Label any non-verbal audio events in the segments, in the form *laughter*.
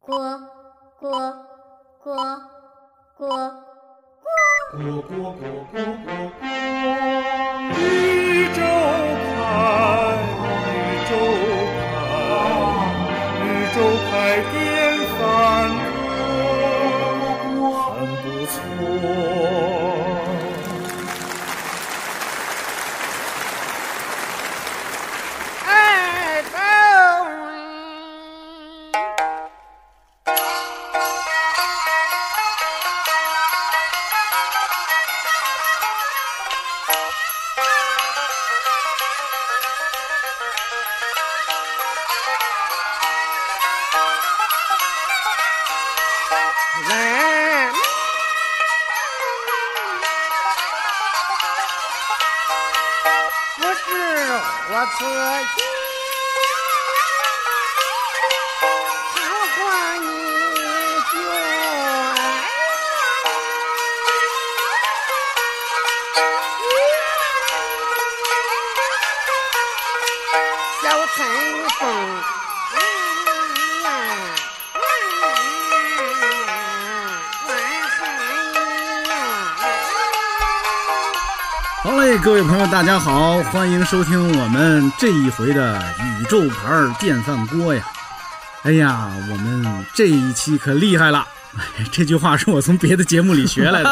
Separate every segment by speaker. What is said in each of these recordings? Speaker 1: 锅锅锅锅。
Speaker 2: 锅锅锅锅锅。宇宙牌，宇宙牌，宇宙牌电饭锅，很不错。
Speaker 3: 爱豆。来。不是火车音，桃花你就爱。小晨风。
Speaker 4: 好嘞，各位朋友，大家好，欢迎收听我们这一回的宇宙牌电饭锅呀！哎呀，我们这一期可厉害了。 *laughs* 哎这句话是我从别的节目里学来的，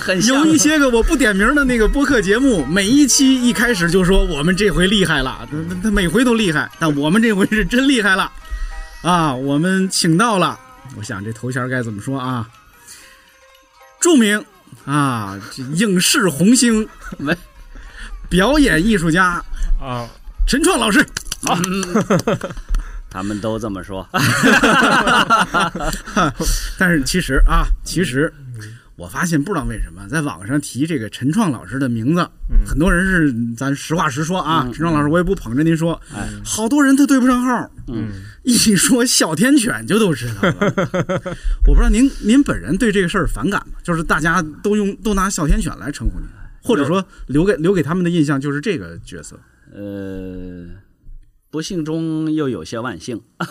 Speaker 4: 很有一些个我不点名的那个播客节目，每一期一开始就说我们这回厉害了，他他他每回都厉害，但我们这回是真厉害了啊！我们请到了，我想这头衔该怎么说啊？著名啊，这影视红星
Speaker 5: 没
Speaker 4: 表演艺术家
Speaker 2: 啊，
Speaker 4: 陈创老师， *laughs*
Speaker 5: 他们都这么说。 *laughs*
Speaker 4: 但是其实啊，其实我发现不知道为什么，在网上提这个陈创老师的名字，很多人是咱实话实说啊，陈创老师我也不捧着您说，好多人他对不上号，嗯， *laughs* 一说哮天犬就都知道了。我不知道您您本人对这个事儿反感吗？就是大家都用都拿哮天犬来称呼您。或者说，留给留给他们的印象就是这个角色
Speaker 5: 呃，不幸中又有些万幸，
Speaker 4: 啊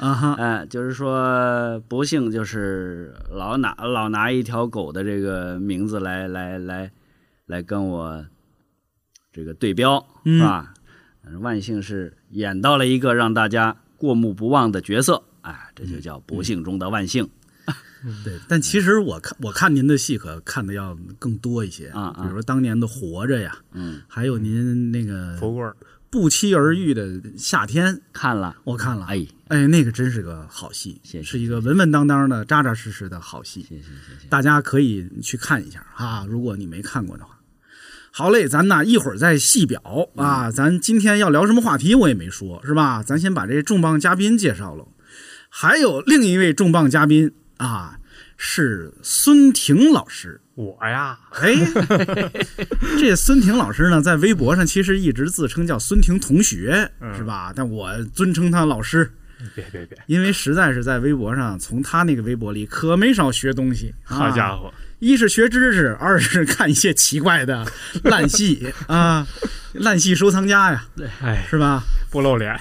Speaker 5: 哎、
Speaker 4: 哈，
Speaker 5: 就是说不幸就是老拿老拿一条狗的这个名字来来来来跟我这个对标，是吧？但是万幸是演到了一个让大家过目不忘的角色，哎，这就叫不幸中的万幸。
Speaker 4: 对。但其实我看我看您的戏可看的要更多一些
Speaker 5: 啊啊
Speaker 4: 比如说当年的《活着》呀，
Speaker 5: 嗯，
Speaker 4: 还有您那个
Speaker 2: 佛棍儿，
Speaker 4: 不期而遇的夏天，
Speaker 5: 看了，
Speaker 4: 我看了，
Speaker 5: 哎，
Speaker 4: 哎，那个真是个好戏，
Speaker 5: 谢谢
Speaker 4: 是一个稳稳当当的、扎扎实实的好戏，
Speaker 5: 谢谢谢谢。
Speaker 4: 大家可以去看一下啊，如果你没看过的话。好嘞，咱呐一会儿再细表
Speaker 5: 嗯
Speaker 4: 啊，咱今天要聊什么话题我也没说，是吧？咱先把这重磅嘉宾介绍喽。还有另一位重磅嘉宾啊，是孙婷老师。
Speaker 2: 我呀， *laughs*
Speaker 4: 哎，这孙婷老师呢，在微博上其实一直自称叫孙婷同学，是吧？但我尊称他老师，
Speaker 2: 嗯别别别，
Speaker 4: 因为实在是在微博上，从他那个微博里可没少学东西。
Speaker 2: 好家
Speaker 4: 伙！
Speaker 2: 伙，
Speaker 4: 一是学知识，二是看一些奇怪的烂戏啊，烂戏收藏家呀，
Speaker 2: 哎，
Speaker 4: 是吧？
Speaker 2: 不露脸，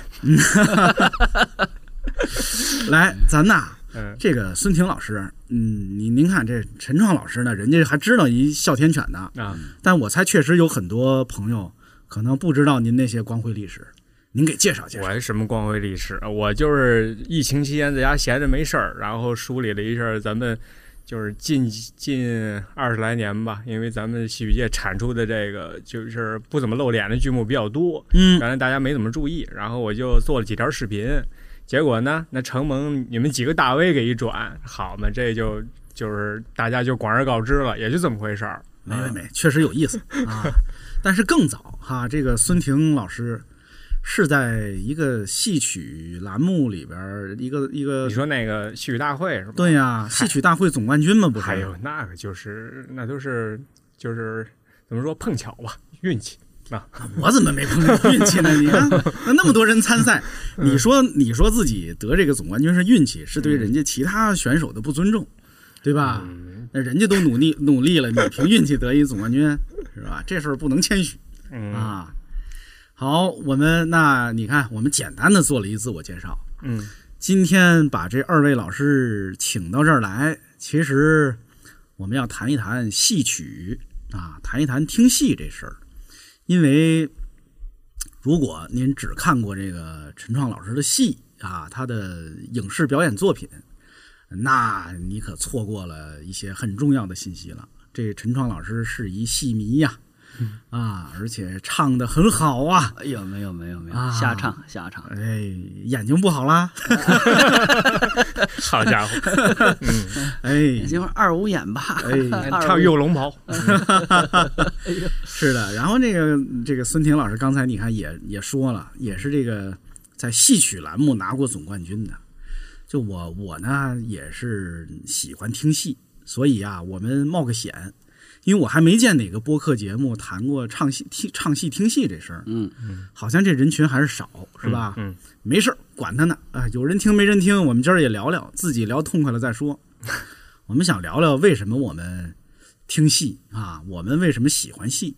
Speaker 4: 来，咱呐，
Speaker 2: 嗯
Speaker 4: 这个孙婷老师，嗯，您您看这陈创老师呢，人家还知道一哮天犬呢，
Speaker 2: 啊，
Speaker 4: 但我猜确实有很多朋友可能不知道您那些光辉历史，您给介绍介绍。
Speaker 2: 我什么光辉历史？我就是疫情期间在家闲着没事儿，然后梳理了一下咱们就是近近二十来年吧，因为咱们戏曲界产出的这个就是不怎么露脸的剧目比较多，
Speaker 4: 嗯
Speaker 2: 原来大家没怎么注意，然后我就做了几条视频，结果呢，那承蒙你们几个大 V 给一转，好嘛，这就就是大家就广而告之了，也就这么回事儿。
Speaker 4: 没没没，确实有意
Speaker 2: *laughs*
Speaker 4: 思啊。但是更早哈，这个孙婷老师是在一个戏曲栏目里边儿，一个一个
Speaker 2: 你说那个戏曲大会是吧？
Speaker 4: 对呀，戏曲大会总冠军嘛，不
Speaker 2: 还
Speaker 4: 是
Speaker 2: 有？哎那个就是那都是就是怎么说碰巧吧，运气。
Speaker 4: 我怎么没碰见运气呢？你看，那那么多人参赛，你说你说自己得这个总冠军是运气，是对人家其他选手的不尊重，对吧？那人家都努力努力了，你凭运气得一总冠军，是吧？这事儿不能谦虚
Speaker 2: 嗯
Speaker 4: 啊啊。好，我们那你看，我们简单的做了一自我介绍。
Speaker 2: 嗯，
Speaker 4: 今天把这二位老师请到这儿来，其实我们要谈一谈戏曲啊，谈一谈听戏这事儿。因为如果您只看过这个陈创老师的戏啊，他的影视表演作品，那你可错过了一些很重要的信息了。这陈创老师是一戏迷呀、啊，而且唱的很好啊。
Speaker 5: 哎呦，没有没有没有，
Speaker 4: 啊
Speaker 5: 瞎唱瞎唱，
Speaker 4: 哎，眼睛不好啦！
Speaker 2: 好
Speaker 5: *laughs*
Speaker 2: 家伙，
Speaker 4: 哎，
Speaker 5: 这会儿二五眼吧，
Speaker 4: 哎
Speaker 5: *laughs* 二五
Speaker 2: 唱《幼龙袍》
Speaker 4: 是的，然后那个这个孙婷老师刚才你看也也说了，也是这个在戏曲栏目拿过总冠军的。就我我呢也是喜欢听戏，所以啊，我们冒个险，因为我还没见哪个播客节目谈过唱戏听唱戏听戏这事儿，
Speaker 5: 嗯
Speaker 4: 好像这人群还是少，是吧？
Speaker 2: 嗯，
Speaker 4: 没事儿，管他呢。啊、有人听没人听，我们今儿也聊聊，自己聊痛快了再说。我们想聊聊为什么我们听戏啊，我们为什么喜欢戏，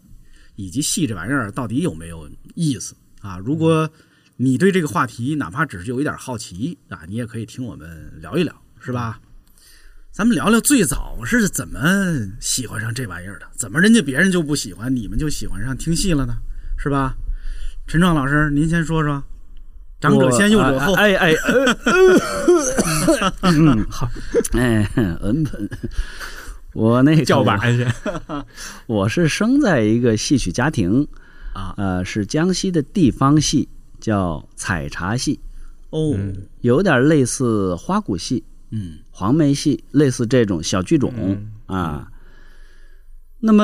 Speaker 4: 以及戏这玩意儿到底有没有意思啊？如果你对这个话题哪怕只是有一点好奇啊，你也可以听我们聊一聊，是吧？咱们聊聊最早是怎么喜欢上这玩意儿的，怎么人家别人就不喜欢，你们就喜欢上听戏了呢？是吧？陈壮老师，您先说说，长者先，幼者后。
Speaker 5: 哎哎，呃嗯好，哎，嗯，我那个
Speaker 2: 叫板，去，
Speaker 5: 我是生在一个戏曲家庭
Speaker 4: 啊
Speaker 5: 呃，是江西的地方戏，叫采茶戏，
Speaker 4: 哦，
Speaker 5: 有点类似花鼓戏、
Speaker 4: 嗯
Speaker 5: 黄梅戏，类似这种小剧种、
Speaker 2: 嗯
Speaker 5: 啊。那么。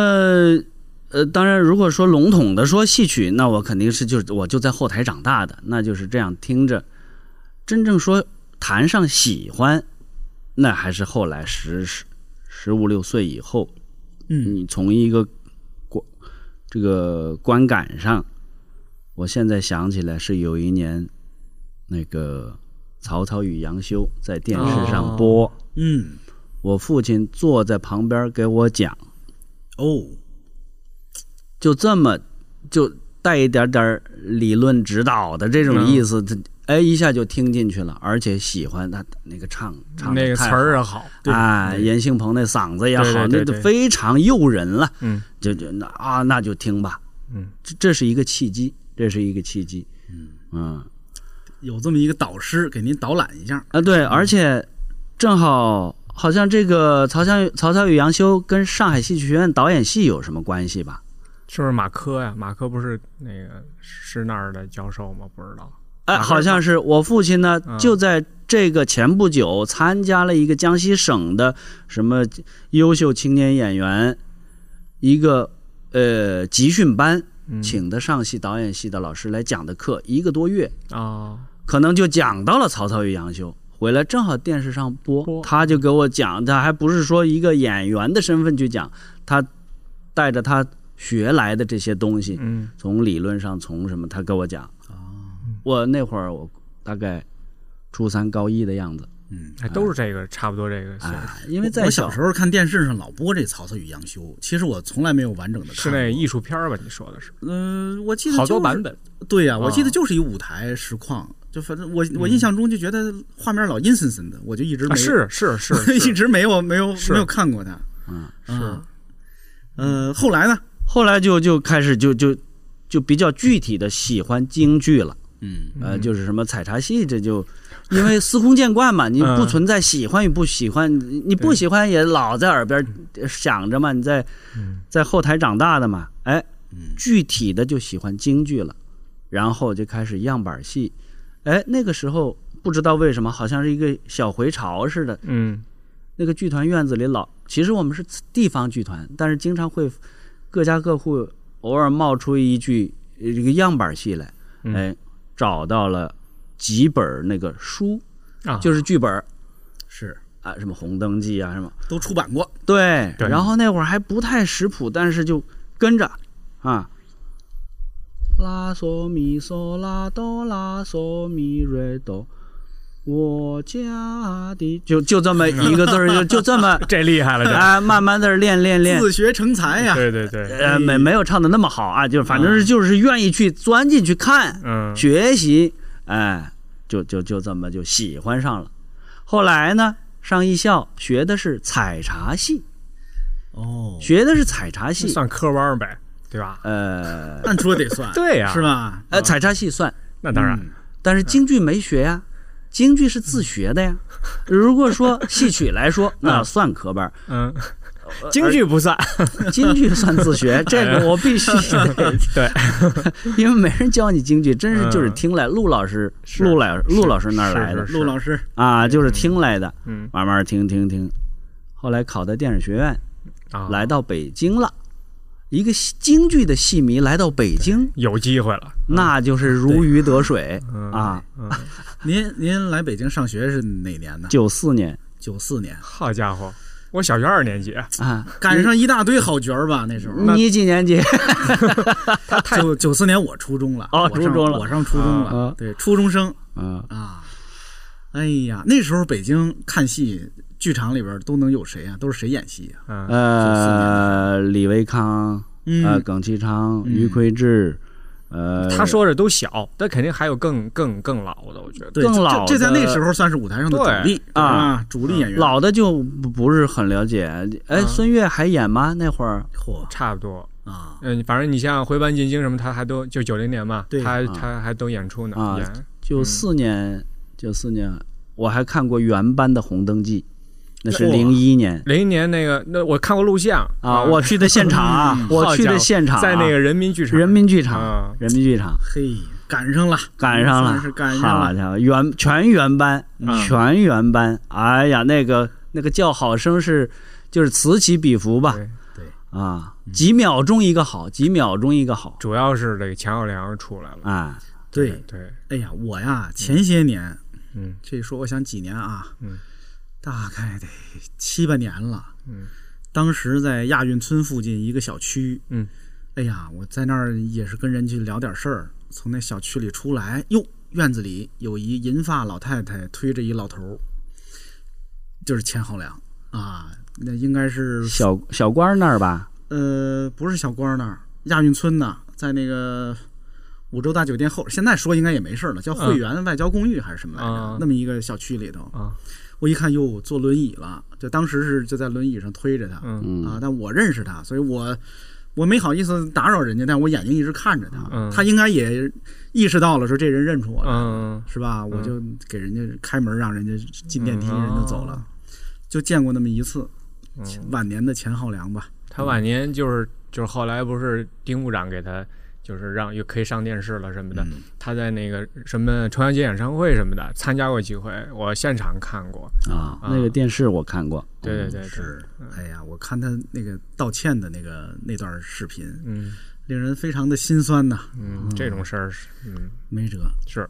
Speaker 5: 呃，当然，如果说笼统的说戏曲，那我肯定是就是我就在后台长大的，那就是这样听着。真正说谈上喜欢，那还是后来十十十五六岁以后，
Speaker 4: 嗯
Speaker 5: 你从一个观这个观感上，我现在想起来是有一年，那个《曹操与杨修》在电视上
Speaker 2: 哦
Speaker 5: 播，
Speaker 4: 嗯，
Speaker 5: 我父亲坐在旁边给我讲，
Speaker 4: 哦，
Speaker 5: 就这么就带一点点儿理论指导的这
Speaker 2: 嗯
Speaker 5: 种意思，这哎一下就听进去了，而且喜欢他那个唱唱得
Speaker 2: 那个词
Speaker 5: 太
Speaker 2: 儿啊好，对
Speaker 5: 啊，
Speaker 2: 对
Speaker 5: 严兴鹏那嗓子也好，
Speaker 2: 对对对
Speaker 5: 那
Speaker 2: 对
Speaker 5: 就非常诱人了。
Speaker 2: 嗯，
Speaker 5: 就就那啊，那就听吧。
Speaker 2: 嗯
Speaker 5: 这，这是一个契机，这是一个契机。嗯
Speaker 4: 有这么一个导师给您导览一下。
Speaker 5: 啊，对，而且正好好像这个曹操与曹操与杨修跟上海戏剧学院导演系有什么关系吧？
Speaker 2: 是不是马科呀？马科不是那个是那儿的教授吗？不知道，
Speaker 5: 哎，
Speaker 2: 哪个
Speaker 5: 好像是我父亲呢
Speaker 2: 嗯，
Speaker 5: 就在这个前不久参加了一个江西省的什么优秀青年演员一个呃集训班，
Speaker 2: 嗯
Speaker 5: 请的上戏导演系的老师来讲的课，一个多月，
Speaker 2: 啊，
Speaker 5: 可能就讲到了曹操与杨修。回来正好电视上播
Speaker 2: 播，
Speaker 5: 他就给我讲，他还不是说一个演员的身份去讲，他带着他学来的这些东西，
Speaker 2: 嗯哦
Speaker 5: 从理论上从什么，他跟我讲。我那会儿我大概初三高一的样子
Speaker 4: 嗯，
Speaker 2: 还哎都是这个差不多这个岁数，
Speaker 5: 啊，因为在
Speaker 4: 我小时候看电视上老播这《曹操与杨修》，其实我从来没有完整的看。
Speaker 2: 是那艺？术片儿吧？你说的是
Speaker 4: 嗯、我记得、就是、
Speaker 2: 好多版。本，
Speaker 4: 对呀、
Speaker 2: 啊嗯
Speaker 4: 我记得就是一舞台实况，就反正我我印象中就觉得画面老阴森森的，我就一直没、
Speaker 2: 啊是
Speaker 4: *laughs*
Speaker 2: 是是
Speaker 4: 一
Speaker 2: 是
Speaker 4: 直没有没有
Speaker 2: 是
Speaker 4: 没有看过它。啊
Speaker 5: 嗯
Speaker 2: 是，
Speaker 4: 呃，后来呢？
Speaker 5: 后来就就开始就就就比较具体的喜欢京剧了。
Speaker 4: 嗯
Speaker 5: 呃，就是什么采茶戏，这就因为司空见惯嘛，你不
Speaker 2: 嗯
Speaker 5: 存在喜欢与不喜欢，你你不
Speaker 2: 对
Speaker 5: 喜欢也老在耳边呃想着嘛，你在
Speaker 2: 嗯
Speaker 5: 在后台长大的嘛，哎，
Speaker 4: 嗯
Speaker 5: 具体的就喜欢京剧了，然后就开始样板戏，哎，那个时候不知道为什么，好像是一个小回潮似的，
Speaker 2: 嗯
Speaker 5: 那个剧团院子里老，其实我们是地方剧团，但是经常会各家各户偶尔冒出一句呃这个样板戏来，
Speaker 2: 嗯
Speaker 5: 哎，找到了几本那个书，
Speaker 2: 啊，
Speaker 5: 就是剧本儿
Speaker 4: 是
Speaker 5: 啊，什么《红灯记》啊，什么
Speaker 4: 都出版过。
Speaker 5: 对。
Speaker 2: 对
Speaker 5: 然后那会儿还不太识谱，但是就跟着啊。拉索咪索拉哆拉索咪瑞哆，我家的就就这么一个字儿，就就这么
Speaker 2: 这厉害了，这
Speaker 5: 啊，慢慢的练练练，
Speaker 4: 自学成才呀、
Speaker 2: 对对对，
Speaker 5: 呃，没没有唱的那么好啊，就是反正是就是愿意去钻进去看、
Speaker 2: 嗯，
Speaker 5: 学习，哎、就就就这么就喜欢上了。后来呢，上艺校学的是采茶戏，
Speaker 4: 哦，
Speaker 5: 学的是采茶戏，
Speaker 2: 算科班呗，对吧？
Speaker 5: 呃
Speaker 4: 按说得算，
Speaker 2: 对呀嗯
Speaker 4: 是吧？
Speaker 5: 呃，采茶戏算，
Speaker 2: 啊
Speaker 5: 嗯
Speaker 2: 那当然，
Speaker 5: 但是京剧没学呀，京剧是自学的呀。如果说戏曲来
Speaker 2: *laughs*
Speaker 5: 说，那算科班儿，
Speaker 2: 嗯，啊京剧不算，
Speaker 5: 京剧算自学，
Speaker 2: *laughs*
Speaker 5: 这个我必须得， *laughs*
Speaker 2: 对， *laughs*
Speaker 5: 因为没人教你京剧，真是就是
Speaker 2: 嗯
Speaker 5: 听来陆老师、陆老陆老师那儿来的
Speaker 2: 是
Speaker 4: 陆老师，
Speaker 5: 啊，就是听来的，
Speaker 2: 嗯
Speaker 5: 慢慢听听听。后来考的电影学院，
Speaker 2: 啊，
Speaker 5: 来到北京了，一个戏京剧的戏迷来到北京，
Speaker 2: 有机会了，
Speaker 5: 那就是如鱼得水
Speaker 2: 嗯
Speaker 5: 啊！
Speaker 2: 嗯，
Speaker 4: 您您来北京上学是哪年呢？
Speaker 5: 九四年
Speaker 4: 九四年，
Speaker 2: 好家伙，我小学二年级，
Speaker 5: 啊，
Speaker 4: 赶上一大堆好角儿吧？那时候
Speaker 5: 你几年级？
Speaker 4: 九九四年我初中了，
Speaker 5: 哦
Speaker 4: 我上
Speaker 5: 初中了
Speaker 4: 我上初中了
Speaker 5: 啊，
Speaker 4: 对，初中生
Speaker 5: 嗯，
Speaker 4: 啊。哎呀，那时候北京看戏，剧场里边都能有谁啊？都是谁演戏啊？
Speaker 2: 嗯，
Speaker 5: 呃，李维康，呃，
Speaker 4: 嗯，
Speaker 5: 耿其昌、于魁智，呃，
Speaker 2: 他说的都小，但肯定还有更更更老的，我觉得
Speaker 4: 对，
Speaker 5: 更
Speaker 4: 这
Speaker 5: 老
Speaker 4: 这在那
Speaker 5: 的
Speaker 4: 时候算是舞台上的
Speaker 2: 对
Speaker 4: 主力
Speaker 5: 啊
Speaker 4: 啊，主力演员。
Speaker 5: 老的就不不是很了解。哎，
Speaker 2: 嗯
Speaker 5: 孙越还演吗？那会儿
Speaker 4: 嚯
Speaker 2: 差不多。
Speaker 4: 啊，
Speaker 2: 嗯，反正你像《回班进京》什么，他还都就九零年嘛，
Speaker 4: 对
Speaker 2: 他
Speaker 5: 啊
Speaker 2: 他还都演出呢
Speaker 5: 啊，
Speaker 2: 演
Speaker 5: 九
Speaker 4: 嗯
Speaker 5: 四年，九四年我还看过原班的《红灯记》，那是
Speaker 4: 哇
Speaker 5: 零一年
Speaker 2: 零一年那个，那我看过录像
Speaker 5: 啊，我去的现场
Speaker 4: 嗯
Speaker 5: 啊，我去的现场啊，
Speaker 2: 在那个人民剧场，
Speaker 5: 人民剧
Speaker 2: 啊
Speaker 5: 场，人民剧场
Speaker 4: 嘿，赶上了，
Speaker 5: 赶上了
Speaker 4: 算嗯是，赶上
Speaker 5: 好
Speaker 4: 了。嗯
Speaker 5: 家伙，原全原班，全原班，哎呀，那个那个叫好声是就是此起彼伏吧
Speaker 2: 对，
Speaker 4: 对嗯
Speaker 5: 啊，几秒钟一个好，几秒钟一个好，
Speaker 2: 主要是这个钱小良出来了，
Speaker 5: 啊，
Speaker 4: 对，
Speaker 2: 对，
Speaker 4: 哎呀，我呀，前些年
Speaker 2: 嗯
Speaker 4: 这一说，我想几年啊，
Speaker 2: 嗯，
Speaker 4: 大概得七八年了。
Speaker 2: 嗯，
Speaker 4: 当时在亚运村附近一个小区，
Speaker 2: 嗯，
Speaker 4: 哎呀，我在那儿也是跟人去聊点事儿，从那小区里出来，哟，院子里有一银发老太太推着一老头儿，就是钱浩良啊，那应该是
Speaker 5: 小小官儿那儿吧，
Speaker 4: 呃，不是小官儿那儿，亚运村呐，在那个五洲大酒店后，现在说应该也没事儿了，叫汇源外交公寓还是什么来着？
Speaker 2: 啊
Speaker 4: 那么一个小区里头，
Speaker 2: 啊
Speaker 4: 我一看，哟，坐轮椅了，就当时是就在轮椅上推着他、
Speaker 2: 嗯
Speaker 4: 啊
Speaker 5: 嗯，，
Speaker 4: 但我认识他，所以我我没好意思打扰人家，但我眼睛一直看着他，
Speaker 2: 嗯
Speaker 4: 他应该也意识到了，说这人认出我了，
Speaker 2: 嗯
Speaker 4: 是吧？我就给人家开门，让人家进电梯，
Speaker 2: 嗯
Speaker 4: 人就走了，就见过那么一次，晚年的钱浩良吧。
Speaker 2: 他晚年就是就是后来不是丁部长给他就是让又可以上电视了什么的，他在那个什么重阳节演唱会什么的参加过几回，我现场看过。
Speaker 5: 啊，那个电视我
Speaker 4: *laughs*
Speaker 5: 看过，
Speaker 2: 对对对，对
Speaker 4: 是，哎呀，我看他那个道歉的那个那段视频，
Speaker 2: 嗯
Speaker 4: 令人非常的心酸呐，
Speaker 2: 嗯，这种事儿是嗯
Speaker 4: 没辙。
Speaker 2: 是。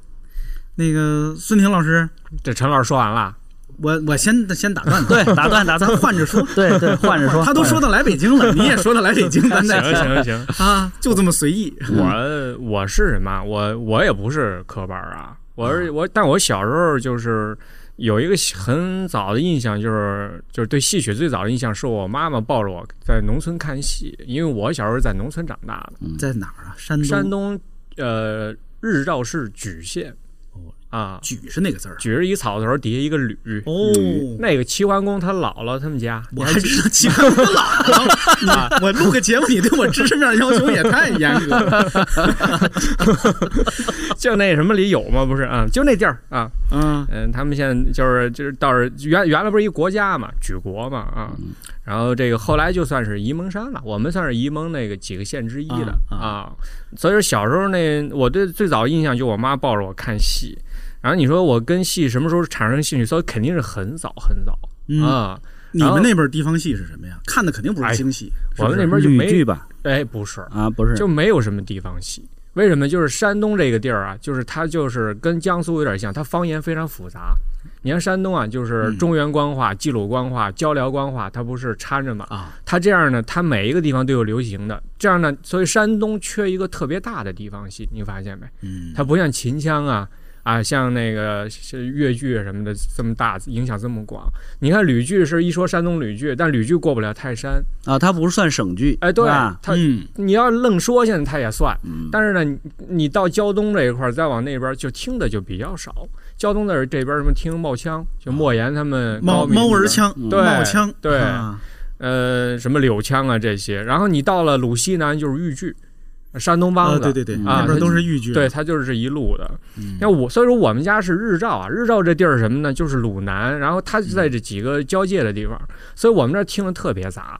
Speaker 4: 那个孙婷老师，
Speaker 2: 这陈老师说完 *laughs* 了，
Speaker 4: 我我先先打断他，
Speaker 5: 对，打断打断，
Speaker 4: 换着说，
Speaker 5: 对对，换着说，
Speaker 4: 他都说到来北京了，你也说到来北京，咱
Speaker 2: 行
Speaker 4: 再
Speaker 2: 行行，
Speaker 4: 啊，就这么随意。
Speaker 2: *laughs* 我我是什么？我我也不是科班儿啊，我是我，但我小时候就是有一个很早的印象，就是就是对戏曲最早的印象是我妈妈抱着我在农村看戏，因为我小时候在农村长大
Speaker 4: 在哪儿啊？山
Speaker 2: 的，
Speaker 4: 东，
Speaker 2: 山东呃日照市莒县
Speaker 4: 哦
Speaker 2: 啊，
Speaker 4: 举是那个字儿
Speaker 2: 举着一草头，底下一个吕。
Speaker 4: 哦。
Speaker 2: 那个齐桓公他姥姥他们家，
Speaker 4: 我还知道齐桓公老了，我录个节目，你对我知识面要求也太严格了。
Speaker 2: 就那什么里有吗？不是啊，就那地儿啊，
Speaker 4: 嗯，
Speaker 2: 嗯，他们现在就是就是倒是原原来不是一国家嘛，举国嘛啊，
Speaker 4: 嗯
Speaker 2: 然后这个后来就算是沂蒙山了，我们算是沂蒙那个几个县之一的
Speaker 4: 啊啊
Speaker 2: 啊，所以说小时候那我对最早印象就我妈抱着我看戏，然后你说我跟戏什么时候产生兴趣，所以肯定是很早很早
Speaker 4: 嗯
Speaker 2: 啊，
Speaker 4: 你们那边地方戏是什么呀？看的肯定不是京戏，是
Speaker 2: 我
Speaker 4: 不
Speaker 2: 们
Speaker 4: 是
Speaker 2: 那边就
Speaker 5: 吕
Speaker 2: 没
Speaker 5: 剧吧？
Speaker 2: 哎不是
Speaker 5: 啊，不是，
Speaker 2: 就没有什么地方戏。为什么？就是山东这个地儿啊，就是它就是跟江苏有点像，它方言非常复杂。你看山东啊，就是
Speaker 4: 嗯
Speaker 2: 中原官话、冀鲁官话、交辽官话，它不是掺着嘛？
Speaker 4: 啊，
Speaker 2: 它这样呢，它每一个地方都有流行的，这样呢，所以山东缺一个特别大的地方戏，你发现没？
Speaker 4: 嗯，
Speaker 2: 它不像秦腔啊啊，像那个是越剧啊什么的这么大，影响这么广。你看吕剧是一说山东吕剧，但吕剧过不了泰山，
Speaker 5: 啊，它不算省剧，
Speaker 2: 哎，对，
Speaker 5: 是吧
Speaker 2: 它
Speaker 4: 嗯
Speaker 2: 你要愣说，现在它也算，但是呢，你你到胶东这一块儿，再往那边儿就听的就比较少。胶东那儿这边什么听冒腔，就莫言他们
Speaker 4: 猫
Speaker 2: 高明
Speaker 4: 猫
Speaker 2: 那
Speaker 4: 儿
Speaker 2: 边
Speaker 4: 腔，
Speaker 5: 嗯
Speaker 2: 对
Speaker 4: 猫腔，
Speaker 2: 对
Speaker 4: 啊
Speaker 2: 呃，什么柳腔啊这些。然后你到了鲁西南就是豫剧，山东梆
Speaker 4: 啊，
Speaker 2: 子，
Speaker 4: 对对对，
Speaker 5: 嗯
Speaker 4: 那边都是豫剧，
Speaker 2: 对，它就是这一路的。
Speaker 4: 嗯，
Speaker 2: 那我所以说我们家是日照啊，日照这地儿是什么呢？就是鲁南，然后它就
Speaker 4: 嗯
Speaker 2: 在这几个交界的地方，所以我们这儿听的特别杂。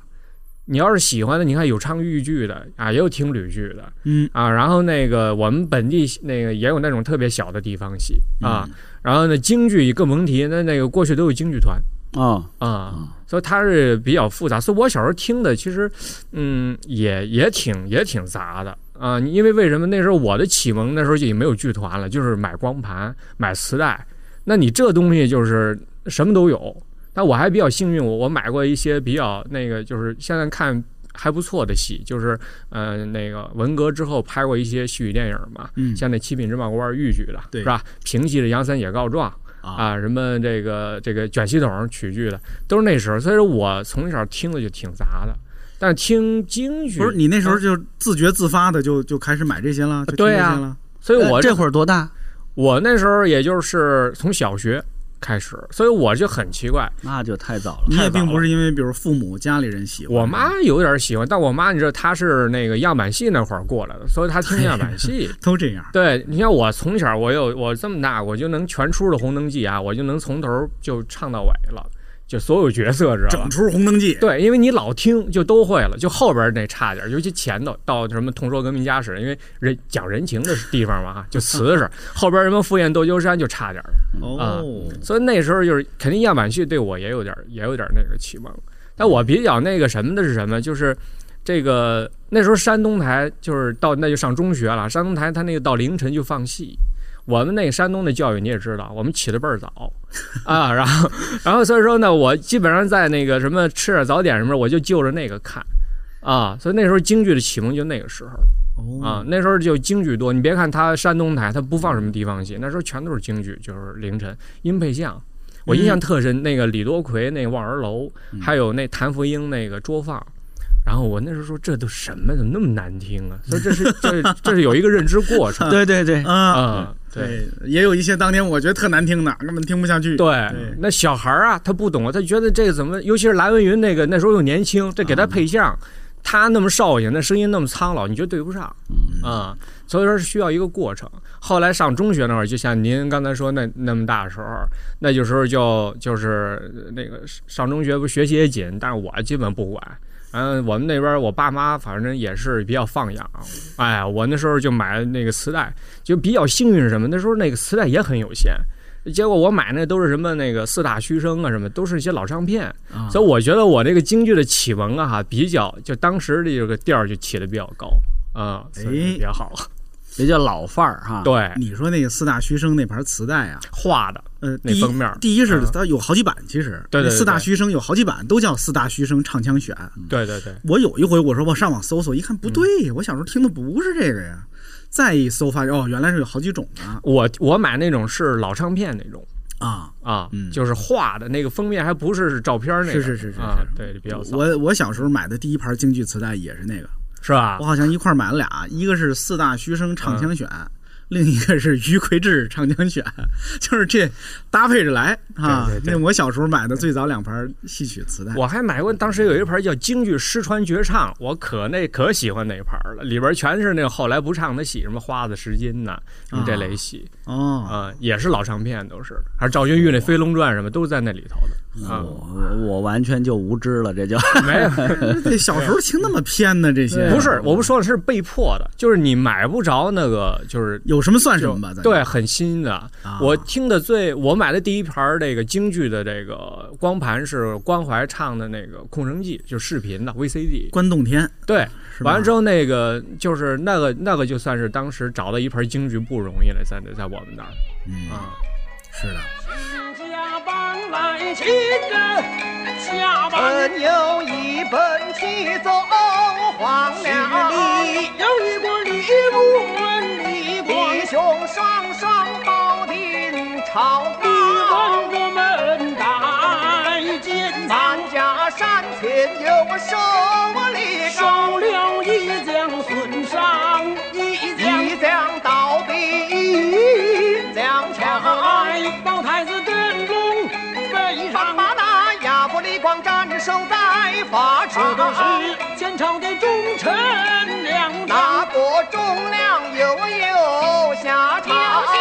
Speaker 2: 你要是喜欢的，你看有唱豫剧的啊，也有听吕剧的
Speaker 4: 嗯
Speaker 2: 啊，然后那个我们本地那个也有那种特别小的地方戏
Speaker 4: 嗯
Speaker 2: 啊，然后呢京剧更甭提，那那个过去都有京剧团
Speaker 5: 哦，
Speaker 2: 啊。
Speaker 5: 嗯
Speaker 2: 所以它是比较复杂，所以我小时候听的其实，嗯，也也挺也挺杂的啊、你因为为什么那时候我的启蒙那时候就已经没有剧团了，就是买光盘、买磁带。那你这东西就是什么都有。但我还比较幸运，我我买过一些比较那个，就是现在看还不错的戏，就是呃那个文革之后拍过一些戏剧电影嘛，
Speaker 4: 嗯
Speaker 2: 像那《七品芝麻官》豫剧的，
Speaker 4: 对
Speaker 2: 是吧？平戏的《杨三野告状》
Speaker 4: 啊
Speaker 2: 什么这个这个卷西筒曲剧的，都是那时候。所以说我从小听的就挺杂的，但是听京剧
Speaker 4: 不是你那时候
Speaker 2: 啊
Speaker 4: 就自觉自发的就就开始买这些了，就听
Speaker 2: 对
Speaker 4: 这些
Speaker 2: 啊
Speaker 4: 了，
Speaker 2: 所以我
Speaker 4: 哎
Speaker 5: 呃这会儿多大？
Speaker 2: 我那时候也就是从小学开始，所以我就很奇怪，
Speaker 5: 那就太早了。
Speaker 4: 你也
Speaker 2: 太早
Speaker 4: 并不
Speaker 2: 了
Speaker 4: 是因为比如父母家里人喜欢，
Speaker 2: 我妈有点喜欢，但我妈你知道她是那个样板戏那会儿过来的，所以她听样板
Speaker 4: *laughs*
Speaker 2: 戏。
Speaker 4: 都这样，
Speaker 2: 对，你像我从小我有我这么大，我就能全出的《红灯记》啊，我就能从头就唱到尾了，就所有角色知道吧
Speaker 4: 整？出《红灯记》
Speaker 2: 对，因为你老听就都会了，就后边那差点儿，尤其前头到什么《痛说革命家》时，因为人讲人情的地方嘛哈，就
Speaker 4: *laughs*
Speaker 2: 词是后边什么赴宴斗鸠山就差点儿了，
Speaker 4: 哦，
Speaker 2: 所以那时候就是肯定样板戏对我也有点儿也有点儿那个启蒙，但我比较那个什么的是什么，就是这个那时候山东台就是到那就上中学了，山东台他那个到凌晨就放戏。我们那个山东的教育你也知道，我们起得倍儿早 *laughs* 啊，然后然后所以说呢，我基本上在那个什么吃点早点什么，我就就着那个看啊，所以那时候京剧的启蒙就那个时候
Speaker 4: 哦
Speaker 2: 啊，，那时候就京剧多。你别看他山东台，他不放什么地方戏，那时候全都是京剧，就是凌晨音配像。我印象特深，那个李多奎那个《望儿楼》，还有那谭福英那个《捉放》。然后我那时候说这都什么，怎么那么难听啊？所以这是这这是有一个认知
Speaker 4: *laughs*
Speaker 2: 过程
Speaker 5: 对对对，
Speaker 4: 啊，
Speaker 2: 啊，对。
Speaker 4: 对，也有一些当年我觉得特难听的，根本听不下去。
Speaker 2: 对
Speaker 4: 嗯对，
Speaker 2: 那小孩儿啊，他不懂啊，他觉得这个怎么，尤其是蓝文云那个那时候又年轻，这给他配相，他那么少爷，那声音那么苍老，你觉得对不上啊、所以说是需要一个过程。后来上中学那会儿，就像您刚才说那那么大的时候，那有时候就就是呃那个上中学不学习也紧，但是我基本不管。嗯，我们那边儿我爸妈反正也是比较放养，哎，我那时候就买那个磁带，就比较幸运是什么？那时候那个磁带也很有限，结果我买那都是什么那个四大须生啊什么，都是一些老唱片，
Speaker 4: 啊
Speaker 2: 所以我觉得我这个京剧的启蒙啊哈，比较就当时的这个调儿就起的比较高啊，
Speaker 4: 哎
Speaker 2: 所以比较好。
Speaker 5: 也叫老范儿哈。，
Speaker 2: 对，
Speaker 4: 你说那个四大须生那盘磁带啊，
Speaker 2: 画的
Speaker 4: 呃，
Speaker 2: 那
Speaker 4: 第一
Speaker 2: 封面儿
Speaker 4: 第一是
Speaker 2: 啊
Speaker 4: 它有好几版，其实
Speaker 2: 对对对
Speaker 4: 那四大
Speaker 2: 对嗯
Speaker 4: 须生有好几版，都叫四大须生唱腔选。
Speaker 2: 对对对，
Speaker 4: 我有一回我说我上网搜搜，一看
Speaker 2: 嗯
Speaker 4: 不对，我小时候听的不是这个呀。再一搜发现哦，原来是有好几种啊
Speaker 2: 我我买那种是老唱片那种
Speaker 4: 啊！
Speaker 2: 啊
Speaker 4: 嗯，
Speaker 2: 就是画的那个封面还不是照片儿那个，
Speaker 4: 是是是是
Speaker 2: 啊
Speaker 4: 是，
Speaker 2: 对，比较早
Speaker 4: 我我小时候买的第一盘京剧磁带也是那个，
Speaker 2: 是吧
Speaker 4: 我？好像一块儿买了俩，一个是四大须生唱
Speaker 2: 嗯
Speaker 4: 腔选，另一个是于魁智唱腔选，就是这搭配着来啊。
Speaker 2: 对对对
Speaker 4: 那我小时候买的最早两盘戏曲磁带， *laughs*
Speaker 2: 我还买过，当时有一盘叫《京剧失传绝唱》，我可那可喜欢那盘儿了，里边全是那个后来不唱的戏，什么花子十斤呐，什么这类戏。
Speaker 4: 哦，
Speaker 2: 啊、也是老唱片，都是，还是赵君玉那《飞龙传》什么，都是在那里头的啊、
Speaker 4: 哦
Speaker 5: 我我完全就无知了，这叫
Speaker 2: 没
Speaker 4: *laughs*
Speaker 2: 有，
Speaker 4: 这小时候听那么偏呢，这些
Speaker 2: 不是，我不说了，是被迫的，就是你买不着那个，就是
Speaker 4: 有什么算什么嗯吧？咱
Speaker 2: 对，很新的。
Speaker 4: 啊
Speaker 2: 我听的最，我买的第一盘儿这个京剧的这个光盘是关怀唱的那个《空城计》，就是视频的 VCD。
Speaker 4: 关洞天
Speaker 2: 对，
Speaker 4: 是吧？
Speaker 2: 完了之后那个就是那个那个就算是当时找到一盘京剧不容易了，在在我们那儿
Speaker 4: 嗯，
Speaker 2: 啊。
Speaker 4: 是的，
Speaker 3: 家帮来亲个家帮
Speaker 6: 本有一本七走黄
Speaker 3: 十
Speaker 6: 粱，
Speaker 3: 里有一个李不问李广，
Speaker 6: 弟兄双双抱定朝
Speaker 3: 李
Speaker 6: 纲。
Speaker 3: 广我们打一剑堂
Speaker 6: 咱。家山前有手里
Speaker 3: 收了一将损伤，
Speaker 6: 一将到底一将强，
Speaker 3: 哎，
Speaker 6: 方战守在法场
Speaker 3: 这，都是前朝的忠臣良
Speaker 6: 哪
Speaker 3: 党，
Speaker 6: 国忠良有有下
Speaker 7: 留
Speaker 6: 场。
Speaker 7: 下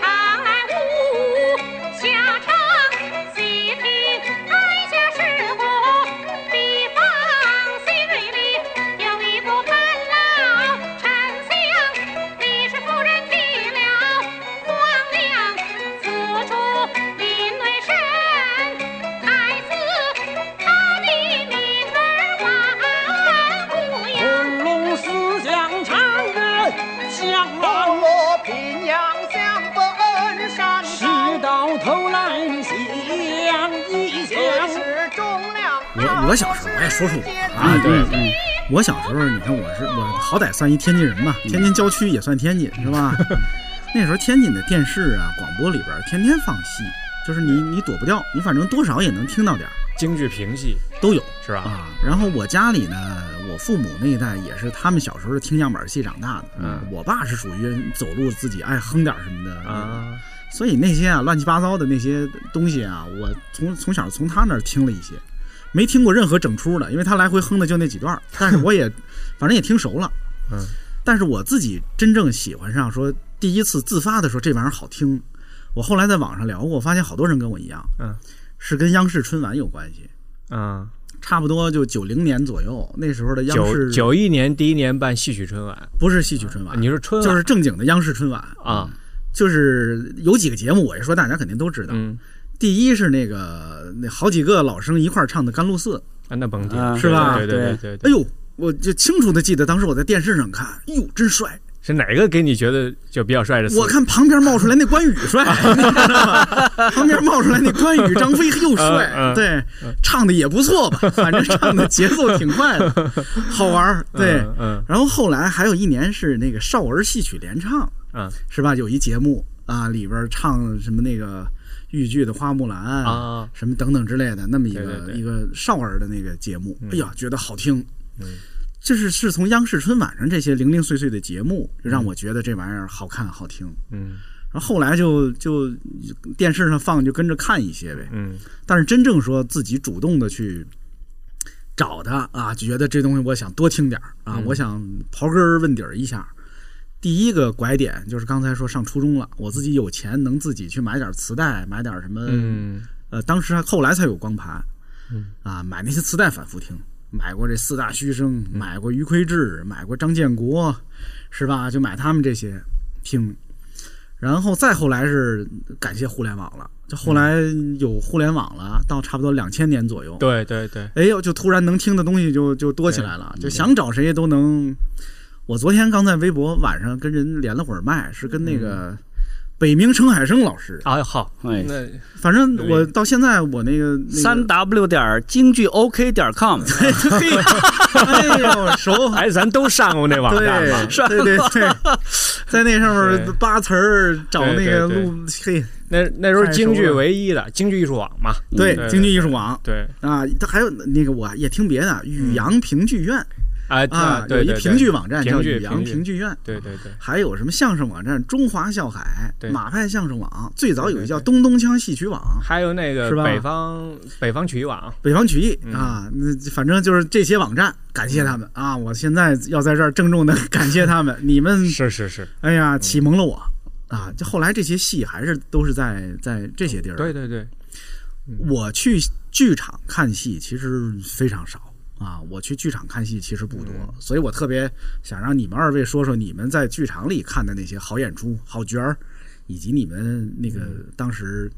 Speaker 7: 长安无下场，细听哀家是我地方新锐里有一个潘老丞相，你是夫人替了皇娘，此处林为甚？爱子他的名儿万古
Speaker 3: 文
Speaker 7: 扬。
Speaker 3: 龙思想长安向
Speaker 6: 铜
Speaker 3: 郎，
Speaker 6: 锣平阳向奔山
Speaker 3: 事
Speaker 6: 高，
Speaker 3: 到头来想一想，
Speaker 6: 也是忠良。
Speaker 4: 我我小时候我也说说我啊，
Speaker 2: 嗯对
Speaker 4: 嗯，我小时候你看我是我好歹算一天津人吧，天津郊区也算天津是
Speaker 2: *laughs*
Speaker 4: 吧？那时候天津的电视啊广播里边儿天天放戏，就是你你躲不掉，你反正多少也能听到点儿
Speaker 2: 京剧评戏
Speaker 4: 都有
Speaker 2: 是吧？
Speaker 4: 啊。然后我家里呢，我父母那一代也是他们小时候听样板戏长大的，
Speaker 2: 嗯
Speaker 4: 我爸是属于走路自己爱哼点儿什么的
Speaker 2: 啊，
Speaker 4: 所以那些啊乱七八糟的那些东西啊，我从从小从他那儿听了一些，没听过任何整出的，因为他来回哼的就那几段儿， *laughs* 但是我也反正也听熟了。
Speaker 2: 嗯，
Speaker 4: 但是我自己真正喜欢上说，第一次自发的说这玩意儿好听，我后来在网上聊过，发现好多人跟我一样，
Speaker 2: 嗯，
Speaker 4: 是跟央视春晚有关系，
Speaker 2: 嗯，
Speaker 4: 差不多就九零年左右，那时候的央
Speaker 2: 九
Speaker 4: 视
Speaker 2: 九一年第一年办戏曲春晚，
Speaker 4: 不是戏曲春晚，
Speaker 2: 你说春晚
Speaker 4: 啊就是正经的央视春晚，
Speaker 2: 啊，
Speaker 4: 就是有几个节目，我一说大家肯定都知道，
Speaker 2: 嗯，
Speaker 4: 第一是那个那好几个老生一块儿唱的《甘露寺
Speaker 2: 啊那甭提
Speaker 5: 啊
Speaker 2: 对
Speaker 4: 是吧
Speaker 2: 对对
Speaker 5: 对
Speaker 2: 对对》，
Speaker 4: 哎
Speaker 2: 对，
Speaker 4: 呦，我就清楚的记得当时我在电视上看，哎呦，真帅！
Speaker 2: 是哪个给你觉得就比较帅的词？
Speaker 4: 我看旁边冒出来那关羽
Speaker 2: *laughs*
Speaker 4: 帅，你知道吗？旁边冒出来那关羽、张飞又
Speaker 2: 嗯
Speaker 4: 帅，
Speaker 2: 嗯
Speaker 4: 对，唱的也不错
Speaker 2: *laughs*
Speaker 4: 吧，反正唱的节奏挺快的，好玩儿，对。
Speaker 2: 嗯嗯
Speaker 4: 然后后来还有一年是那个少儿戏曲联唱，
Speaker 2: 嗯
Speaker 4: 是吧？有一节目啊，里边唱什么那个豫剧的《花木兰》
Speaker 2: 啊，
Speaker 4: 什么等等之类的，那么一个
Speaker 2: 对对对
Speaker 4: 一个少儿的那个节目，哎呀，觉得好听。就是是从央视春晚上这些零零碎碎的节目，就让我觉得这玩意儿好看好听。
Speaker 2: 嗯
Speaker 4: 然后后来就就电视上放就跟着看一些呗，
Speaker 2: 嗯
Speaker 4: 但是真正说自己主动的去找它啊，就觉得这东西我想多听点儿啊，我想刨根儿问底儿一下。第一个拐点就是刚才说上初中了，我自己有钱能自己去买点磁带，买点什么，
Speaker 2: 嗯
Speaker 4: 呃，当时还后来才有光盘，啊，买那些磁带反复听，买过这四大须生，买过于魁智，买过张建国，是吧？就买他们这些听，然后再后来是感谢互联网了，就后来有互联网了，到差不多两千年左右，
Speaker 2: 对对对，
Speaker 4: 哎呦，就突然能听的东西就就多起来了，就想找谁都能。我昨天刚在微博晚上跟人连了会儿麦，是跟那个北冥程海生老师，
Speaker 2: 啊好，
Speaker 5: 哎
Speaker 2: *laughs* 那
Speaker 4: 反正我到现在我那个
Speaker 5: 三 w 点儿京剧 ok 点儿 com，
Speaker 2: 嗯
Speaker 4: 那个嘿，哎呦熟。
Speaker 2: 哎咱都上过那网
Speaker 4: 对
Speaker 2: 站吧？
Speaker 4: *laughs* 对对
Speaker 2: *laughs*
Speaker 4: 对，在那上
Speaker 2: 对
Speaker 4: 面扒词儿找那个
Speaker 2: 对对对
Speaker 4: 录，嘿，
Speaker 2: 那那时候京
Speaker 4: 太
Speaker 2: 剧
Speaker 4: 熟了
Speaker 2: 唯一的京剧艺术网嘛，
Speaker 4: 对
Speaker 2: 嗯对
Speaker 4: 京剧艺术网
Speaker 2: 对
Speaker 4: 啊，它还有那个我啊也听别的宇阳评剧院
Speaker 2: 啊
Speaker 4: 啊，有
Speaker 2: 对
Speaker 4: 一
Speaker 2: 对
Speaker 4: 评剧网站
Speaker 2: 评
Speaker 4: 叫
Speaker 2: 剧
Speaker 4: 宇阳评剧院，
Speaker 2: 对对对，
Speaker 4: 还有什么相声网站中华笑海
Speaker 2: 对、
Speaker 4: 马派相声网，最早有一
Speaker 2: 对对
Speaker 4: 个叫东东腔戏曲网、
Speaker 2: 还有那个
Speaker 4: 是吧
Speaker 2: 北方北方曲艺网，
Speaker 4: 北方曲艺
Speaker 2: 嗯
Speaker 4: 啊，那反正就是这些网站，感谢他们啊！我现在要在这儿郑重的感谢他们，你们
Speaker 2: 是是是，
Speaker 4: 哎呀启蒙了我啊！就后来这些戏还是都是在在这些地儿，
Speaker 2: 对对对，
Speaker 4: 我去剧场看戏其实非常少啊，我去剧场看戏其实不多，所以我特别想让你们二位说说你们在剧场里看的那些好演出、好角儿，以及你们那个当时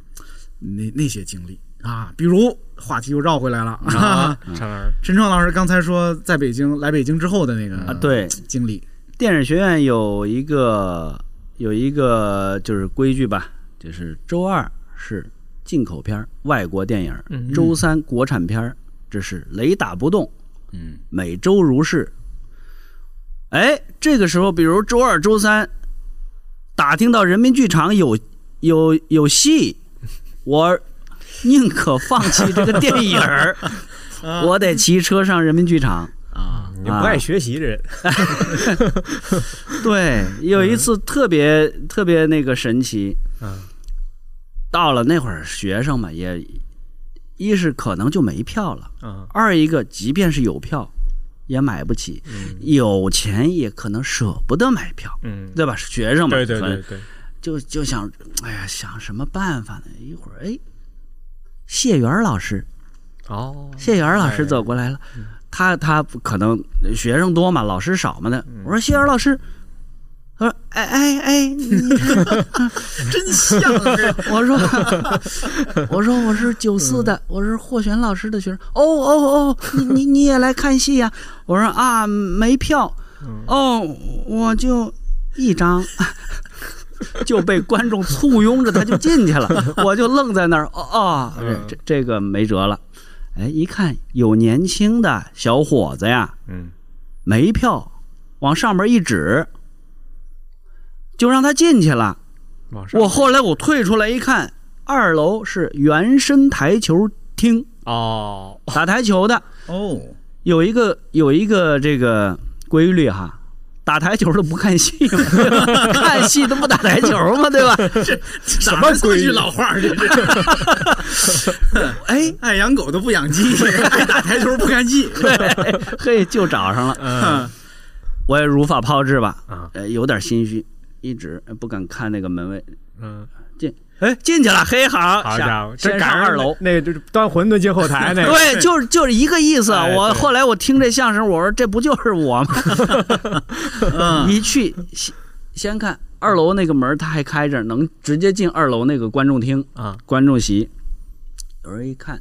Speaker 4: 那那些经历啊。比如话题又绕回来了，
Speaker 2: 啊，成儿，
Speaker 4: *laughs* 陈创老师刚才说在北京来北京之后的那个
Speaker 5: 啊对
Speaker 4: 经历，
Speaker 5: 电影学院有一个有一个就是规矩吧，就是周二是进口片儿、外国电影儿，
Speaker 2: 嗯
Speaker 5: 周三国产片儿，这是雷打不动，嗯，每周如是。哎，这个时候，比如周二、周三，打听到人民剧场有有有戏，我宁可放弃这个电影儿，我得骑车上人民剧场。
Speaker 2: 你不爱学习的人， *laughs*
Speaker 5: 对，有一次特别、特别那个神奇，
Speaker 2: 嗯，
Speaker 5: 到了那会儿学生嘛，也一是可能就没票了，
Speaker 2: 啊，
Speaker 5: 二一个即便是有票，也买不起，有钱也可能舍不得买票，
Speaker 2: 嗯，
Speaker 5: 对吧？学生嘛，
Speaker 2: 对对
Speaker 5: 可能
Speaker 2: 对对，
Speaker 5: 就就想，哎呀，想什么办法呢？一会儿，哎，谢元老师，
Speaker 2: 哦，
Speaker 5: 谢元老师
Speaker 2: 哎
Speaker 5: 走过来了，他他可能学生多嘛，老师少嘛的。我说谢元老师，他说哎哎哎，你
Speaker 4: 真像啊这
Speaker 5: 我说我说 *laughs* 我是九四的，我是霍选老师的学生。哦哦哦，你你你也来看戏呀、我说啊，没票，哦，我就一张。 *laughs* 就被观众簇拥着，他就进去了，我就愣在那儿。哦哦，
Speaker 2: 嗯
Speaker 5: 这这这个没辙了。哎，一看有年轻的小伙子呀，
Speaker 2: 嗯
Speaker 5: 没票，往上面一指，就让他进去了。
Speaker 2: 往上
Speaker 5: 我后来我退出来一看，二楼是原深台球厅，
Speaker 2: 哦，
Speaker 5: 打台球的
Speaker 4: 哦，
Speaker 5: 有一个有一个这个规律哈。打台球的不看戏嘛， *laughs* 对吧看戏的不打台球嘛，
Speaker 2: *laughs*
Speaker 5: 对吧？
Speaker 4: *laughs* 什
Speaker 2: 么
Speaker 4: 这
Speaker 2: 规
Speaker 4: 句
Speaker 2: 矩
Speaker 4: 老话儿这是。 *laughs*
Speaker 5: 哎，
Speaker 4: 爱养狗都不养鸡， *laughs* 爱打台球不看 *laughs* 戏。
Speaker 5: 嘿 *laughs* 嘿，就找上了。
Speaker 2: 嗯
Speaker 5: *laughs* 我也如法炮制吧，
Speaker 2: 啊
Speaker 5: 呃，有点心虚，一直呃不敢看那个门卫
Speaker 2: 嗯，
Speaker 5: 进，哎，进去了，嘿，好，
Speaker 2: 好
Speaker 5: 下
Speaker 2: 家伙，这
Speaker 5: 先
Speaker 2: 赶
Speaker 5: 上
Speaker 2: 上
Speaker 5: 二楼，
Speaker 2: 那那就是端馄饨进后台那个，
Speaker 5: 对，就是就是一个意思。
Speaker 2: 哎
Speaker 5: 我
Speaker 2: 对
Speaker 5: 后来我听这相声，我说这不就是我
Speaker 2: *laughs*
Speaker 5: 吗？
Speaker 4: 嗯，
Speaker 5: 一去先先看二楼那个门，他还开着，能直接进二楼那个观众厅
Speaker 2: 啊，
Speaker 5: *laughs* 观众席。有人一看，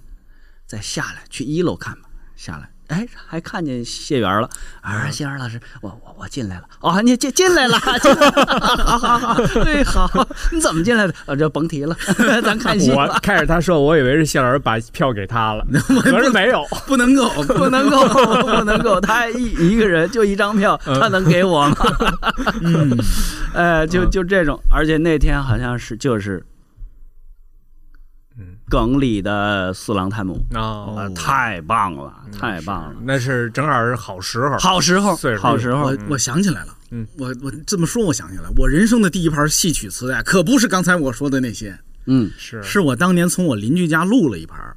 Speaker 5: 再下来去一楼看吧，下来。哎，还看见谢元了，啊，谢元老师，我我我进来了，哦，你进进来了，进来了，好好好，对，好，你怎么进来的？啊，这甭提了，咱看戏
Speaker 2: 我
Speaker 5: 吧，
Speaker 2: 开始他说，我以为是谢老师把票给他了，可是没有，
Speaker 4: 不能 *laughs* 够，
Speaker 5: 不能够，不能够，他一一个人就一张票，他能给我吗？
Speaker 4: 嗯，
Speaker 5: 呃，就就这种，而且那天好像是就是
Speaker 2: 嗯，
Speaker 5: 耿里的四郎探母，
Speaker 2: 哦，
Speaker 5: 啊，太棒了， *laughs* 太棒了，
Speaker 2: 那是正嗯好是好时候，
Speaker 5: 好时候
Speaker 2: 岁，数
Speaker 5: 好时候
Speaker 4: 我，我想起来了，
Speaker 2: 嗯
Speaker 4: 我我这么说，我想起来了，我人生的第一盘戏曲磁带可不是刚才我说的那些，
Speaker 5: 嗯
Speaker 2: 是
Speaker 4: 是我当年从我邻居家录了一盘儿，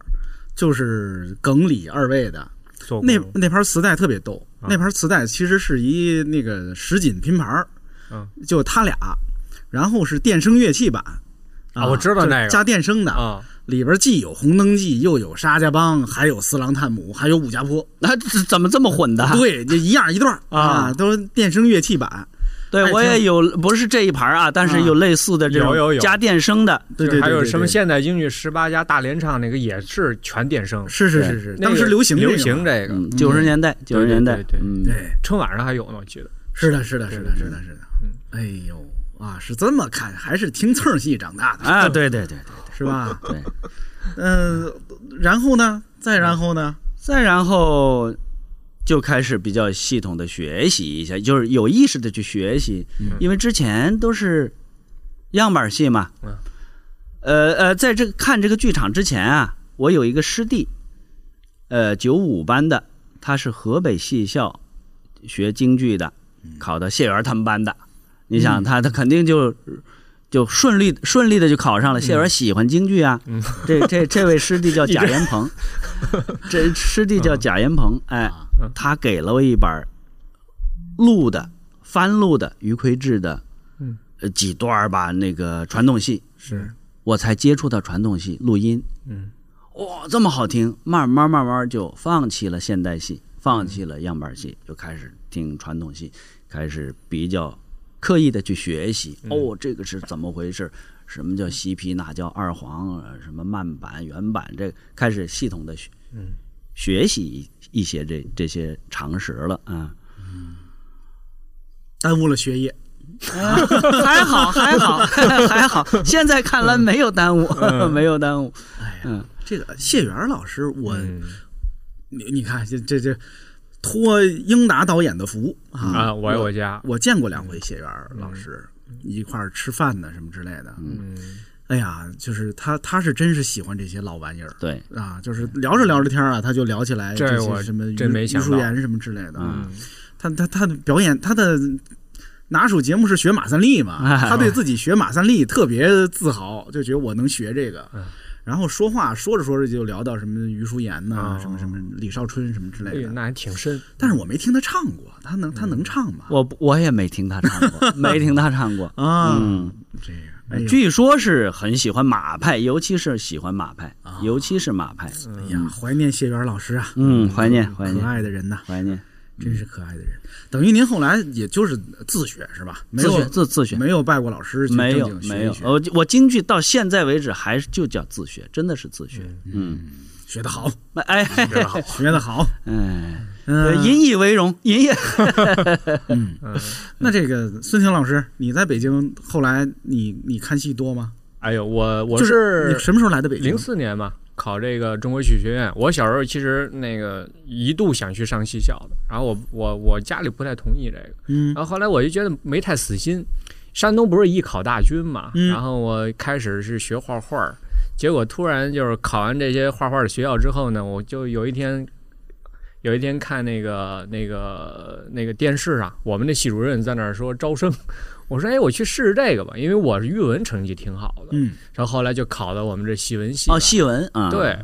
Speaker 4: 就是耿李二位的
Speaker 2: 做
Speaker 4: 那
Speaker 2: 工
Speaker 4: 那盘磁带特别逗，那盘磁带其实是一那个实锦拼盘儿
Speaker 2: 嗯，
Speaker 4: 就他俩，然后是电声乐器版。
Speaker 2: 啊我知道
Speaker 4: 就是
Speaker 2: 那个
Speaker 4: 加电声的，
Speaker 2: 啊，
Speaker 4: 里边既有红灯记，又有沙家浜，还有四郎探母，还有武家坡，
Speaker 5: 那这怎么这么混的？
Speaker 2: 啊
Speaker 4: 对，就一样一段儿
Speaker 5: 啊
Speaker 4: 都是电声乐器版。
Speaker 5: 对，
Speaker 4: 哎
Speaker 5: 我
Speaker 4: 挺
Speaker 5: 也有，不是这一盘啊，但是有类似的这
Speaker 2: 有有
Speaker 5: 种
Speaker 2: 有
Speaker 5: 加电声的，
Speaker 4: 对
Speaker 2: 就
Speaker 4: 对对，
Speaker 2: 还有
Speaker 4: 对对
Speaker 2: 什么现代京剧十八家大联唱那个也是全电声，
Speaker 4: 是是
Speaker 5: 对
Speaker 4: 是是，
Speaker 2: 那
Speaker 4: 当
Speaker 2: 个
Speaker 4: 时流行这个
Speaker 2: 流行
Speaker 4: 嘛
Speaker 2: 这个，
Speaker 5: 嗯，九十年代，九十年代
Speaker 2: 对对，对
Speaker 5: 嗯，
Speaker 4: 对，
Speaker 2: 春晚上还有呢，我记得
Speaker 4: 是的，是的，是的，
Speaker 2: 对嗯
Speaker 4: 是的，是的。哎呦啊，是这么看，还是听蹭戏长大的，
Speaker 5: 啊，对对对对
Speaker 4: 是吧？
Speaker 5: 对。
Speaker 4: 嗯，然后呢？再然后呢？
Speaker 5: 再然后就开始比较系统的学习一下，就是有意识的去学习，因为之前都是样板戏嘛。
Speaker 2: 嗯
Speaker 5: 呃呃，在这个看这个剧场之前啊，我有一个师弟，呃，九五班的，他是河北戏校学京剧的，考到谢元他们班的。你想他，他肯定就就顺利顺利的就考上了。谢元喜欢京剧啊，这这这位师弟叫
Speaker 2: 一直
Speaker 5: 贾延鹏，这师弟叫贾延鹏，哎，
Speaker 2: 嗯
Speaker 5: 他给了我一本录的翻录的于魁智的，
Speaker 2: 嗯
Speaker 5: 呃，几段儿吧，那个传统戏，
Speaker 2: 是
Speaker 5: 我才接触到传统戏录音，
Speaker 2: 嗯，
Speaker 5: 哇，这么好听，慢慢慢慢就放弃了现代戏，放弃了样板戏，就开始听传统戏，开始比较刻意的去学习。
Speaker 2: 嗯
Speaker 5: 哦，这个是怎么回事？什么叫西皮？哪叫二黄？呃什么慢板、原板？这个开始系统的学，
Speaker 2: 嗯
Speaker 5: 学习一一些这这些常识了啊。
Speaker 4: 耽误了学业，
Speaker 5: 还好，还好， *laughs* 还好。现在看来没有耽误， *laughs* 没有耽误。
Speaker 4: 哎这个谢元老师，我、
Speaker 2: 嗯
Speaker 4: 你你看这这这托英达导演的福啊
Speaker 2: 啊，我
Speaker 4: 我
Speaker 2: 有我家，
Speaker 4: 我见过两
Speaker 2: 嗯
Speaker 4: 回谢元老师、一块儿吃饭呢，什么之类的。
Speaker 2: 嗯
Speaker 4: 哎呀，就是他他是真是喜欢这些老玩意儿。
Speaker 5: 对，
Speaker 4: 啊，就是聊着聊着天儿啊，他就聊起来
Speaker 2: 这
Speaker 4: 些
Speaker 2: 我
Speaker 4: 什么于
Speaker 2: 真没
Speaker 4: 于
Speaker 2: 想
Speaker 4: 淑
Speaker 2: 到
Speaker 4: 妍什么之类的。啊
Speaker 5: 嗯
Speaker 4: 他他他的表演，他的拿手节目是
Speaker 2: 哎嗯
Speaker 4: 学马三立嘛，他对自己学马三立特别自豪，就觉得我能学这个。然后说话说着说着就聊到什么于淑妍呐、
Speaker 2: 哦
Speaker 4: 什么什么李少春什么之
Speaker 2: 哎
Speaker 4: 类
Speaker 2: 呦，
Speaker 4: 的。
Speaker 2: 那还挺深。
Speaker 4: 但是我没听他唱过，他能他
Speaker 2: 嗯
Speaker 4: 能唱吗？
Speaker 5: 我不我也没听他唱 *laughs* 过，没听他唱过。
Speaker 4: 啊，
Speaker 5: 嗯，
Speaker 4: 这个哎呦
Speaker 5: 据说是很喜欢马派，尤其是喜欢马派，尤其是马派。
Speaker 4: 哎呀，怀念谢元老师啊，
Speaker 5: 嗯，怀念怀
Speaker 4: 可
Speaker 5: 念嗯
Speaker 4: 爱的人呐，
Speaker 5: 怀念，
Speaker 4: 真是可爱的人。等于您后来也就是自学是吧？没
Speaker 5: 自
Speaker 4: 有
Speaker 5: 学自自学。
Speaker 4: 没有拜过老师，去
Speaker 5: 没有
Speaker 4: 正经学一
Speaker 5: 没有，哦
Speaker 4: 学
Speaker 5: 我我京剧到现在为止还是就叫自学，真的是自学。嗯，
Speaker 4: 学得
Speaker 5: *laughs*
Speaker 4: 好，
Speaker 5: 哎
Speaker 4: 学得
Speaker 5: *laughs*
Speaker 4: 好，学得好。
Speaker 5: 哎，呃
Speaker 4: 嗯，
Speaker 5: 引以为荣，引以
Speaker 4: 那这个孙婷老师，你在北京后来你你看戏多吗？
Speaker 2: 哎呦，我我
Speaker 4: 就是你什么时候来的北京？
Speaker 2: 零四年嘛，考这个中国戏剧学院。我小时候其实那个一度想去上戏校的，然后我我我家里不太同意这个，
Speaker 4: 嗯
Speaker 2: 然后后来我就觉得没太死心。山东不是艺考大军嘛，
Speaker 4: 嗯
Speaker 2: 然后我开始是学画画儿，结果突然就是考完这些画画的学校之后呢，我就有一天。有一天看那个那个那个电视上，我们的系主任在那儿说招生， *laughs* 我说哎，我去试试这个吧，因为我是语文成绩挺好的，
Speaker 4: 嗯，
Speaker 2: 然后后来就考到我们这戏文系
Speaker 5: 哦，
Speaker 2: 了
Speaker 5: 戏文啊，
Speaker 2: 对，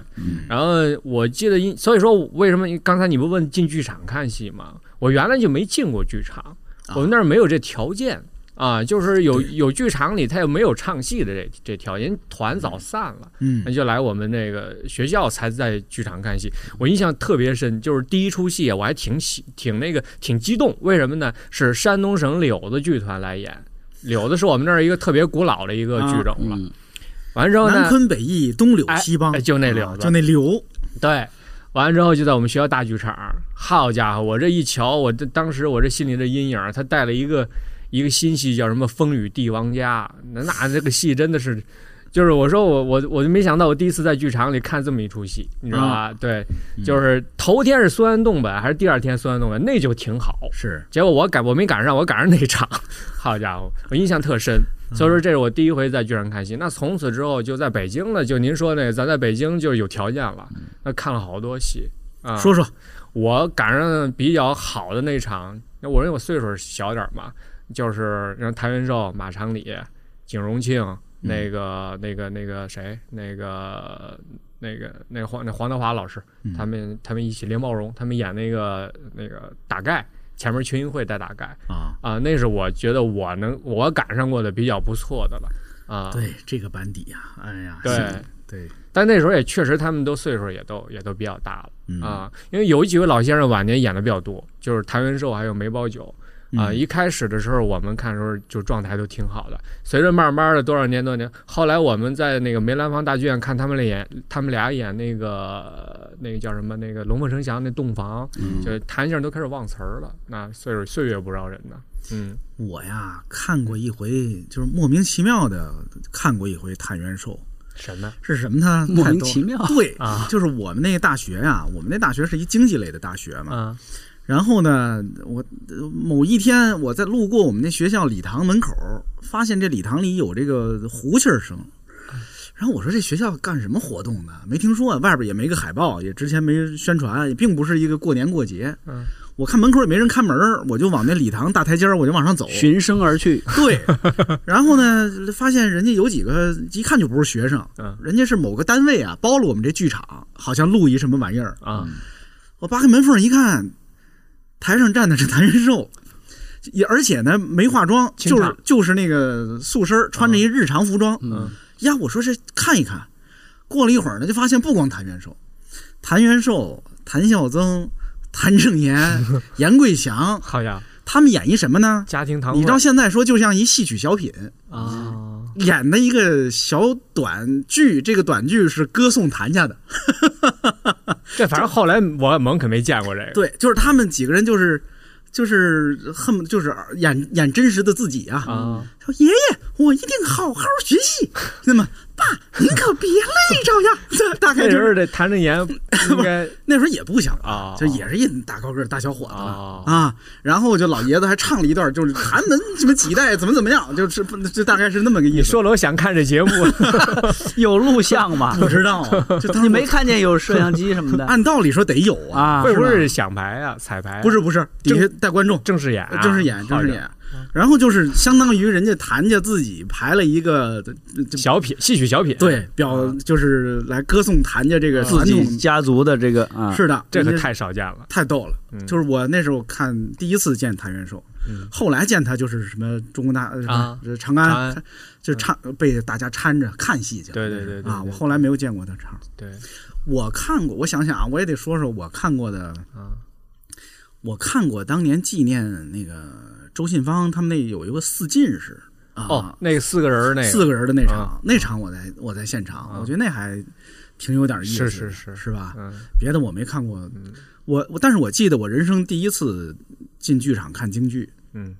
Speaker 2: 然后我记得因，所以说为什么刚才你不问进剧场看戏吗？我原来就没进过剧场，
Speaker 5: 啊
Speaker 2: 我们那儿没有这条件啊，就是有有剧场里他又没有唱戏的这这条件，团早散了，
Speaker 4: 嗯
Speaker 2: 那就来我们那个学校才在剧场看戏。我印象特别深，就是第一出戏啊我还挺喜挺那个挺激动，为什么呢？是山东省柳子剧团来演，柳子是我们那儿一个特别古老的一个剧种了。
Speaker 5: 嗯
Speaker 2: 完之后呢
Speaker 4: 南，昆北弋，东柳西帮
Speaker 2: 哎哎，就那柳
Speaker 4: 啊
Speaker 2: 子
Speaker 4: 就那柳，
Speaker 2: 对，完了之后就在我们学校大剧场，好家伙，我这一瞧，我这当时我这心里的阴影儿，他带了一个一个新戏叫什么《风雨帝王家》，那那这个戏真的是。就是我说我我我就没想到我第一次在剧场里看这么一出戏，你知道吧？对，就是头天是孙安动本还是第二天孙安动本，那就挺好。
Speaker 4: 是
Speaker 2: 结果我赶我没赶上，我赶上那场，好家伙，我印象特深。所以说这是我第一回在剧场看戏。那从此之后就在北京了，就您说那个，咱在北京就有条件了，那看了好多戏啊。
Speaker 4: 说说
Speaker 2: 我赶上比较好的那场，那我认为我岁数小点儿嘛，就是让谭元寿、马长礼、景荣庆，那个、那个、那个谁，那个、那个、那个黄那黄德华老师，他们他们一起林茂荣，他们演那个那个打盖，前面群英会带打盖
Speaker 4: 啊，
Speaker 2: 啊、那是我觉得我能我赶上过的比较不错的了啊。
Speaker 4: 对这个班底呀，哎呀，
Speaker 2: 对
Speaker 4: 对，
Speaker 2: 但那时候也确实，他们都岁数也都也都比较大了、
Speaker 4: 嗯
Speaker 2: 啊。因为有几位老先生晚年演的比较多，就是谭元寿还有梅葆玖啊。
Speaker 4: 嗯
Speaker 2: 一开始的时候，我们看的时候就状态都挺好的。随着慢慢的多少年多少年，后来我们在那个梅兰芳大剧院看他们俩演，他们俩演那个那个叫什么那个龙凤呈祥那洞房，
Speaker 4: 嗯
Speaker 2: 就是谭先生都开始忘词儿了。那岁数岁月不饶人呐，嗯
Speaker 4: 我呀看过一回，就是莫名其妙的看过一回《探元寿》。
Speaker 2: 什么
Speaker 4: 是什么呢？
Speaker 5: 莫
Speaker 4: 太
Speaker 5: 名
Speaker 4: 逗了
Speaker 5: 其妙
Speaker 4: 对，
Speaker 2: 啊
Speaker 4: 就是我们那个大学呀、我们那大学是一经济类的大学嘛。
Speaker 2: 啊
Speaker 4: 然后呢，我呃某一天我在路过我们那学校礼堂门口，发现这礼堂里有这个胡琴儿声。然后我说这学校干什么活动呢？没听说啊，外边也没个海报，也之前没宣传，也并不是一个过年过节。
Speaker 2: 嗯，
Speaker 4: 我看门口也没人看门儿，我就往那礼堂大台阶儿我就往上走，
Speaker 5: 循声而去，
Speaker 4: *laughs* 对，然后呢，发现人家有几个一看就不是学生，
Speaker 2: 嗯
Speaker 4: 人家是某个单位啊包了我们这剧场，好像录一什么玩意儿。
Speaker 2: 啊
Speaker 4: 我扒开门缝一看，台上站的是谭元寿，也而且呢没化妆，
Speaker 2: 清
Speaker 4: 就是
Speaker 2: 唱
Speaker 4: 就是那个素身儿，穿着一日常服装。
Speaker 2: 嗯
Speaker 4: 呀，我说这看一看，过了一会儿呢，就发现不光谭元寿，谭元寿、谭笑曾、谭正
Speaker 2: *laughs*
Speaker 4: 岩、严桂祥，
Speaker 2: 好家伙，
Speaker 4: 他们演一什么呢？
Speaker 2: 家庭堂会
Speaker 4: 你到现在说，就像一戏曲小品。
Speaker 2: 啊
Speaker 4: 演的一个小短剧，这个短剧是歌颂谭家的。
Speaker 2: 这反正后来我蒙可没见过这个。
Speaker 4: 对，就是他们几个人就是就是恨不得就是演演真实的自己啊。
Speaker 2: 啊
Speaker 4: 说爷爷，我一定好好学习。那么爸，您可别累着呀。对大概
Speaker 2: 那
Speaker 4: 就
Speaker 2: 时候
Speaker 4: 是
Speaker 2: 这谭
Speaker 4: *laughs*
Speaker 2: 震岩应该
Speaker 4: 那时候也不想
Speaker 2: 啊
Speaker 4: 就也是一大高个儿大小伙子了、
Speaker 2: 哦
Speaker 4: 啊。然后就老爷子还唱了一段，就是韩文什么几代怎么怎么样，就是就大概是那么个意
Speaker 2: 你
Speaker 4: 思。
Speaker 2: 说了，我想看这节目
Speaker 5: *laughs* 有录
Speaker 4: *laughs*
Speaker 5: 像吗？
Speaker 4: 不知道啊，就当时
Speaker 5: *laughs* 你没看见有摄像机
Speaker 4: *laughs*
Speaker 5: 什么的
Speaker 4: 按道理说得有啊
Speaker 5: 啊？
Speaker 2: *laughs* 会不
Speaker 4: 吧
Speaker 2: 会是想牌啊、彩排啊？
Speaker 4: 呃不是不是，底下带观众，
Speaker 2: 正式演啊，
Speaker 4: 正式演，
Speaker 2: 好
Speaker 4: 正式
Speaker 2: 的嗯
Speaker 4: 演。然后就是相当于人家谭家自己排了一个，这
Speaker 2: 小品戏曲小品，，
Speaker 4: 对表就是来歌颂谭家这个
Speaker 5: 自
Speaker 4: 传
Speaker 5: 己
Speaker 4: 统，
Speaker 5: 家族的这个啊，
Speaker 4: 是的，
Speaker 2: 这
Speaker 4: 人
Speaker 2: 可
Speaker 4: 家
Speaker 2: 太少见了。
Speaker 4: 太逗了。就是我那时候看第一次见谭元寿，
Speaker 2: 嗯
Speaker 4: 后来见他就是什么中国大呃什么
Speaker 2: 啊
Speaker 4: 呃长
Speaker 2: 长
Speaker 4: 安
Speaker 2: 安，嗯
Speaker 4: 就掺被大家掺着看戏去了。
Speaker 2: 对对对对
Speaker 4: 啊，
Speaker 2: 对
Speaker 4: 我后来啊没有见过他唱。
Speaker 2: 对，
Speaker 4: 我看过，我想想啊，我也得说说我看过的。
Speaker 2: 啊
Speaker 4: 我看过当年纪念那个周信芳他们那有一个四进士啊，
Speaker 2: 哦，那个四个人儿那个
Speaker 4: 四个人的那场，
Speaker 2: 啊
Speaker 4: 那场我在我在现场，我觉得那还挺有点意思的，
Speaker 2: 是是
Speaker 4: 是
Speaker 2: 是
Speaker 4: 吧？
Speaker 2: 嗯
Speaker 4: 别的我没看过，我我但是我记得我人生第一次进剧场看京剧，
Speaker 2: 嗯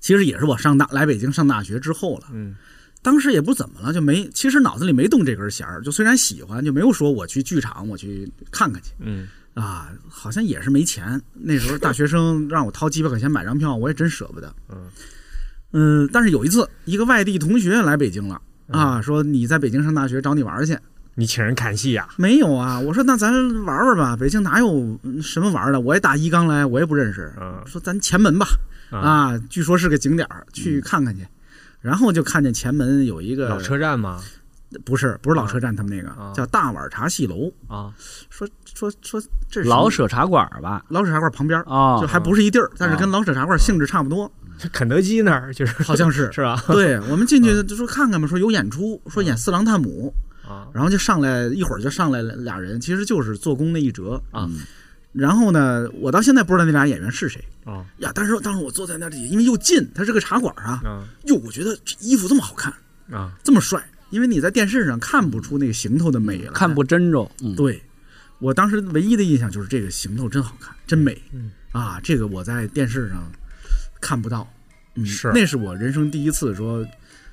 Speaker 4: 其实也是我上大来北京上大学之后了，
Speaker 2: 嗯
Speaker 4: 当时也不怎么了，就没其实脑子里没动这根弦儿，就虽然喜欢，就没有说我去剧场我去看看去。
Speaker 2: 嗯
Speaker 4: 啊，好像也是没钱。那时候大学生让我掏几百块钱买张票，我也真舍不得。
Speaker 2: 嗯
Speaker 4: 嗯但是有一次，一个外地同学来北京了
Speaker 2: 嗯
Speaker 4: 啊，说你在北京上大学，找你玩儿去。
Speaker 2: 你请人看戏呀？
Speaker 4: 没有啊，我说那咱玩玩吧，北京哪有嗯什么玩儿的？我也大一刚来，我也不认识。
Speaker 2: 嗯
Speaker 4: 说咱前门吧，
Speaker 2: 啊，
Speaker 4: 啊，据说是个景点儿，去看看去。然后就看见前门有一个
Speaker 2: 嗯老车站吗？
Speaker 4: 不是不是老车站，他们那个、
Speaker 2: 啊
Speaker 4: 叫大碗茶戏楼，
Speaker 2: 啊，
Speaker 4: 说说说这是
Speaker 5: 老
Speaker 4: 什么
Speaker 5: 舍茶馆吧？
Speaker 4: 老舍茶馆旁边儿
Speaker 2: 哦
Speaker 5: 啊
Speaker 4: 就，还不是一地儿，
Speaker 2: 嗯
Speaker 4: 但是跟老舍茶馆性质差不多，
Speaker 2: 肯德基那儿就是
Speaker 4: 好像是。
Speaker 2: 嗯 *laughs*
Speaker 4: 啊
Speaker 2: 是嗯吧？
Speaker 4: 对我们进去就说看看吧，说有演出，说演四郎探母，
Speaker 2: 啊
Speaker 4: 然后就上来一会儿就上来俩人，其实就是做工那一折。
Speaker 2: 啊
Speaker 4: 然后呢，我到现在不知道那俩演员是谁
Speaker 2: 啊
Speaker 4: 呀，但是当时我坐在那里，因为又近，它是个茶馆啊，
Speaker 2: 啊
Speaker 4: 哟，我觉得这衣服这么好看，
Speaker 2: 啊！
Speaker 4: 这么帅，因为你在电视上看不出那个行头的美来，
Speaker 5: 看不真着，嗯，
Speaker 4: 对，我当时唯一的印象就是这个行头真好看，真美。
Speaker 5: 嗯
Speaker 4: 啊，这个我在电视上看不到。嗯，
Speaker 2: 是
Speaker 4: 那是我人生第一次说，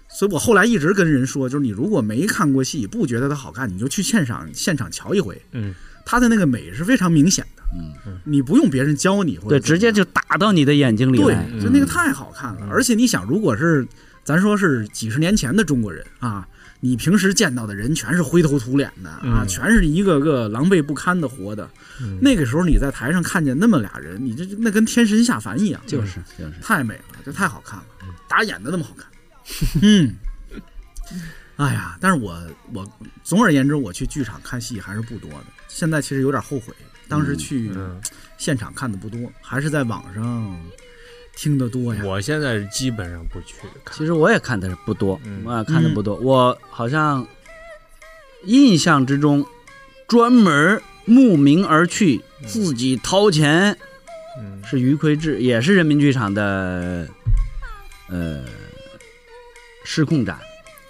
Speaker 4: 所以我后来一直跟人说，就是你如果没看过戏，不觉得它好看，你就去现场现场瞧一回，
Speaker 2: 嗯，
Speaker 4: 它的那个美是非常明显的。嗯，你不用别人教你，或者
Speaker 5: 对，直接
Speaker 4: 怎
Speaker 5: 就打到你的眼睛里
Speaker 4: 么
Speaker 5: 来
Speaker 4: 样。
Speaker 2: 嗯
Speaker 4: 对，就那个太好看了。而且你想，如果是咱说是几十年前的中国人啊。你平时见到的人全是灰头土脸的啊，
Speaker 2: 嗯
Speaker 4: 全是一个个狼狈不堪的活的，那个时候你在台上看见那么俩人，你这那跟天神下凡一样，
Speaker 5: 就是就是，
Speaker 4: 太美了，这太好看了，
Speaker 2: 嗯
Speaker 4: 打演的那么好看， *laughs* 嗯，哎呀，但是我我总而言之，我去剧场看戏还是不多的，现在其实有点后悔，当时去
Speaker 2: 嗯
Speaker 4: 现场看的不多，还是在网上听的多呀。
Speaker 2: 我现在基本上不去看。
Speaker 5: 其实我也看的不多，
Speaker 2: 嗯
Speaker 5: 我也看的不多，我好像印象之中专门慕名而去，自己掏钱
Speaker 2: 嗯
Speaker 5: 是于魁智，也是人民剧场的呃失控展，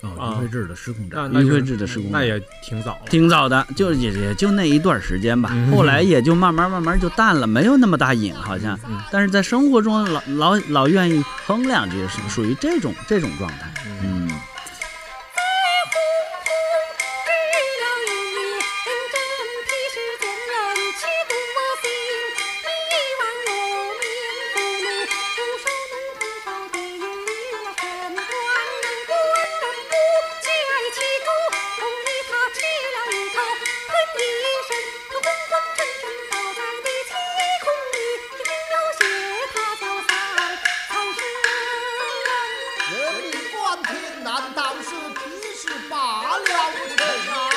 Speaker 4: 哦，于慧智的失控
Speaker 2: 啊那
Speaker 4: 战，
Speaker 2: 那
Speaker 5: 于
Speaker 2: 就
Speaker 5: 魁
Speaker 2: 是
Speaker 5: 智的失控
Speaker 2: 那
Speaker 5: 展。
Speaker 2: 也挺早了。
Speaker 5: 挺早的，就也也就那一段时间吧，
Speaker 2: 嗯 *laughs*
Speaker 5: 后来也就慢慢慢慢就淡了，没有那么大瘾，好像。
Speaker 2: 嗯
Speaker 5: 但是在生活中老老老愿意哼两句，是属于这种这种状态。嗯，
Speaker 6: 人命关天难当是皮是罢了臣啊！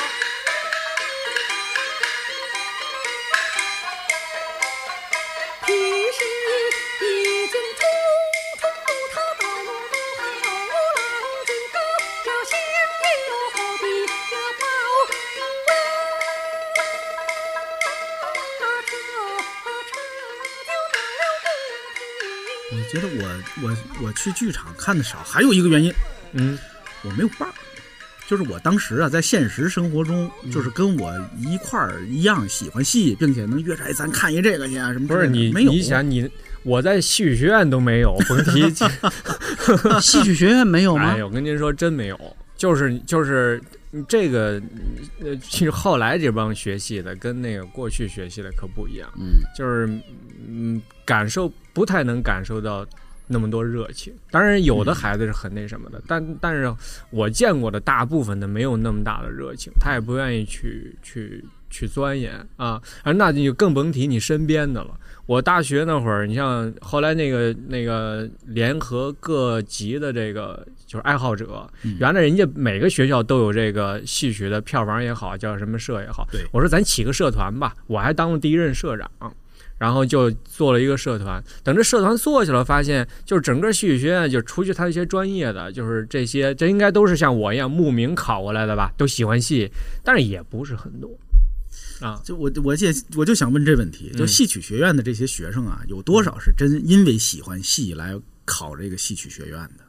Speaker 7: 于是已经匆匆匆他到路东海偶郎经过，这乡里有好比这包啊车车就到了
Speaker 4: 我觉得我我我去剧场看的少，还有一个原因，
Speaker 2: 嗯，
Speaker 4: 我没有伴儿，就是我当时啊，在现实生活中，
Speaker 2: 嗯
Speaker 4: 就是跟我一块儿一样喜欢戏，并且能约着哎，咱看一这个去啊什么之类
Speaker 2: 不
Speaker 4: 的。
Speaker 2: 是你，
Speaker 4: 没有
Speaker 2: 你想你，我在戏曲学院都没有，甭
Speaker 4: *laughs*
Speaker 2: 提。
Speaker 5: 戏曲学院没有吗
Speaker 2: 哎？呦，我跟您说，真没有，就是就是这个，呃，其实后来这帮学戏的跟那个过去学戏的可不一样，
Speaker 5: 嗯，
Speaker 2: 就是嗯，感受不太能感受到那么多热情。当然，有
Speaker 5: 嗯
Speaker 2: 的孩子是很那什么的，但但是我见过的大部分的没有那么大的热情，他也不愿意去去去钻研啊，啊，那你就更甭提你身边的了。我大学那会儿，你像后来那个那个联合各级的这个就是爱好者，原来人家每个学校都有这个戏曲的票房也好，叫什么社也好，
Speaker 4: 对
Speaker 2: 我说咱起个社团吧，我还当了第一任社长。然后就做了一个社团，等这社团做起来，发现就是整个戏曲学院，就除去他一些专业的，就是这些，这应该都是像我一样慕名考过来的吧，都喜欢戏，但是也不是很多。
Speaker 4: 就我我也我就想问这问题，就
Speaker 2: 嗯
Speaker 4: 戏曲学院的这些学生啊，有多少是真因为喜欢戏来考这个戏曲学院的？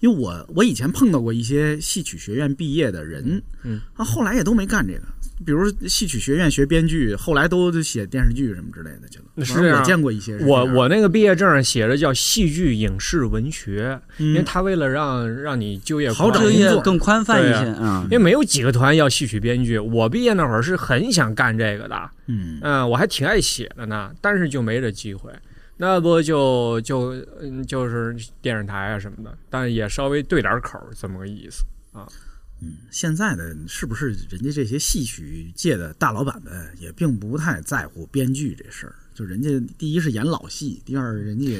Speaker 4: 因为我我以前碰到过一些戏曲学院毕业的人，
Speaker 2: 嗯，
Speaker 4: 啊，后来也都没干这个。比如戏曲学院学编剧，后来都写电视剧什么之类的去了。
Speaker 2: 是
Speaker 4: 反正
Speaker 2: 啊
Speaker 4: 我见过一些是这
Speaker 2: 我
Speaker 4: 样的，
Speaker 2: 我那个毕业证上写着叫戏剧影视文学，因为
Speaker 4: 嗯
Speaker 2: 他为了让让你就业
Speaker 4: 好
Speaker 2: 宽
Speaker 4: 找
Speaker 5: 这
Speaker 2: 裕
Speaker 4: 工
Speaker 5: 业
Speaker 4: 作
Speaker 5: 更宽泛一些啊
Speaker 2: 因为。没有几个团要戏曲编剧，我毕业那会儿是很想干这个的，
Speaker 4: 嗯，
Speaker 2: 嗯，我还挺爱写的呢，但是就没这机会。那不就就嗯，就是电视台啊什么的，但也稍微对点口儿，这么个意思。
Speaker 4: 现在的是不是人家这些戏曲界的大老板们也并不太在乎编剧这事儿？就人家第一是演老戏，第二人家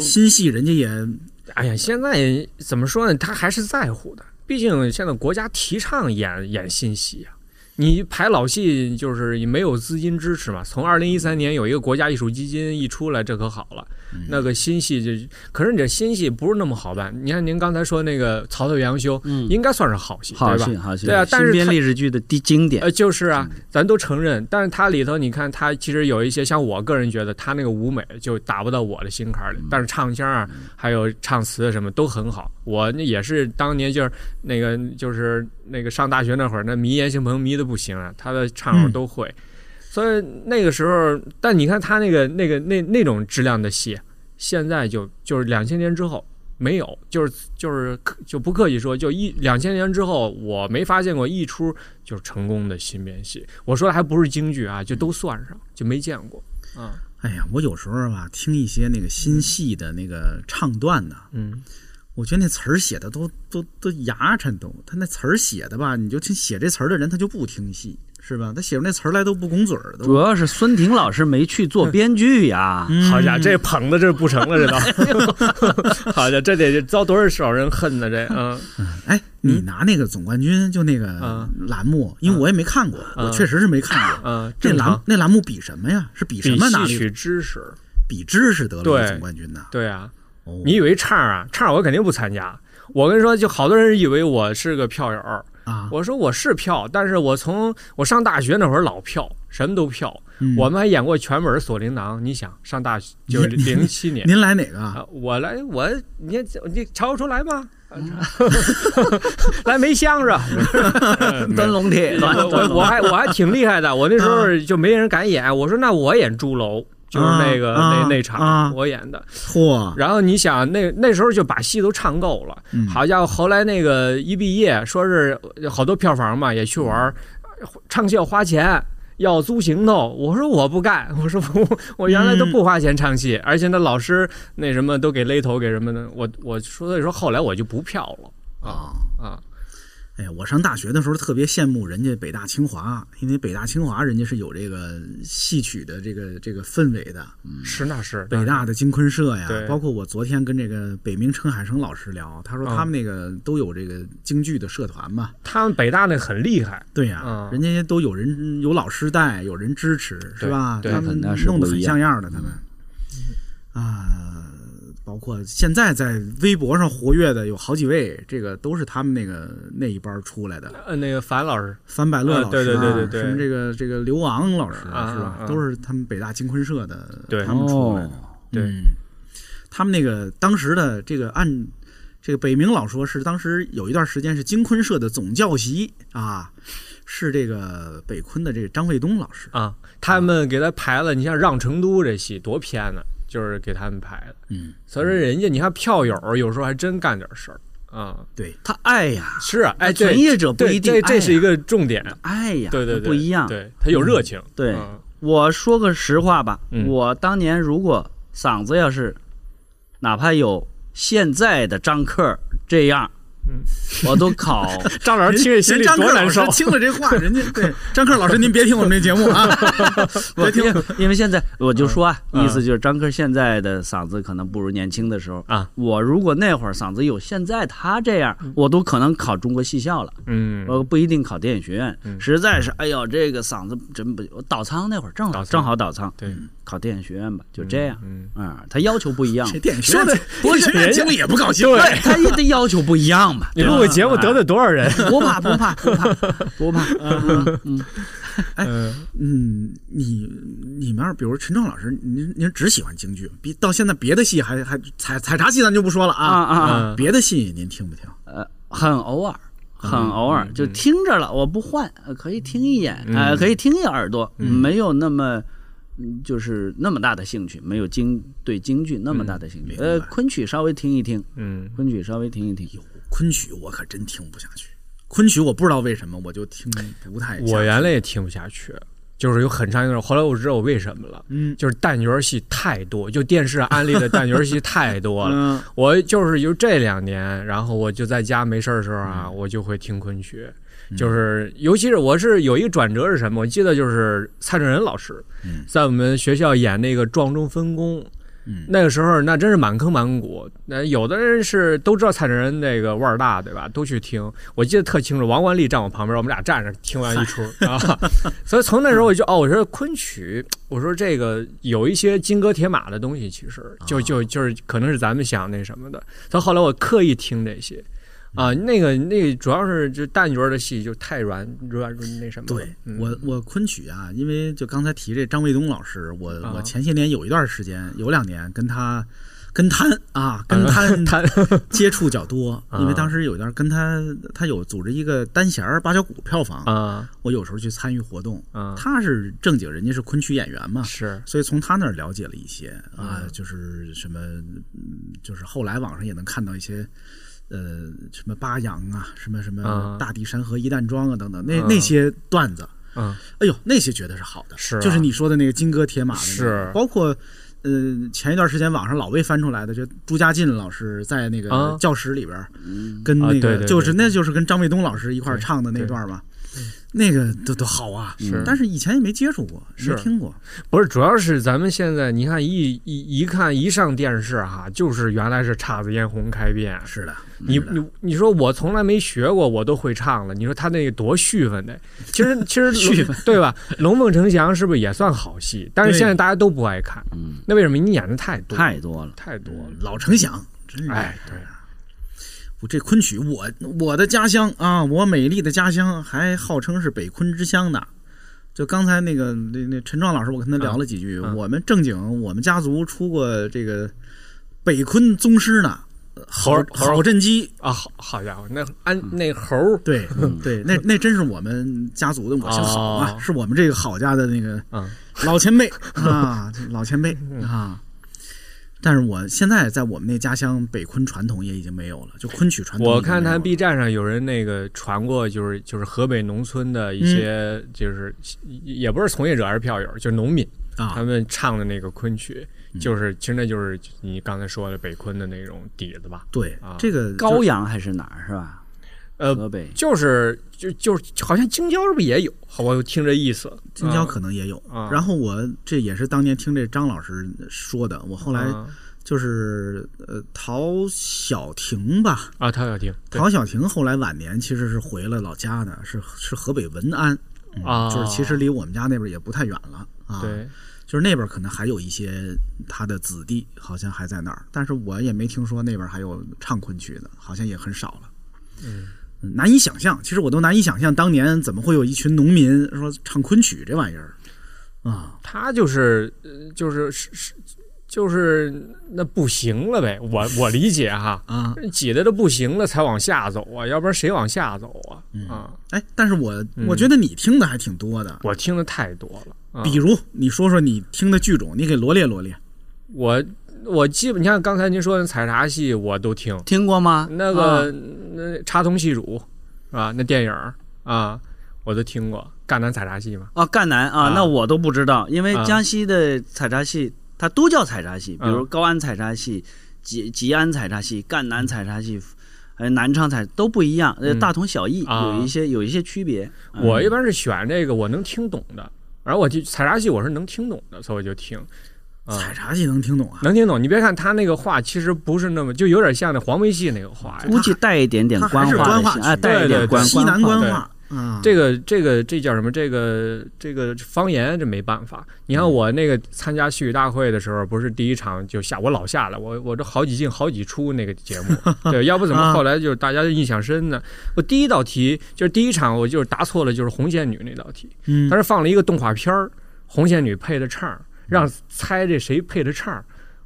Speaker 4: 新戏人家也
Speaker 2: 哎呀，现在怎么说呢？他还是在乎的，毕竟现在国家提倡演演新戏啊。你排老戏就是没有资金支持嘛。从二零一
Speaker 5: 嗯
Speaker 2: 三年有一个国家艺术基金一出来，这可好了，那个新戏就，可是你这新戏不是那么好办。你看您刚才说那个《曹操与杨修》，应该算是好戏，
Speaker 5: 嗯好
Speaker 2: 对
Speaker 5: 戏，
Speaker 2: 吧？
Speaker 5: 好戏，
Speaker 2: 对啊但
Speaker 5: 新
Speaker 2: 是
Speaker 5: 编
Speaker 2: 他
Speaker 5: 历史剧的第经典
Speaker 2: 呃，，就是啊，咱都承认，但是它里头，你看它其实有一些，像我个人觉得它那个舞美就打不到我的心坎儿里，但是唱腔啊，还有唱词啊什么都很好。我那也是当年就是那个就是那个上大学那会儿，那迷严兴鹏迷的不行啊，他的唱
Speaker 4: 嗯
Speaker 2: 都会。所以那个时候，但你看他那个那个那那种质量的戏，现在就就是两千年之后没有，就是就是刻就不客气说，就一两千年之后，我没发现过一出就是成功的新编戏。我说的还不是京剧啊，就都算上，就没见过。
Speaker 4: 哎呀，我有时候吧听一些那个新戏的那个唱段呢、
Speaker 2: 嗯，
Speaker 4: 我觉得那词儿写的都都都牙碜都，他那词儿写的吧，你就听写这词儿的人他就不听戏是吧？他写出那词儿来都不拱嘴儿
Speaker 5: 主
Speaker 4: 都。
Speaker 5: 要是孙婷老师没去做编剧呀，
Speaker 2: 好家伙，这捧的这不成了，这 *laughs* 都。好家伙，这得遭多少人恨呢？这嗯
Speaker 4: 哎，你拿那个总冠军就那个
Speaker 2: 嗯
Speaker 4: 栏目，因为我也没看过，
Speaker 2: 嗯
Speaker 4: 我确实是没看过。
Speaker 2: 嗯，
Speaker 4: 那
Speaker 2: 正
Speaker 4: 栏
Speaker 2: 常。
Speaker 4: 那栏目比什么呀？是比什
Speaker 2: 比
Speaker 4: 么拿
Speaker 2: 戏
Speaker 4: 了一
Speaker 2: 曲知识，
Speaker 4: 比知识得了一
Speaker 2: 对
Speaker 4: 个总冠军呐？
Speaker 2: 对啊，
Speaker 4: 哦
Speaker 2: 你以为唱啊？唱我肯定不参加。我跟你说，就好多人以为我是个票友儿，
Speaker 4: 啊，
Speaker 2: 我说我是票，但是我从我上大学那会儿老票，什么都票。
Speaker 4: 嗯
Speaker 2: 我们还演过全本《锁麟囊》，你想上大学就是
Speaker 4: 您
Speaker 2: 零七年
Speaker 4: 您来哪个啊？
Speaker 2: 啊，我来我你你瞧得出来吗？ *laughs* 来梅香
Speaker 4: *laughs*
Speaker 2: 是吧？
Speaker 5: 端笼屉，端
Speaker 2: 我
Speaker 5: 端
Speaker 2: 我
Speaker 5: 笼
Speaker 2: 我还我还挺厉害的，我那时
Speaker 4: 啊
Speaker 2: 候就没人敢演。我说那我演朱楼，就是那个、
Speaker 4: 啊
Speaker 2: 那
Speaker 4: 啊
Speaker 2: 那场、
Speaker 4: 啊
Speaker 2: 我演的。
Speaker 4: 嚯，
Speaker 2: 然后你想，那那时候就把戏都唱够了。
Speaker 4: 嗯
Speaker 2: 好家伙，后来那个一毕业，说是好多票房嘛，也去玩儿，唱戏要花钱。要租行头，我说我不干，我说我我原来
Speaker 4: 嗯
Speaker 2: 都不花钱唱戏，而且那老师那什么都给勒头给什么的，我我说所以说后来我就不票了
Speaker 4: 哦
Speaker 2: 啊啊，
Speaker 4: 哎呀，我上大学的时候特别羡慕人家北大清华，因为北大清华人家是有这个戏曲的这个这个氛围的，
Speaker 2: 是那是
Speaker 4: 北大的京昆社呀
Speaker 2: 对，
Speaker 4: 包括我昨天跟这个北明陈海生老师聊，他说
Speaker 2: 嗯
Speaker 4: 他们那个都有这个京剧的社团嘛，
Speaker 2: 他们北大那很厉害，
Speaker 4: 对呀、
Speaker 2: 嗯
Speaker 4: 人家都有人有老师带，有人支持，是吧？
Speaker 2: 对
Speaker 4: 他们
Speaker 5: 肯定是
Speaker 4: 弄得
Speaker 5: 不
Speaker 4: 很
Speaker 5: 一样
Speaker 4: 像样的，他们
Speaker 2: 嗯
Speaker 4: 啊，包括现在在微博上活跃的有好几位，这个都是他们那个那一班出来的，
Speaker 2: 呃，那个樊老师，
Speaker 4: 樊百乐
Speaker 2: 啊
Speaker 4: 老师、
Speaker 2: 对对对对对
Speaker 4: 什么这个这个刘昂老师、
Speaker 2: 啊
Speaker 4: 是吧
Speaker 2: 啊？
Speaker 4: 都是他们北大京昆社的，
Speaker 2: 对
Speaker 4: 他们出来的。
Speaker 2: 对
Speaker 4: 嗯他们那个当时的这个按这个北明老说是当时有一段时间是京昆社的总教习啊，是这个北昆的这个张卫东老师。
Speaker 2: 啊，他们给他排了，你像《让成都》这戏多偏呢，就是给他们排的。
Speaker 4: 嗯，
Speaker 2: 所以说人家你看票友儿有时候还真干点事儿啊、
Speaker 4: 对，
Speaker 5: 他爱呀，
Speaker 2: 是啊，哎，
Speaker 5: 那
Speaker 2: 对，
Speaker 5: 从业者不
Speaker 2: 对
Speaker 5: 一定
Speaker 2: 这
Speaker 5: 爱
Speaker 2: 这是
Speaker 5: 呀
Speaker 2: 一个重点，
Speaker 5: 爱哎呀，
Speaker 2: 对对
Speaker 5: 那
Speaker 2: 对，
Speaker 5: 不一样。
Speaker 2: 对他有热情，
Speaker 5: 对
Speaker 2: 嗯
Speaker 5: 我说个实话吧，
Speaker 2: 嗯
Speaker 5: 我当年如果嗓子要是哪怕有现在的张克这样，
Speaker 2: 嗯
Speaker 5: *laughs* 我都考
Speaker 2: *laughs* 张老师听着心
Speaker 4: 人
Speaker 2: 里
Speaker 4: 张
Speaker 2: 多
Speaker 4: 克老
Speaker 2: 难
Speaker 4: 师
Speaker 2: 受。
Speaker 4: 听了这
Speaker 2: *laughs*
Speaker 4: 话，人家对张克老师，您别听我们这节目啊，别
Speaker 5: 我
Speaker 4: 听
Speaker 5: 因为因为现在我就说啊，
Speaker 2: 嗯
Speaker 5: 意思就是张克现在的嗓子可能不如年轻的时候
Speaker 2: 啊。
Speaker 5: 我如果那会儿嗓子有现在他这样，我都可能考中国戏校了，
Speaker 2: 嗯，
Speaker 5: 我不一定考电影学院。
Speaker 2: 嗯
Speaker 5: 实在是，哎呦，这个嗓子真不行。我倒仓那会儿正
Speaker 2: 倒
Speaker 5: 好
Speaker 2: 仓
Speaker 5: 正好倒仓，嗯
Speaker 2: 对，
Speaker 5: 考电影学院吧，就这样。
Speaker 2: 嗯，
Speaker 5: 嗯，他要求不一样
Speaker 4: 这，电影
Speaker 2: 说的
Speaker 4: 不是
Speaker 2: 人家
Speaker 4: 节目也不高兴，
Speaker 5: 他他也得要求不一样嘛。
Speaker 2: 你
Speaker 5: 对吧
Speaker 2: 录个节目得罪多少人？
Speaker 5: 不怕不怕不怕不怕，嗯嗯，
Speaker 4: 嗯，你你们要是比如陈正老师，您您只喜欢京剧，比到现在别的戏还还采采茶戏咱就不说了
Speaker 5: 啊
Speaker 4: 啊，
Speaker 5: 啊啊，
Speaker 2: 嗯
Speaker 4: 别的戏您听不听？
Speaker 5: 呃，很偶尔，很偶尔，就听着了，我不换，呃可以听一眼，呃，可以听一耳朵，没有那么。嗯就是那么大的兴趣，没有京对京剧那么大的兴趣。
Speaker 4: 明白
Speaker 5: 呃，昆曲稍微听一听，
Speaker 2: 嗯，
Speaker 5: 昆曲稍微听一听。
Speaker 4: 昆曲我可真听不下去，昆曲我不知道为什么我就听不太下去。
Speaker 2: 我原来也听不下去，就是有很长一段，后来我知道我为什么了，
Speaker 4: 嗯
Speaker 2: 就是旦角戏太多，就电视安利的旦角戏太多了。
Speaker 4: 嗯
Speaker 2: 我就是就这两年，然后我就在家没事儿的时候啊，
Speaker 4: 嗯
Speaker 2: 我就会听昆曲，就是尤其是我是有一个转折是什么？我记得就是蔡正仁老师
Speaker 4: 嗯
Speaker 2: 在我们学校演那个《壮中分工》。
Speaker 4: 嗯
Speaker 2: 那个时候那真是满坑满谷，那有的人是都知道蔡正仁那个腕儿大，对吧？都去听。我记得特清楚，王冠丽站我旁边，我们俩站着听完一
Speaker 4: *laughs*
Speaker 2: 出啊。所以从那时候我就哦，我说昆曲，我说这个有一些金戈铁马的东西，其
Speaker 4: 啊
Speaker 2: 实就就就是可能是咱们想那什么的。到后来我刻意听这些。啊，
Speaker 4: 嗯
Speaker 2: 那个那个主要是就旦角的戏就太软软那什么了。
Speaker 4: 对
Speaker 2: 嗯
Speaker 4: 我我昆曲啊，因为就刚才提这张卫东老师，我
Speaker 2: 啊
Speaker 4: 我前些年有一段时间，有两年跟他跟摊啊跟
Speaker 2: *laughs*
Speaker 4: 摊
Speaker 2: 他
Speaker 4: 接触较多，
Speaker 2: 嗯 *laughs* 啊
Speaker 4: 因为当时有一段跟他他有组织一个单弦儿八角鼓票房，
Speaker 2: 啊
Speaker 4: 我有时候去参与活动，
Speaker 2: 啊
Speaker 4: 他是正经人家是昆曲演员嘛，
Speaker 2: 是
Speaker 4: 所以从他那儿了解了一些啊，
Speaker 2: 嗯
Speaker 4: 就是什么，嗯就是后来网上也能看到一些，呃，什么巴扬啊，什么什么
Speaker 2: 啊
Speaker 4: 大地山河一担庄啊等等，那
Speaker 2: 啊
Speaker 4: 那些段子，
Speaker 2: 嗯
Speaker 4: 哎呦，那些觉得是好的，
Speaker 2: 是啊
Speaker 4: 就是你说的那个金戈铁马的那个，
Speaker 2: 是
Speaker 4: 包括。呃，前一段时间网上老被翻出来的，就朱家进老师在那个
Speaker 2: 啊
Speaker 4: 教室里边儿，跟那
Speaker 2: 啊对
Speaker 4: 个
Speaker 2: 对
Speaker 4: 就是
Speaker 2: 对
Speaker 4: 那就是跟张卫东老师一块儿
Speaker 2: 对
Speaker 4: 唱的那
Speaker 2: 对嗯
Speaker 4: 段嘛，那个都都好啊，
Speaker 2: 是
Speaker 4: 但是以前也没接触过，没
Speaker 2: 是
Speaker 4: 听过，
Speaker 2: 不是，主要是咱们现在你看一一一看一上电视哈、就是原来是叉子嫣红开遍，
Speaker 4: 是的，
Speaker 2: 你
Speaker 4: 是的
Speaker 2: 你你说我从来没学过，我都会唱了。你说他那个多絮分的，其实其实
Speaker 4: 絮
Speaker 2: 龙对吧？龙凤呈祥是不是也算好戏？但是
Speaker 4: 对
Speaker 2: 现在大家都不爱看，
Speaker 5: 嗯，
Speaker 2: 那为什么你演的太多
Speaker 5: 太多了。
Speaker 2: 太多了？
Speaker 4: 老成想，真是
Speaker 2: 哎，对，
Speaker 4: 我这昆曲，我我的家乡啊，我美丽的家乡，还号称是北昆之乡呢。就刚才那个那那陈壮老师，我跟他聊了几句，
Speaker 2: 嗯嗯
Speaker 4: 我们正经，我们家族出过这个北昆宗师呢，呃郝
Speaker 2: 猴
Speaker 4: 郝振基。
Speaker 2: 啊，好好家伙，那安那猴儿
Speaker 4: 对嗯对，那那真是我们家族的，我姓郝啊，
Speaker 2: 哦
Speaker 4: 是我们这个郝家的那个
Speaker 2: 嗯
Speaker 4: 老前辈啊，老前辈啊。但是我现在在我们那家乡，北昆传统也已经没有了，就昆曲传统已经没有了。
Speaker 2: 我看他 B 站上有人那个传过，就是就是河北农村的一些，就是也不是从业者还是票友，就是农民，他
Speaker 4: 啊，嗯
Speaker 2: 们唱的那个昆曲，就是其实那就是你刚才说的北昆的那种底子吧？
Speaker 4: 对
Speaker 2: 啊
Speaker 4: 这个
Speaker 5: 高阳还是哪儿是吧？
Speaker 2: 呃，
Speaker 5: 河北
Speaker 2: 就是就就是好像京郊是不是也有？好，我听这意思，
Speaker 4: 京郊可能也有。
Speaker 2: 啊
Speaker 4: 然后我这也是当年听这张老师说的，我后来
Speaker 2: 啊
Speaker 4: 就是呃陶小婷吧，
Speaker 2: 啊，陶小婷对
Speaker 4: 陶小婷后来晚年其实是回了老家的，是是河北文安，嗯
Speaker 2: 啊
Speaker 4: 就是其实离我们家那边也不太远了啊。
Speaker 2: 对，
Speaker 4: 就是那边可能还有一些他的子弟，好像还在那儿，但是我也没听说那边还有唱昆曲的，好像也很少了。嗯，难以想象，其实我都难以想象当年怎么会有一群农民说唱昆曲这玩意儿啊！
Speaker 2: 他就是呃就是是是就是那不行了呗，我 *laughs* 我理解哈。
Speaker 4: 啊，
Speaker 2: 挤得都不行了，才往下走啊，要不然谁往下走啊？啊，
Speaker 4: 哎，但是我、
Speaker 2: 嗯
Speaker 4: 我觉得你听的还挺多的，
Speaker 2: 我听的太多了。啊
Speaker 4: 比如你说说你听的剧种，你给罗列罗列。
Speaker 2: 我我基本，你看刚才您说的采茶戏我都听，
Speaker 5: 听过吗？
Speaker 2: 那
Speaker 5: 啊
Speaker 2: 个那插通戏乳啊，那电影儿啊，我都听过。赣南采茶戏嘛，
Speaker 5: 哦，赣南啊
Speaker 2: 啊，
Speaker 5: 那我都不知道，因为
Speaker 2: 啊
Speaker 5: 江西的采茶戏它都叫采茶戏，比如
Speaker 2: 嗯
Speaker 5: 高安采茶戏、吉吉安采茶戏、赣南采茶戏，呃南昌菜都不一样，呃，
Speaker 2: 嗯
Speaker 5: 大同小异，
Speaker 2: 啊
Speaker 5: 有一些有一些区别。嗯
Speaker 2: 我一般是选这个我能听懂的，然后我就采茶戏我是能听懂的，所以我就听，啊
Speaker 4: 采茶戏能听懂啊？
Speaker 2: 能听懂。你别看他那个话，其实不是那么，就有点像那黄梅戏那个话呀。
Speaker 5: 估计带一点点
Speaker 4: 它还
Speaker 5: 官
Speaker 4: 是
Speaker 5: 话
Speaker 4: 官
Speaker 5: 的
Speaker 4: 话
Speaker 5: 性，
Speaker 4: 区
Speaker 5: 啊，带一
Speaker 2: 对对
Speaker 5: 点官
Speaker 4: 西南
Speaker 5: 官
Speaker 4: 官
Speaker 5: 话。
Speaker 4: 话啊，
Speaker 2: 这个这个这叫什么？这个这个方言这没办法。你看
Speaker 4: 嗯
Speaker 2: 我那个参加戏曲大会的时候，不是第一场就下，我老下了，我我这好几进好几出那个节目，
Speaker 4: *laughs*
Speaker 2: 对，要不怎
Speaker 4: 啊
Speaker 2: 么后来就是大家就印象深呢？我第一道题就是第一场我就是答错了，就是红仙女那道题，
Speaker 4: 嗯
Speaker 2: 但是放了一个动画片儿，红仙女配的唱儿，
Speaker 4: 嗯
Speaker 2: 让猜这谁配的唱儿。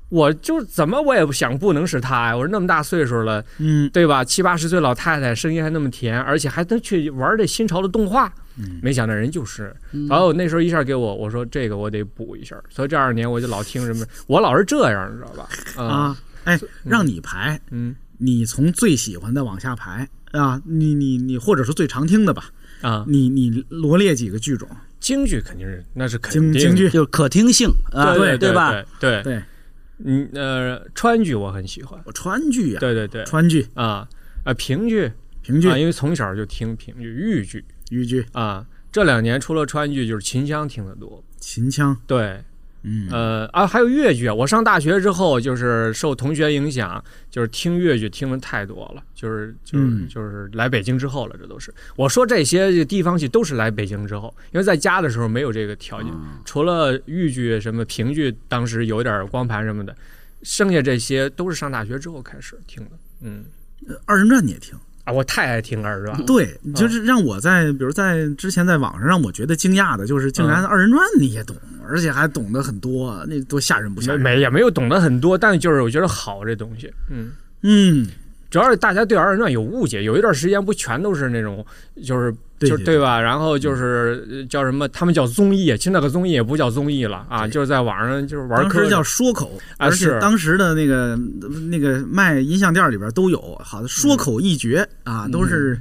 Speaker 2: 我就怎么我也不想不能是她呀！我说那么大岁数了，
Speaker 4: 嗯，
Speaker 2: 对吧？七八十岁老太太声音还那么甜，而且还能去玩这新潮的动画，
Speaker 4: 嗯
Speaker 2: 没想到人就是。
Speaker 5: 嗯
Speaker 2: 然后那时候一下给我，我说这个我得补一下，所以这二年我就老听什么，我老是这样，你知道吧？
Speaker 4: 啊，哎，让你排，
Speaker 2: 嗯
Speaker 4: 你从最喜欢的往下排啊，你你你，或者说最常听的吧，
Speaker 2: 啊，
Speaker 4: 你你罗列几个剧种，
Speaker 2: 京剧肯定是那是肯
Speaker 4: 京
Speaker 2: 定的
Speaker 4: 京剧，
Speaker 5: 就是可听性啊，
Speaker 2: 对
Speaker 5: 对吧？？
Speaker 2: 对
Speaker 4: 对，
Speaker 2: 嗯呃，川剧我很喜欢，
Speaker 4: 川剧啊，
Speaker 2: 对对对，
Speaker 4: 川剧、
Speaker 2: 啊啊评剧
Speaker 4: 评剧
Speaker 2: 啊，、因为从小就听评剧、豫剧
Speaker 4: 豫剧、
Speaker 2: 啊。这两年除了川剧，就是秦腔听得多。
Speaker 4: 秦腔，
Speaker 2: 对，
Speaker 4: 嗯，
Speaker 2: 呃啊，还有越剧啊。我上大学之后，就是受同学影响，就是听越剧听的太多了，就是就是、
Speaker 4: 嗯
Speaker 2: 就是来北京之后了，这都是。我说这些地方戏都是来北京之后，因为在家的时候没有这个条件，
Speaker 4: 嗯
Speaker 2: 除了豫剧、什么评剧，当时有点光盘什么的，剩下这些都是上大学之后开始听的。嗯
Speaker 4: 二人转你也听。
Speaker 2: 啊，我太爱听二人转了。
Speaker 4: 对，就是让我在，比如在之前在网上让我觉得惊讶的，就是竟
Speaker 2: 啊
Speaker 4: 然二人转你也懂，而且还懂得很多，那多吓人不吓
Speaker 2: 没
Speaker 4: 人？
Speaker 2: 没也没有懂得很多，但就是我觉得好这东西，嗯。
Speaker 4: 嗯，
Speaker 2: 主要是大家对二人转有误解，有一段时间不全都是那种，就是
Speaker 4: 对
Speaker 2: 就
Speaker 4: 对
Speaker 2: 是对吧？然后就是呃叫什么，他们叫综艺，其实那个综艺也不叫综艺了啊，就是在网上就是玩
Speaker 4: 当
Speaker 2: 科
Speaker 4: 时叫说口，
Speaker 2: 啊
Speaker 4: 而且
Speaker 2: 是
Speaker 4: 当时的那个那个卖音像店里边都有，好像
Speaker 2: 嗯
Speaker 4: 说口一绝啊，都是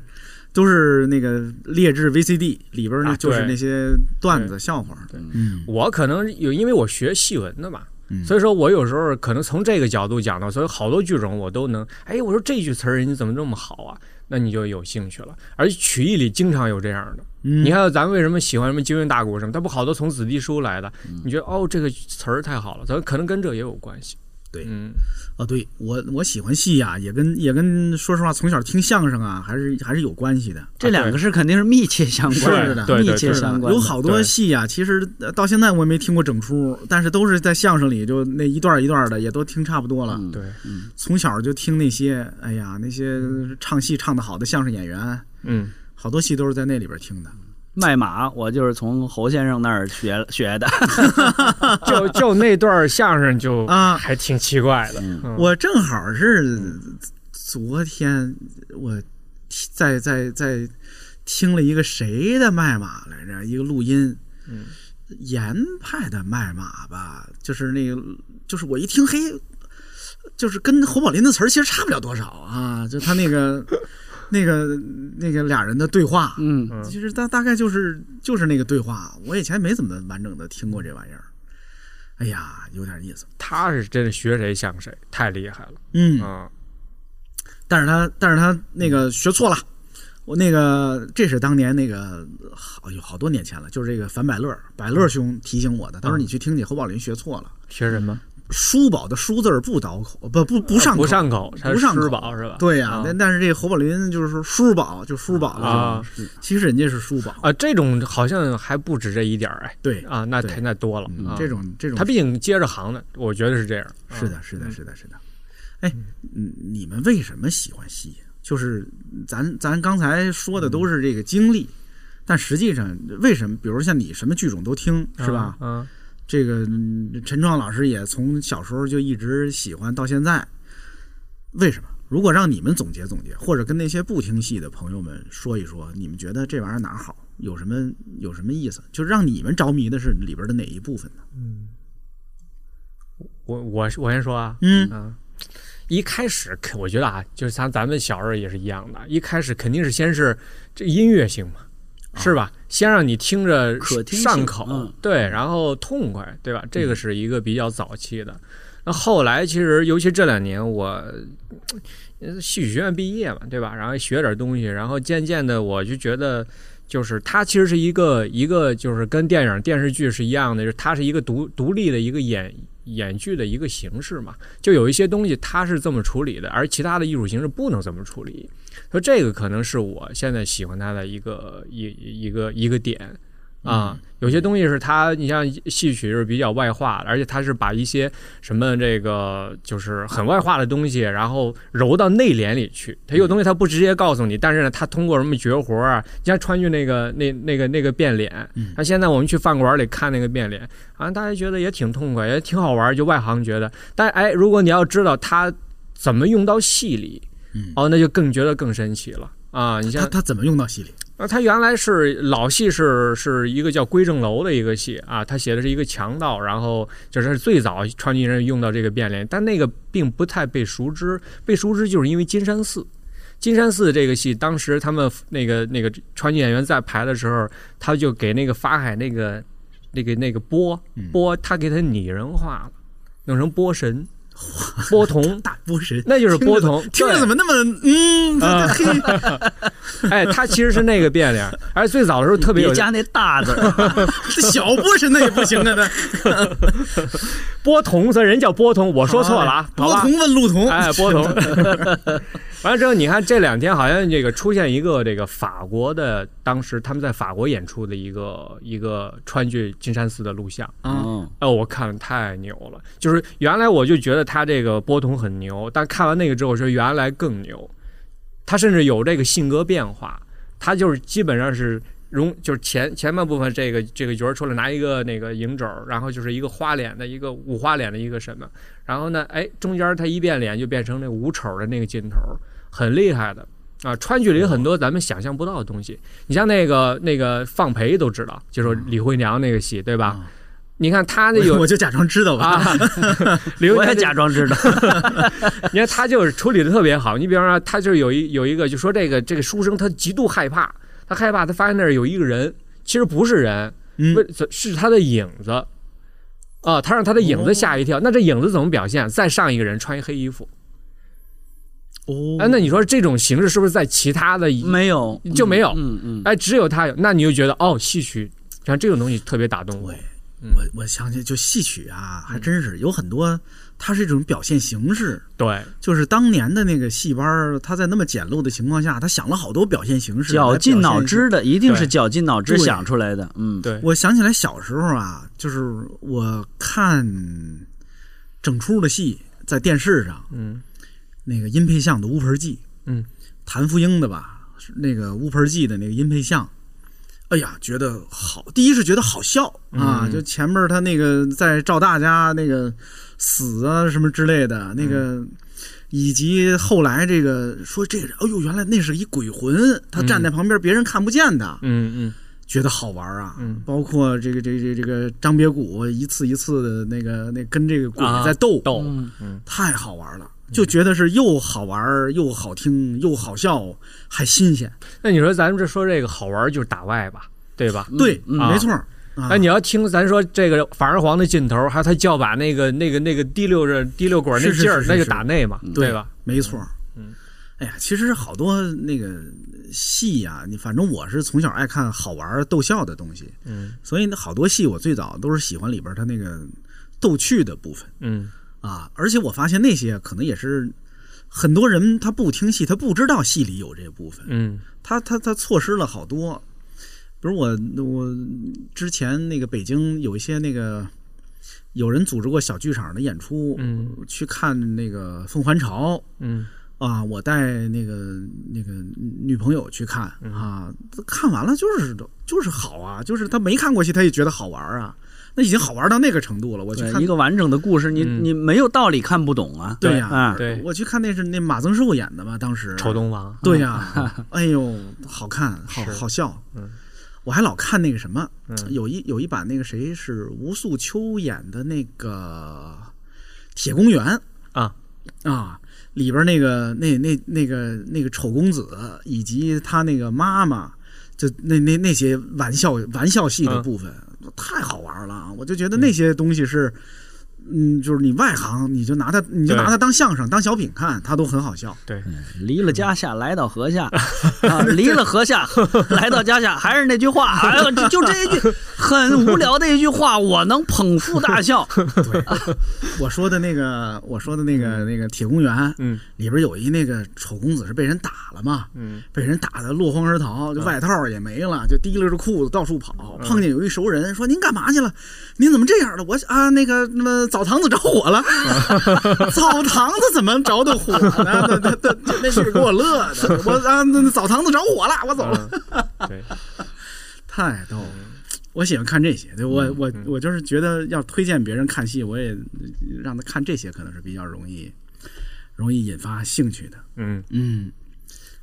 Speaker 4: 都是那个劣质 VCD 里边呢，
Speaker 2: 啊
Speaker 4: 就是
Speaker 2: 对
Speaker 4: 那些段子笑话。嗯，
Speaker 2: 我可能有，因为我学戏文的嘛
Speaker 4: 嗯。
Speaker 2: 所以说我有时候可能从这个角度讲到，所以好多剧种我都能，哎，我说这句词儿人家怎么这么好啊？那你就有兴趣了。而且曲艺里经常有这样的，
Speaker 4: 嗯
Speaker 2: 你看咱们为什么喜欢什么京韵大鼓什么，它不好多从子弟书来的，你觉得哦这个词儿太好了，咱可能跟这也有关系。
Speaker 4: 对
Speaker 2: 嗯。
Speaker 4: 哦，对我我喜欢戏呀、也跟也跟说实话，从小听相声啊，还是还是有关系的。
Speaker 5: 这两个是肯定是密切相关
Speaker 4: 是
Speaker 5: 的，
Speaker 2: 啊对对
Speaker 5: 密
Speaker 2: 对
Speaker 5: 切
Speaker 4: 是的
Speaker 5: 相关的。
Speaker 4: 有好多
Speaker 2: 对
Speaker 4: 戏啊，其实呃到现在我也没听过整出，但是都是在相声里就那一段一段的，也都听差不多了。
Speaker 5: 嗯
Speaker 2: 对，
Speaker 4: 从小就听那些，哎呀，那些唱戏唱得好的相声演员，
Speaker 2: 嗯，
Speaker 4: 好多戏都是在那里边听的。
Speaker 5: 卖马，我就是从侯先生那儿学学的。
Speaker 2: 就就那段相声就
Speaker 4: 啊
Speaker 2: 还挺奇怪的。嗯
Speaker 4: 我正好是昨天我听在在在听了一个谁的卖马来着，一个录音，
Speaker 2: 嗯
Speaker 4: 严派的卖马吧，就是那个，就是我一听嘿，就是跟侯宝林的词儿其实差不了多少啊，就他那个 *laughs* 那个那个俩人的对话，
Speaker 5: 嗯，
Speaker 4: 其实大大概就是就是那个对话，我以前没怎么完整的听过这玩意儿，哎呀，有点意思，
Speaker 2: 他是真是学谁像谁，太厉害了。
Speaker 4: 嗯
Speaker 2: 嗯，
Speaker 4: 但是他但是他那个学错了，我那个这是当年那个好有好多年前了，就是这个樊百乐百乐兄提醒我的，
Speaker 2: 嗯
Speaker 4: 他说你去听你侯宝林学错了，
Speaker 2: 学什么？
Speaker 4: 叔宝的叔字儿不倒口，不不不上口
Speaker 2: 不上口，他
Speaker 4: 不上口
Speaker 2: 吃饱是吧？
Speaker 4: 对呀、
Speaker 2: 啊
Speaker 4: 但但是这侯宝林就是说叔宝，就叔宝了，
Speaker 2: 啊
Speaker 4: 是吧其实人家是叔宝，
Speaker 2: 啊，这种好像还不止这一点儿哎。
Speaker 4: 对
Speaker 2: 啊，那
Speaker 4: 对
Speaker 2: 太那多了。啊
Speaker 4: 嗯这种这种
Speaker 2: 他毕竟接着行呢，我觉得是这样。啊
Speaker 4: 是的，是的，是的，是的。哎，嗯你们为什么喜欢戏？就是咱咱刚才说的
Speaker 2: 嗯
Speaker 4: 都是这个经历，但实际上为什么？比如像你什么剧种都听，是吧？
Speaker 2: 嗯，
Speaker 4: 这个嗯陈创老师也从小时候就一直喜欢到现在，为什么？如果让你们总结总结，或者跟那些不听戏的朋友们说一说，你们觉得这玩意儿哪儿好？有什么有什么意思？就让你们着迷的是里边的哪一部分呢？
Speaker 2: 我我我先说啊，
Speaker 4: 嗯
Speaker 2: 啊，一开始肯我觉得啊，就是像咱们小时候也是一样的，一开始肯定是先是这音乐性嘛，是吧？先让你听着
Speaker 5: 啊可听性
Speaker 2: 上口，
Speaker 5: 嗯
Speaker 2: 对，然后痛快，对吧？这个是一个比较早期的。那后来其实，尤其这两年我。呃戏曲学院毕业嘛，对吧？然后学点东西，然后渐渐的我就觉得，就是它其实是一个一个就是跟电影电视剧是一样的，就是它是一个独独立的一个演演剧的一个形式嘛。就有一些东西它是这么处理的，而其他的艺术形式不能这么处理。所以这个可能是我现在喜欢它的一个一一个一个点。啊、有些东西是它，你像戏曲是比较外化的，而且它是把一些什么这个就是很外化的东西，然后揉到内敛里去。它有东西它不直接告诉你，但是呢，它通过什么绝活啊，你像川剧那个那那个那个变脸，那、现在我们去饭馆里看那个变脸，好像大家觉得也挺痛快，也挺好玩，就外行觉得。但哎，如果你要知道它怎么用到戏里，哦，那就更觉得更神奇了啊！你像
Speaker 4: 他他怎么用到戏里？，
Speaker 2: 啊，他原来是老戏是是一个叫《归正楼》的一个戏啊，他写的是一个强盗，然后就是最早川剧人用到这个变脸，但那个并不太被熟知，被熟知就是因为金山寺。金山寺这个戏，当时他们那个那个川剧演员在排的时候，他就给那个法海那个那个那个钵钵，他给他拟人化了，弄成钵神、钵童
Speaker 4: 大波神，
Speaker 2: 那就是波童
Speaker 4: 听着
Speaker 2: 对
Speaker 4: 怎么那么嗯，他他嘿，
Speaker 2: 哎，他其实是那个变脸，而且最早的时候特别
Speaker 5: *laughs*
Speaker 2: 有
Speaker 5: 别加那大字儿，
Speaker 4: 这小波神那也不行啊，那
Speaker 2: 波童，所以人叫波童，我 *laughs* 说错了啊，
Speaker 4: 哎
Speaker 2: 好
Speaker 4: 波
Speaker 2: 吧
Speaker 4: 童？问路童，
Speaker 2: 哎，波童。 *laughs* 完了之后，你看这两天好像这个出现一个这个法国的，当时他们在法国演出的一个一个川剧金山寺的录像。
Speaker 5: *laughs* 嗯，
Speaker 2: 哎、我看了太牛了，就是原来我就觉得他这个波童很牛，但看完那个之后，我说原来更牛。他甚至有这个性格变化，他就是基本上是容，就是前前半部分这个这个角儿出来拿一个那个银肘儿，然后就是一个花脸的一个五花脸的一个什么，然后呢，哎，中间他一变脸就变成那五丑的那个劲头儿，很厉害的。啊，川剧里有很多咱们想象不到的东西。你像那个那个放培都知道，就是
Speaker 5: 啊
Speaker 2: 李慧娘那个戏，对吧？你看他那有
Speaker 4: *laughs* 我就假装知道吧。 *laughs*
Speaker 2: 啊，刘
Speaker 5: 我也
Speaker 2: 家
Speaker 5: 假装知道。
Speaker 2: 你看他就是处理的特别好。你比方说，他就是有一有一个，就说这个这个书生他极度害怕，他害怕，他发现那儿有一个人，其实不是人，
Speaker 4: 嗯
Speaker 2: 不是是他的影子啊、他让他的影子吓一跳。那这影子怎么表现？再上一个人穿一黑衣服，
Speaker 4: 哦
Speaker 2: 哎，那你说这种形式是不是在其他的
Speaker 5: 嗯没有，
Speaker 2: 就没有
Speaker 5: 嗯嗯，
Speaker 2: 哎只有他有？那你就觉得哦，戏曲，像这种东西特别打动我
Speaker 4: 对。我我想起就戏曲啊，还真是有很多，它是一种表现形式。
Speaker 2: 对，
Speaker 4: 就是当年的那个戏班儿，他在那么简陋的情况下，他想了好多表现形式，
Speaker 5: 绞尽
Speaker 4: 来表现
Speaker 5: 脑汁的，一定是绞尽脑汁
Speaker 4: 对
Speaker 5: 想出来的。嗯，
Speaker 2: 对
Speaker 4: 我想起来小时候啊，就是我看整出的戏在电视上，
Speaker 2: 嗯，
Speaker 4: 那个殷佩相的《乌盆记》，
Speaker 2: 嗯，
Speaker 4: 谭富英的吧，是那个《乌盆记》的那个殷佩相。哎呀，觉得好，第一是觉得好笑啊，
Speaker 2: 嗯
Speaker 4: 就前面他那个在赵大家那个死啊什么之类的那个。以及后来这个说这人，哎呦，原来那是一鬼魂，他站在旁边，别人看不见的。
Speaker 2: 嗯嗯。
Speaker 4: 觉得好玩啊，包括这个这个这个这个张别谷一次一次的那个那跟这个鬼
Speaker 2: 啊
Speaker 4: 在斗，嗯
Speaker 2: 斗，嗯
Speaker 4: 太好玩了，就觉得是又好玩又好听又好笑还新鲜，
Speaker 2: 那你说咱们这说这个好玩就是打外吧，对吧？
Speaker 4: 对，
Speaker 5: 嗯
Speaker 4: 没错，啊
Speaker 2: 哎，你要听咱说这个法人皇的劲头，还有他叫把那个那个那个滴溜着滴溜管那
Speaker 4: 是是
Speaker 2: 劲儿，
Speaker 4: 是是
Speaker 2: 那就是打内嘛，对吧？？
Speaker 4: 没错，
Speaker 2: 嗯
Speaker 4: 哎呀，其实好多那个戏呀、你反正我是从小爱看好玩儿逗笑的东西，
Speaker 2: 嗯，
Speaker 4: 所以呢好多戏我最早都是喜欢里边儿它那个逗趣的部分。
Speaker 2: 嗯，
Speaker 4: 啊，而且我发现那些可能也是很多人他不听戏，他不知道戏里有这部分，
Speaker 2: 嗯
Speaker 4: 他他他错失了好多。比如我我之前那个北京有一些那个有人组织过小剧场的演出，
Speaker 2: 嗯
Speaker 4: 去看那个《凤还巢》
Speaker 2: 嗯
Speaker 4: 啊，我带那个那个女朋友去看
Speaker 2: 嗯
Speaker 4: 啊，看完了就是就是好啊，就是他没看过戏，他也觉得好玩啊，那已经好玩到那个程度了，我去看
Speaker 5: 对，一个完整的故事，你
Speaker 2: 嗯
Speaker 5: 你没有道理看不懂啊。
Speaker 4: 对呀、
Speaker 5: 啊，
Speaker 2: 对
Speaker 4: 我去看那是那马增寿演的嘛，当时
Speaker 2: 丑。东王，
Speaker 4: 对呀、哎呦，好看，好
Speaker 2: 嗯是
Speaker 4: 好笑。
Speaker 2: 嗯，
Speaker 4: 我还老看那个什么，
Speaker 2: 嗯
Speaker 4: 有一有一版那个谁是吴素秋演的那个《铁公园》
Speaker 2: 啊
Speaker 4: 啊，里边那个那那那个那个丑公子以及他那个妈妈。就那那那些玩笑玩笑戏的
Speaker 2: 嗯
Speaker 4: 部分、太好玩了啊，我就觉得那些东西是嗯，就是你外行，你就拿它，你就
Speaker 2: 对
Speaker 4: 拿它当相声、当小品看，它都很好笑。
Speaker 2: 对，
Speaker 5: 嗯离了家下来到河
Speaker 4: *laughs*
Speaker 5: 下，啊，离了河下来到家下，还是那句话，哎呦，这就这一句很无聊的一句话，我能捧腹大笑。
Speaker 4: 我说的那个，我说的那个那个铁公园，
Speaker 2: 嗯，
Speaker 4: 里边有一那个丑公子是被人打了嘛，
Speaker 2: 嗯，
Speaker 4: 被人打得落荒而逃，就外套也没了，就提溜着裤子到处跑，
Speaker 2: 嗯
Speaker 4: 碰见有一熟人说：“您干嘛去了？您怎么这样了？”我啊，那个那么澡堂子着火
Speaker 2: *laughs*
Speaker 4: 了，澡堂子怎么着的火呢？那那那那那是给我乐的，我啊，那那澡堂子着火了，我走了。
Speaker 2: 嗯对，
Speaker 4: 太逗了。我喜欢看这些，对
Speaker 2: 嗯
Speaker 4: 我我我就是觉得要推荐别人看戏，我也让他看这些，可能是比较容易容易引发兴趣的。
Speaker 2: 嗯，
Speaker 4: 嗯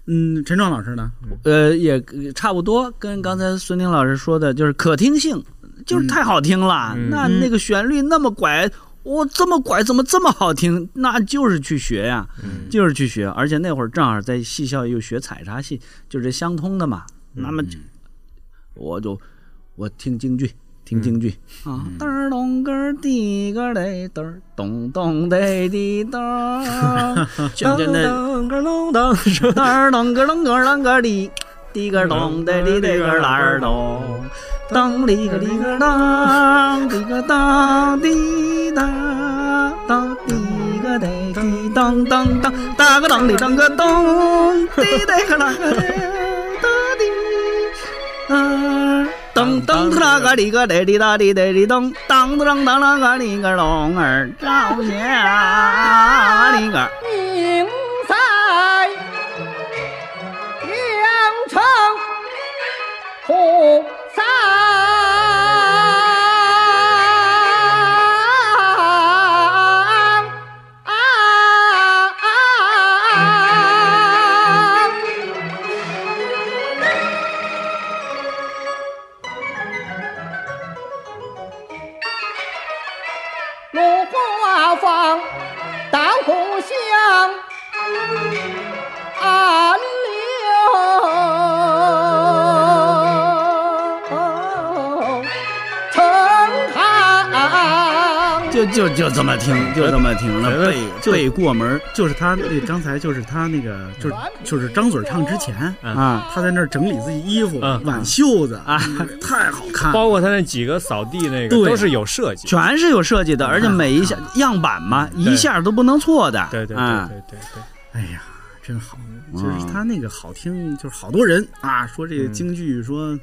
Speaker 4: 嗯，陈壮老师呢？
Speaker 5: 呃，也呃差不多，跟刚才孙宁老师说的，就是可听性，就是太好听了。
Speaker 2: 嗯
Speaker 5: 那
Speaker 4: 嗯
Speaker 5: 那个旋律那么拐，我、这么拐怎么这么好听？那就是去学呀、
Speaker 2: 嗯
Speaker 5: 就是去学。而且那会儿正好在戏校又学采茶戏，就是这相通的嘛。
Speaker 2: 嗯
Speaker 5: 那么就我就我听京剧。听京剧、
Speaker 2: 嗯
Speaker 5: 啊，噔儿咚个儿滴个儿嘞，噔儿咚咚得滴
Speaker 2: *laughs*
Speaker 5: 噔儿，
Speaker 2: 像现在
Speaker 5: 噔个咚噔，噔儿咚个咚个儿啷个滴，滴个儿咚得滴得个儿啷儿咚，当哩个哩个儿当，滴个当滴当当滴个得滴当当当，当个当哩当个咚，滴得个啷个得当滴，嗯。噔噔噔啦个哩个得滴哒滴得滴噔，当当当当啦个哩个啷儿照下哩个儿。
Speaker 3: 映在阳城红山。芦花房，大故乡，安柳成行。
Speaker 5: 就就就这么听，就这么听，那
Speaker 4: 哎
Speaker 5: 背
Speaker 4: 就
Speaker 5: 背过门儿
Speaker 4: 就是他那刚才就是他那个就是就是张嘴唱之前，
Speaker 5: 啊，
Speaker 4: 他在那儿整理自己衣服、
Speaker 2: 嗯
Speaker 4: 挽袖子
Speaker 5: 啊，
Speaker 4: 太好看了。
Speaker 2: 包括他那几个扫地那个
Speaker 4: 对
Speaker 2: 都是有设计，
Speaker 5: 全是有设计的，而且每一下样板嘛，一下都不能错的。
Speaker 2: 对对对
Speaker 5: 啊，
Speaker 2: 对对对，
Speaker 4: 哎呀，真好！
Speaker 5: 嗯
Speaker 4: 就是他那个好听，就是好多人啊说这个京剧说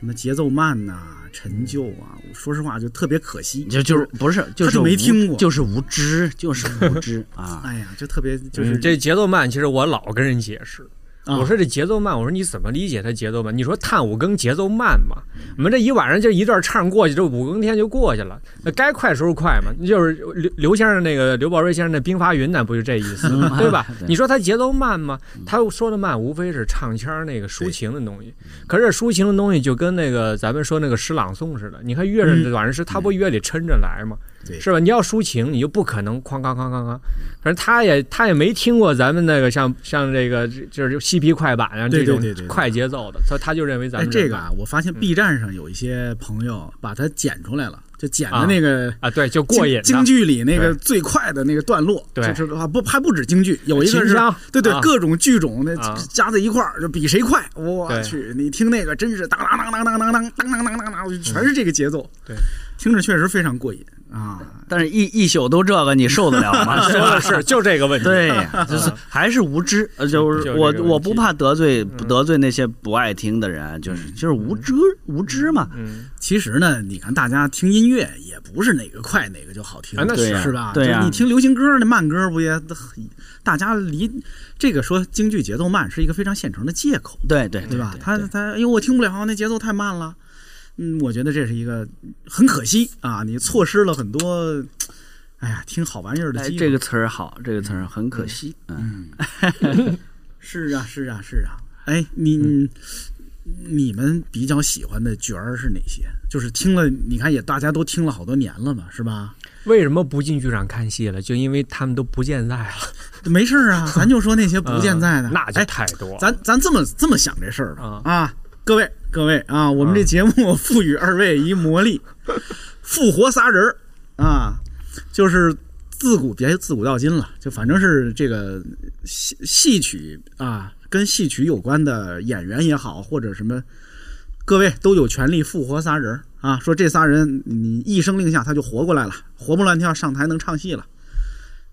Speaker 4: 什么节奏慢呐、陈旧啊，我说实话就特别可惜，
Speaker 5: 就就是不是就是
Speaker 4: 就没
Speaker 5: 无
Speaker 4: 听过
Speaker 5: 就是无知，就是无知啊。
Speaker 4: 哎呀，就特别就
Speaker 2: 嗯
Speaker 4: 是
Speaker 2: 这节奏慢，其实我老跟人解释。
Speaker 4: 啊
Speaker 2: 我说这节奏慢，我说你怎么理解它节奏慢？你说探五更节奏慢嘛？我们这一晚上就一段唱过去，这五更天就过去了。那该快时候快嘛？就是刘刘先生那个刘宝瑞先生的《兵法云南》不就这意思吗， *laughs* 对吧？你说他节奏慢吗？他说的慢，无非是唱腔儿那个抒情的东西。可是这抒情的东西就跟那个咱们说那个诗朗诵似的，你看乐上的晚上诗，他不乐里抻着来吗？
Speaker 4: 对
Speaker 2: 是吧？你要抒情，你就不可能哐哐哐哐哐。反正他也他也没听过咱们那个像像这个就是嬉皮快板啊
Speaker 4: 对
Speaker 2: 这种
Speaker 4: 对对对对
Speaker 2: 快节奏的，所以他就认为咱
Speaker 4: 哎
Speaker 2: 们
Speaker 4: 这个啊，我发现 B 站上有一些朋友把它剪出来了，就剪的那个。
Speaker 2: 啊对就过瘾的
Speaker 4: 京京剧里那个
Speaker 2: 对
Speaker 4: 最快的那个段落，
Speaker 2: 对
Speaker 4: 就是啊不还不止京剧，有一个
Speaker 2: 秦
Speaker 4: 是
Speaker 2: 腔，
Speaker 4: 对对
Speaker 2: 啊，
Speaker 4: 各种剧种那
Speaker 2: 啊
Speaker 4: 加在一块儿就比谁快。我
Speaker 2: 对
Speaker 4: 去，你听那个真是当当当当当当当当当当当，全是这个节奏，
Speaker 2: 对，
Speaker 4: 听着确实非常过瘾啊。
Speaker 5: 但是一一宿都这个，你受得了吗？
Speaker 2: 说的是就这个问题。
Speaker 5: 对呀，就是还是无知，呃就是
Speaker 2: 就
Speaker 5: 我
Speaker 2: 这个问题
Speaker 5: 我不怕得罪得罪那些不爱听的人，就是就是无知无知嘛。
Speaker 2: 嗯，
Speaker 4: 其实呢，你看大家听音乐也不是哪个快哪个就好听，
Speaker 2: 啊那
Speaker 5: 对呀
Speaker 4: 是吧？
Speaker 5: 对呀
Speaker 4: 就你听流行歌那慢歌不也，大家离这个说京剧节奏慢是一个非常现成的借口，
Speaker 5: 对对
Speaker 4: 对吧？
Speaker 5: 对
Speaker 4: 他他哎呦我听不了，那节奏太慢了。嗯，我觉得这是一个很可惜啊，你错失了很多，哎呀，听好玩意儿的
Speaker 5: 哎
Speaker 4: 机会。
Speaker 5: 这个词儿好，这个词儿很可惜。嗯，
Speaker 4: 是啊，是啊，是啊。哎，你、
Speaker 2: 嗯
Speaker 4: 你们比较喜欢的角儿是哪些？就是听了，你看也大家都听了好多年了嘛，是吧？
Speaker 2: 为什么不进剧场看戏了？就因为他们都不健在了，
Speaker 4: 没事儿
Speaker 2: *laughs*
Speaker 4: 啊，咱就说那些不健在的，
Speaker 2: 嗯那就
Speaker 4: 哎
Speaker 2: 太多了。
Speaker 4: 咱咱这么这么想这事儿吧
Speaker 2: 啊
Speaker 4: 啊，各位各位啊，
Speaker 2: *laughs*
Speaker 4: 我们这节目赋予二位一魔力，复活仨人儿啊，就是自古别自古到今了，就反正是这个戏戏曲啊，跟戏曲有关的演员也好，或者什么，各位都有权利复活仨人儿啊。说这仨人，你一声令下他就活过来了，活蹦乱跳上台能唱戏了。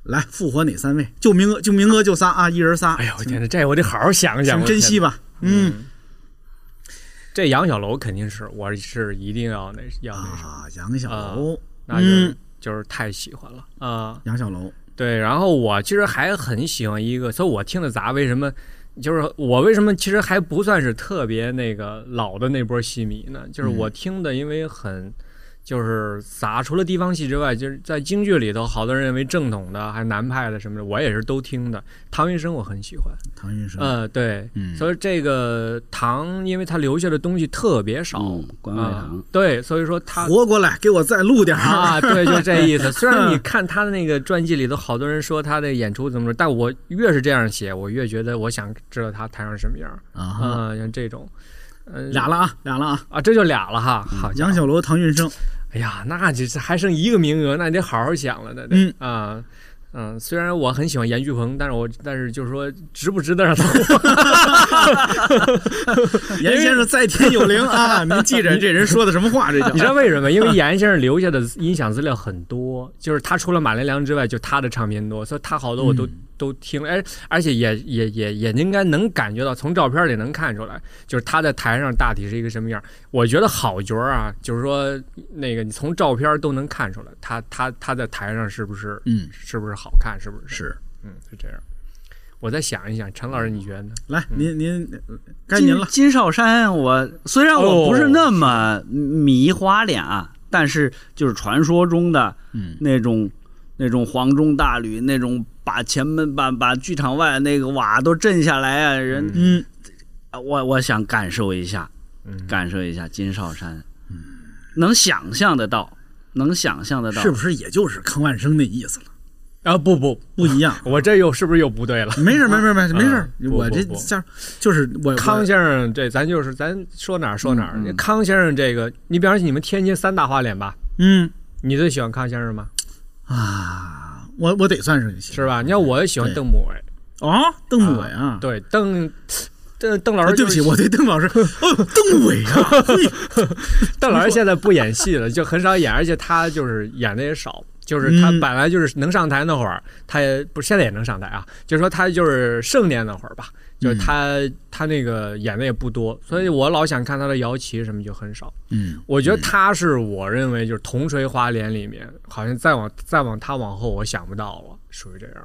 Speaker 4: 来复活哪三位？就名额，就名额就仨啊，一人仨。
Speaker 2: 哎呦，我天哪，这我得好好想
Speaker 4: 请
Speaker 2: 想，我
Speaker 4: 珍惜
Speaker 2: 天哪。
Speaker 4: 吧。嗯
Speaker 2: 这杨小楼肯定是，我是一定要那要那啥，
Speaker 4: 啊，杨小楼，
Speaker 2: 那就是
Speaker 4: 嗯
Speaker 2: 就是太喜欢了啊。
Speaker 4: 杨小楼，
Speaker 2: 对，然后我其实还很喜欢一个，所以我听的杂为什么？就是我为什么其实还不算是特别那个老的那波戏迷呢？就是
Speaker 4: 嗯
Speaker 2: 我听的，因为很就是杂，除了地方戏之外，就是在京剧里头，好多人认为正统的还是南派的什么的，我也是都听的。唐云生我很喜欢，
Speaker 4: 唐云生，
Speaker 2: 呃，对，
Speaker 4: 嗯
Speaker 2: 所以这个唐，因为他留下的东西特别少，
Speaker 5: 嗯关外
Speaker 2: 啊
Speaker 5: 堂，
Speaker 2: 对，所以说他
Speaker 4: 活过来，给我再录点儿。
Speaker 2: 啊，对，就
Speaker 4: *laughs*
Speaker 2: 这意思。虽然你看他的那个传记里头，好多人说他的演出怎么着，但我越是这样写，我越觉得我想知道他台上什么样儿
Speaker 4: 啊哈，
Speaker 2: 啊、像这种，嗯、
Speaker 4: 俩了啊，俩了啊，
Speaker 2: 啊，这就俩了哈。好家
Speaker 4: 杨
Speaker 2: 伙，
Speaker 4: 小楼、唐运生，
Speaker 2: 哎呀，那这是还剩一个名额，那你得好好想了，那得
Speaker 4: 嗯
Speaker 2: 啊。嗯，虽然我很喜欢严旭鹏，但是我但是就是说，值不值得让他
Speaker 4: 严先生在天有灵
Speaker 2: *laughs*
Speaker 4: 啊！您记着这人说的什么话？这叫
Speaker 2: 你知道为什么？因为严先生留下的音响资料很多，就是他除了马连良之外，就他的唱片多，所以他好多我都、都听了，而哎而且也也也也应该能感觉到，从照片里能看出来，就是他在台上大体是一个什么样。我觉得好角儿啊，就是说那个你从照片都能看出来，他他他在台上是不是
Speaker 4: 嗯
Speaker 2: 是不是好看，是不是
Speaker 4: 是
Speaker 2: 嗯是这样。我再想一想，陈老师你觉得呢？
Speaker 4: 来您您该您
Speaker 5: 金
Speaker 4: 了。哦
Speaker 5: 金少山，我虽然我不是那么迷花脸啊，但是就是传说中的
Speaker 4: 嗯
Speaker 5: 那种、那种黄钟大吕，那种把前门把把剧场外那个瓦都震下来啊，人、啊
Speaker 4: 嗯，
Speaker 5: 我我想感受一下，
Speaker 2: 嗯
Speaker 5: 感受一下金少山，能想象得到，能想象得到，
Speaker 4: 是不是也就是康万生那意思了？
Speaker 2: 啊不不，
Speaker 4: 不一
Speaker 2: *laughs*
Speaker 4: 样。
Speaker 2: 我这又是不是又不对了？
Speaker 4: 没事，没事，没事，没事
Speaker 2: 啊。不
Speaker 4: 我这
Speaker 2: 不不
Speaker 4: 这就是我我
Speaker 2: 康先生这咱就是咱说哪儿说哪儿。
Speaker 5: 嗯嗯
Speaker 2: 康先生这个，你比方说你们天津三大花脸吧，
Speaker 4: 嗯
Speaker 2: 你最喜欢康先生吗？
Speaker 4: 啊，我我得算是
Speaker 2: 是吧？你看我也喜欢
Speaker 4: 对
Speaker 2: 邓某哎，
Speaker 4: 啊，邓伟啊，
Speaker 2: 对邓邓邓老
Speaker 4: 啊
Speaker 2: 师、
Speaker 4: 对
Speaker 2: 就
Speaker 4: 不起，
Speaker 2: 是 *laughs*
Speaker 4: 我对邓老师，哦，邓伟啊，嘿
Speaker 2: 邓老师现在不演戏了，就很少演，而且他就是演的也少。就是他
Speaker 4: 嗯
Speaker 2: 本来就是能上台那会儿，他也不是现在也能上台啊，就是说他就是盛年那会儿吧，就是
Speaker 4: 嗯
Speaker 2: 他、他那个演的也不多，所以我老想看他的摇旗什么就很少。
Speaker 4: 嗯，
Speaker 2: 我觉得他是我认为就是铜锤花脸里面，好像再往再往他往后，我想不到了，属于这样，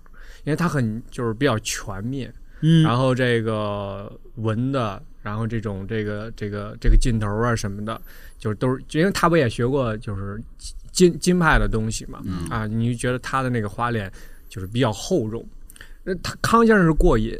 Speaker 2: 因为他很就是比较全面，
Speaker 4: 嗯
Speaker 2: 然后这个文的，然后这种这个这个这个劲头啊什么的，就是都是，因为他不也学过就是金金派的东西嘛，啊，你就觉得他的那个花脸就是比较厚重，那他康先生是过瘾，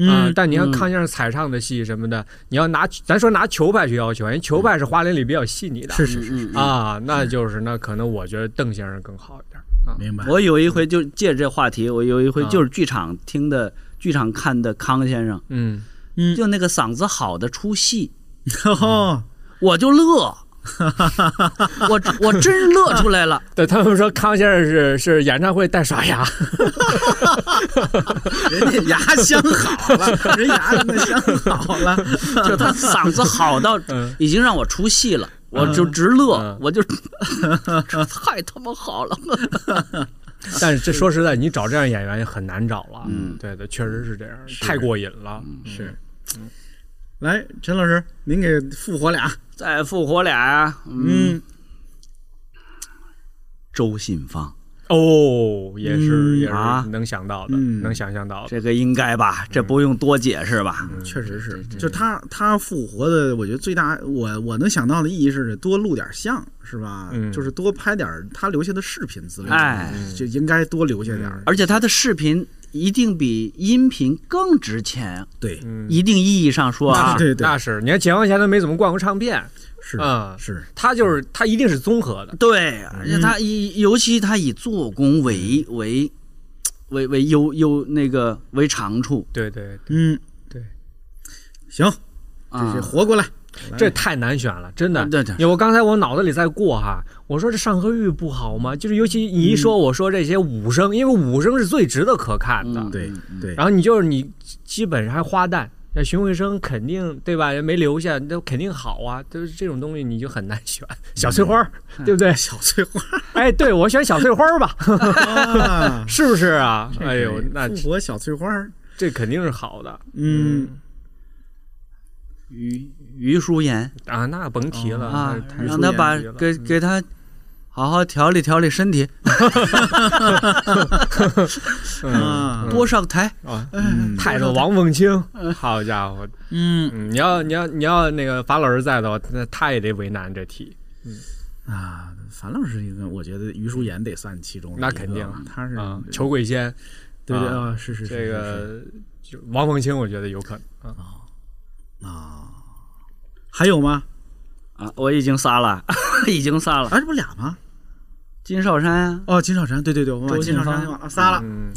Speaker 2: 啊、
Speaker 4: 嗯，
Speaker 2: 但你看
Speaker 5: 嗯
Speaker 2: 康先生彩唱的戏什么的，你要拿咱说拿球派去要求，因为球派是花脸里比较细腻的，
Speaker 4: 是
Speaker 5: 嗯
Speaker 4: 是是，
Speaker 5: 嗯嗯
Speaker 2: 啊，那就是那可能我觉得邓先生更好一点啊。
Speaker 4: 明 *laughs* 白。
Speaker 5: 我有一回就借这话题，我有一回
Speaker 2: 啊
Speaker 5: 就是剧场听的、剧场看的康先生，
Speaker 2: 嗯，
Speaker 4: 嗯
Speaker 5: 就那个嗓子好的出戏，
Speaker 4: 哦，
Speaker 5: 我就乐，我我真乐出来了。
Speaker 2: 对他们说康先生是是演唱会带刷牙，
Speaker 4: 人家牙镶好了，人牙那镶好 *laughs* 了，
Speaker 5: *laughs* 就他嗓子好到
Speaker 2: 嗯
Speaker 5: 已经让我出戏了，我就直乐
Speaker 2: 嗯，
Speaker 5: 我就太他妈好了。
Speaker 2: 但是这说实在，你找这样演员也很难找了。
Speaker 5: 嗯
Speaker 2: 对对，确实是这样，太过瘾了。
Speaker 4: 嗯
Speaker 2: 是，
Speaker 4: 来，陈老师，您给复活俩。
Speaker 5: 再复活俩呀，嗯，
Speaker 4: 嗯，
Speaker 5: 周信芳，
Speaker 2: 哦，也是
Speaker 4: 嗯
Speaker 2: 也是
Speaker 5: 啊
Speaker 2: 能想到的，
Speaker 4: 嗯
Speaker 2: 能想象到的。
Speaker 5: 这个应该吧，这不用多解释吧？
Speaker 4: 确实是，就他他复活的，我觉得最大我我能想到的意义是多录点像，是吧？
Speaker 2: 嗯
Speaker 4: 就是多拍点他留下的视频资料，
Speaker 5: 哎，嗯
Speaker 4: 就应该多留下点儿。
Speaker 5: 而且他的视频一定比音频更值钱，
Speaker 4: 对，
Speaker 2: 嗯，
Speaker 5: 一定意义上说
Speaker 2: 那
Speaker 5: 啊
Speaker 2: 是，
Speaker 4: 对对
Speaker 2: 那是，你看解放前都没怎么逛过唱片，
Speaker 4: 是
Speaker 2: 啊
Speaker 4: 是，
Speaker 2: 他就是他一定是综合的。
Speaker 5: 对，而且
Speaker 2: 嗯
Speaker 5: 他以尤其他以做工为为为为优优那个为长处
Speaker 2: 对对，
Speaker 4: 嗯，
Speaker 2: 对，
Speaker 4: 行，这
Speaker 5: 啊
Speaker 4: 这，活过来，
Speaker 2: 这太难选了，真的。
Speaker 5: 对对
Speaker 2: 因为我刚才我脑子里在过哈，我说这上河玉不好吗？就是尤其你一说，我说这些武生，因为武生是最值得可看的。
Speaker 5: 嗯
Speaker 4: 对对，
Speaker 2: 然后你就是你基本上还花旦，那荀慧生肯定对吧？人没留下，那肯定好啊。就是这种东西你就很难选。小翠花儿， *laughs* 对不对？
Speaker 4: 嗯小翠花
Speaker 2: 哎，对我选小翠花
Speaker 4: *laughs*
Speaker 2: 儿吧，
Speaker 4: 啊
Speaker 2: 是不是啊？ *laughs* 哎呦，
Speaker 4: 对
Speaker 2: 那
Speaker 4: 复活小翠花，
Speaker 2: 这肯定是好的
Speaker 4: 嗯，
Speaker 5: 于于淑妍
Speaker 2: 啊，那甭提
Speaker 4: 哦
Speaker 2: 了，
Speaker 5: 啊
Speaker 2: 那，太
Speaker 5: 让他把
Speaker 2: 熟悉了嗯
Speaker 5: 给给他好好调理调理身
Speaker 2: *laughs*
Speaker 5: 体，
Speaker 2: 嗯
Speaker 4: 啊
Speaker 5: 多上台。
Speaker 2: 啊，
Speaker 4: 嗯
Speaker 2: 太多王凤清，好家伙，
Speaker 4: 嗯
Speaker 2: 嗯，你要你要你要那个法老师在的话，那他也得为难这题。
Speaker 4: 啊，樊老师一个，我觉得于淑妍得算其中的
Speaker 2: 那
Speaker 4: 一个
Speaker 2: 肯定
Speaker 4: 吧哎他是
Speaker 2: 啊，求鬼仙，
Speaker 4: 对对
Speaker 2: 啊
Speaker 4: 啊，是是是
Speaker 2: 这
Speaker 4: 是是
Speaker 2: 个就王凤清，我觉得有可能啊。
Speaker 4: 啊，还有吗？
Speaker 5: 啊，我已经撒了， *laughs* 已经撒了。
Speaker 4: 啊，这不俩吗？
Speaker 5: 金少山啊， *laughs*
Speaker 4: 哦，金少山，对对对，我们把
Speaker 5: 周
Speaker 4: 金
Speaker 5: 信
Speaker 4: 少山
Speaker 5: 芳
Speaker 4: 就往啊仨了。
Speaker 2: 嗯，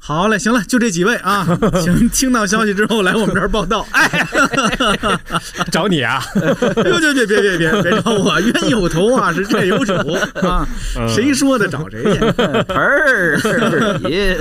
Speaker 4: 好嘞，行了，就这几位
Speaker 2: *laughs*
Speaker 4: 啊，请听到消息之后来我们这儿报道。哎，
Speaker 2: 找你啊，
Speaker 4: 别别别别别别别找我，冤有头啊，是债有主啊，
Speaker 2: 嗯
Speaker 4: 谁说的找谁去？ *laughs*
Speaker 5: 盆儿，耶！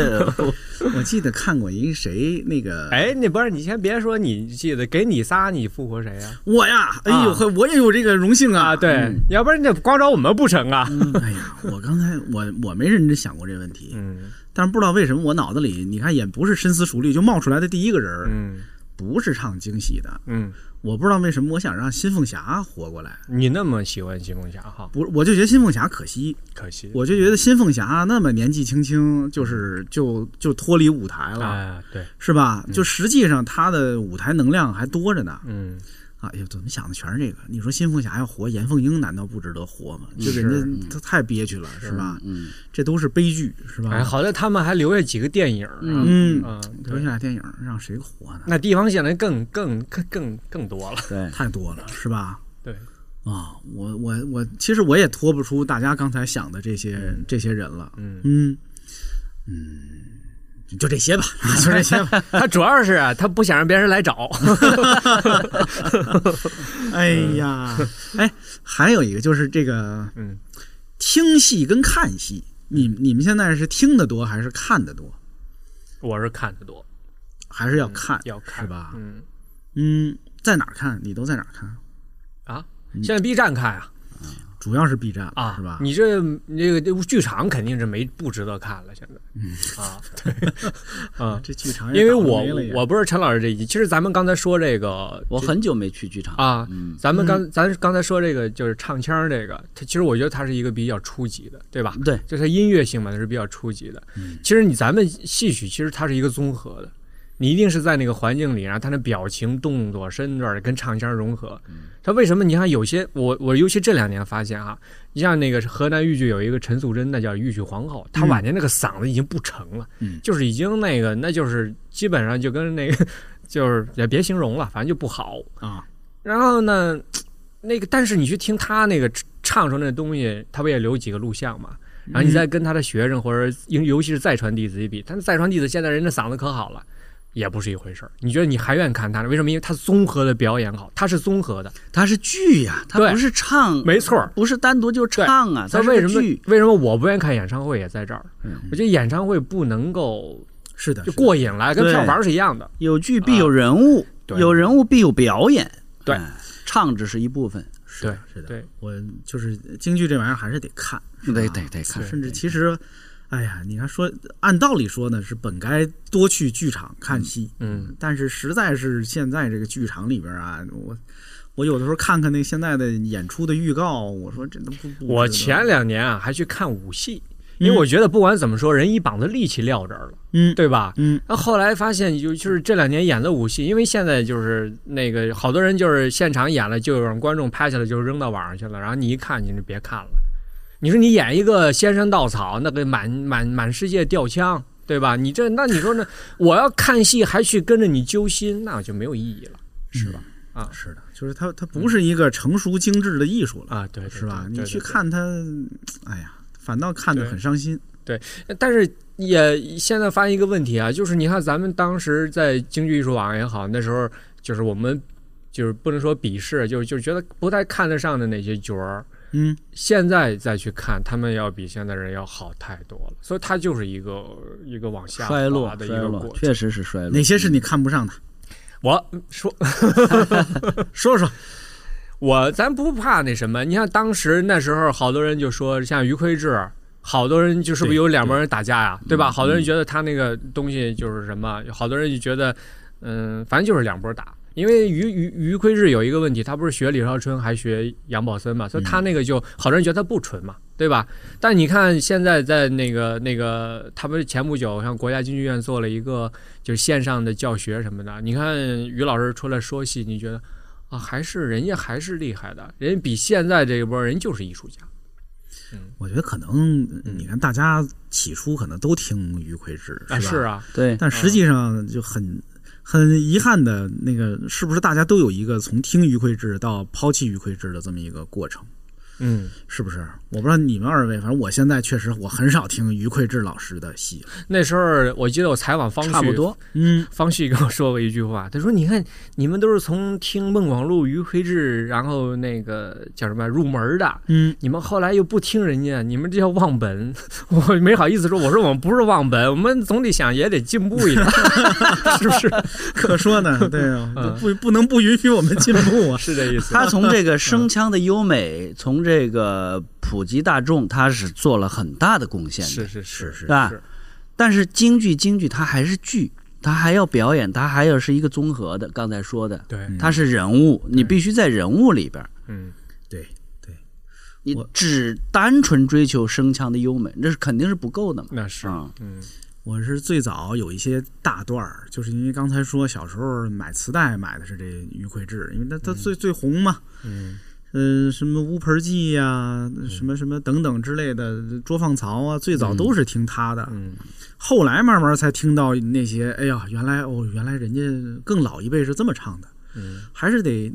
Speaker 4: 我记得看过一谁那个，，
Speaker 2: 哎，那不是你先别说，你记得给你仨，你复活谁呀？
Speaker 4: 我呀，哎呦
Speaker 2: 啊
Speaker 4: 呵，我也有这个荣幸啊。
Speaker 2: 啊，对，要不然你光找我们不成啊。
Speaker 4: 哎呀，我刚才我我没认真想过这问题，
Speaker 2: 嗯
Speaker 4: 但是不知道为什么我脑子里，你看也不是深思熟虑就冒出来的第一个人儿，
Speaker 2: *laughs* 嗯
Speaker 4: 不是唱惊喜的，
Speaker 2: 嗯，
Speaker 4: 我不知道为什么我想让新凤霞活过来，
Speaker 2: 你那么喜欢西凤霞哈，
Speaker 4: 不，我就觉得新凤霞可惜，
Speaker 2: 可惜。
Speaker 4: 我就觉得新凤霞那么年纪轻轻，就是就就脱离舞台了，
Speaker 2: 啊，对，
Speaker 4: 是吧？就实际上她的舞台能量还多着呢。
Speaker 2: 嗯，
Speaker 4: 哎呦，怎么想的全是这个？你说新凤霞要活，严凤英难道不值得活吗？这
Speaker 2: 是
Speaker 4: 人家她太憋屈了，是吧？
Speaker 5: 嗯，
Speaker 4: 这都是悲剧，是吧？
Speaker 2: 哎，好在他们还留下几个电影儿啊，
Speaker 4: 嗯，
Speaker 2: 啊，
Speaker 4: 留
Speaker 2: 对
Speaker 4: 下来电影让谁活呢？
Speaker 2: 那地方现在更更更更更多了。
Speaker 5: *laughs* 对，
Speaker 4: 太多了，是吧？
Speaker 2: 对，
Speaker 4: 啊，我我我，其实我也脱不出大家刚才想的这些、这些人了。
Speaker 2: 嗯
Speaker 4: 嗯嗯，就这些吧， *laughs* 就这些吧。
Speaker 2: 他主要是啊，他不想让别人来找。
Speaker 4: 哎呀，哎，还有一个就是这个
Speaker 2: 嗯，
Speaker 4: 听戏跟看戏，你你们现在是听的多还是看的多？
Speaker 2: *laughs* 我是看的多，
Speaker 4: 还是要看，
Speaker 2: 嗯要看
Speaker 4: 是吧？
Speaker 2: 嗯
Speaker 4: 嗯，在哪儿看？你都在哪儿看？
Speaker 2: 啊，现在 B 站看啊
Speaker 4: 主要是 B 站了
Speaker 2: 啊，
Speaker 4: 是吧？
Speaker 2: 你这那个这剧场肯定是没不值得看了，现在。 *laughs* 啊，对，啊，
Speaker 4: 这剧场也
Speaker 2: 因为
Speaker 4: 倒
Speaker 2: 我
Speaker 4: 霉了也
Speaker 2: 我不是陈老师这一集，其实咱们刚才说这个
Speaker 5: 我很久没去剧场
Speaker 2: 啊，
Speaker 5: 嗯
Speaker 2: 咱们刚咱刚才说这个就是唱腔儿这个，它其实我觉得它是一个比较初级的，对吧？
Speaker 5: 对，
Speaker 2: 就它音乐性嘛，它是比较初级的。
Speaker 4: 嗯
Speaker 2: 其实你咱们戏曲其实它是一个综合的，你一定是在那个环境里，然后它的表情、动作、身段跟唱腔融合。
Speaker 4: 嗯
Speaker 2: 它为什么你看有些我我尤其这两年发现哈、啊你像那个河南豫剧有一个陈素贞，那叫豫剧皇后，她晚年那个嗓子已经不成了，
Speaker 4: 嗯
Speaker 2: 就是已经那个那就是基本上就跟那个 *laughs* 就是也别形容了，反正就不好。
Speaker 4: 啊，
Speaker 2: *laughs* 然后呢，那个但是你去听他那个唱出那东西，他不也留几个录像嘛？然后你再跟他的学生或者尤尤其是再传弟子一比，他再传弟子现在人家嗓子可好了，也不是一回事儿。你觉得你还愿意看他？为什么？因为他综合的表演好，他是综合的，
Speaker 5: 它是剧呀，它
Speaker 2: 对
Speaker 5: 不是唱，
Speaker 2: 没错儿。
Speaker 5: 不是单独就唱啊，它
Speaker 2: 但
Speaker 5: 是
Speaker 2: 为
Speaker 5: 个
Speaker 2: 什么
Speaker 5: 剧。
Speaker 2: 为什么我不愿意看演唱会也在这儿？我觉得演唱会不能够
Speaker 4: 是的，
Speaker 2: 就是
Speaker 4: 的
Speaker 2: 过瘾了，跟
Speaker 5: 对
Speaker 2: 票房是一样的。
Speaker 5: 有剧必有人物，
Speaker 2: 啊对
Speaker 5: 有人物必有表演，
Speaker 2: 对
Speaker 5: 哎，唱只是一部分。
Speaker 4: 是
Speaker 2: 对
Speaker 4: 的，是的，
Speaker 2: 对，
Speaker 4: 我就是京剧这玩意儿还是得看，是吧
Speaker 5: 对对对看
Speaker 4: 甚至其实，哎呀，你看说，按道理说呢，是本该多去剧场看戏，
Speaker 2: 嗯，
Speaker 4: 但是实在是现在这个剧场里边啊，我我有的时候看看那现在的演出的预告，我说这都不，嗯不
Speaker 2: 我
Speaker 4: 值得
Speaker 2: 前两年啊还去看武戏，因为我觉得不管怎么说，人一膀子力气撂这儿了，
Speaker 4: 嗯
Speaker 2: 对吧？
Speaker 4: 嗯，
Speaker 2: 那后来发现，就就是这两年演的武戏，因为现在就是那个好多人就是现场演了，就有让观众拍下来，就扔到网上去了。然后你一看，你就别看了。你说你演一个仙山稻草，那个满满满世界吊枪，对吧？你这那你说呢？我要看戏还去跟着你揪心，那就没有意义了，是吧？
Speaker 4: 是的，就是它它不是一个成熟精致的艺术了，
Speaker 2: 啊，对，对
Speaker 4: 是吧？
Speaker 2: 对
Speaker 4: 你
Speaker 2: 对
Speaker 4: 去
Speaker 2: 对
Speaker 4: 看它，哎呀，反倒看得
Speaker 2: 对
Speaker 4: 很伤心。
Speaker 2: 但是也现在发现一个问题啊，就是你看咱们当时在京剧艺术网也好，那时候就是我们就是不能说鄙视，就是就是觉得不太看得上的那些角儿，
Speaker 4: 嗯，
Speaker 2: 现在再去看，他们要比现在人要好太多了，所以它就是一个一个往下
Speaker 5: 衰落
Speaker 2: 滑的一
Speaker 5: 衰
Speaker 2: 个
Speaker 5: 落
Speaker 2: 过，程。
Speaker 5: 确实是衰落。嗯
Speaker 4: 哪些是你看不上的？
Speaker 2: 我说 *laughs*
Speaker 4: 说说。
Speaker 2: 我咱不怕那什么，你像当时那时候，好多人就说像于魁智，好多人就是不是有两拨人打架呀，对吧？好多人觉得他那个东西就是什么，有好多人就觉得，嗯，反正就是两拨打。因为于于于魁智有一个问题，他不是学李少春还学杨宝森嘛，所以他那个就好多人觉得他不纯嘛，对吧？但你看现在在那个那个，他不是前不久像国家京剧院做了一个就是线上的教学什么的，你看于老师出来说戏，你觉得啊，还是人家还是厉害的，人家比现在这一波人就是艺术家。
Speaker 4: 我觉得可能
Speaker 2: 嗯
Speaker 4: 你看，大家起初可能都听于魁智，
Speaker 2: 啊，是
Speaker 4: 吧？
Speaker 2: 啊，
Speaker 5: 对，
Speaker 4: 但实际上就很很遗憾的那个，是不是大家都有一个从听于魁智到抛弃于魁智的这么一个过程？
Speaker 2: 嗯，
Speaker 4: 是不是？我不知道你们二位，反正我现在确实我很少听于魁智老师的戏。
Speaker 2: 那时候我记得我采访方旭，
Speaker 5: 差不多。
Speaker 4: 嗯，
Speaker 2: 方旭跟我说过一句话，他说：“你看，你们都是从听孟广禄、于魁智，然后那个叫什么入门的，
Speaker 4: 嗯，
Speaker 2: 你们后来又不听人家，你们这叫忘本。” *laughs* 我没好意思说，我说我们不是忘本，我们总得想也得进步一点， *laughs* 是不是？
Speaker 4: *laughs* 可说呢，对啊，
Speaker 2: 嗯
Speaker 4: 不不能不允许我们进步啊。
Speaker 2: *laughs* 是这意思。
Speaker 5: 他从
Speaker 2: *laughs*
Speaker 5: 这个声
Speaker 2: 嗯
Speaker 5: 腔的优美，从这个普及大众，他是做了很大的贡献的，
Speaker 2: 是是是
Speaker 5: 是
Speaker 2: 是
Speaker 5: 吧
Speaker 2: 是？
Speaker 5: 但是京剧，京剧它还是剧，它还要表演，它还要是一个综合的。刚才说的，
Speaker 2: 对，
Speaker 5: 它是人物，你必须在人物里边儿，
Speaker 2: 嗯，
Speaker 4: 对对，
Speaker 5: 你
Speaker 4: 我
Speaker 5: 只单纯追求声腔的优美，这是肯定是不够的嘛。
Speaker 2: 那是，
Speaker 5: 啊
Speaker 2: 嗯
Speaker 4: 我是最早有一些大段儿，就是因为刚才说小时候买磁带买的是这于魁智，因为他他最、最红嘛。
Speaker 2: 嗯。
Speaker 4: 呃，什么乌盆记呀、什么什么等等之类的，捉放曹啊，最早都是听他的，
Speaker 2: 嗯
Speaker 4: 后来慢慢才听到那些，哎呀，原来哦，原来人家更老一辈是这么唱的，
Speaker 2: 嗯，
Speaker 4: 还是得，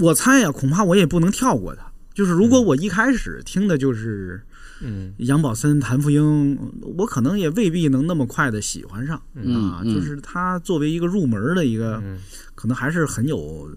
Speaker 4: 我猜呀、恐怕我也不能跳过他。就是如果我一开始听的就是
Speaker 2: 嗯
Speaker 4: 杨宝森、谭富英，我可能也未必能那么快的喜欢上、
Speaker 5: 嗯
Speaker 4: 啊。
Speaker 5: 嗯
Speaker 4: 就是他作为一个入门的一个，
Speaker 2: 嗯，
Speaker 4: 可能还是很有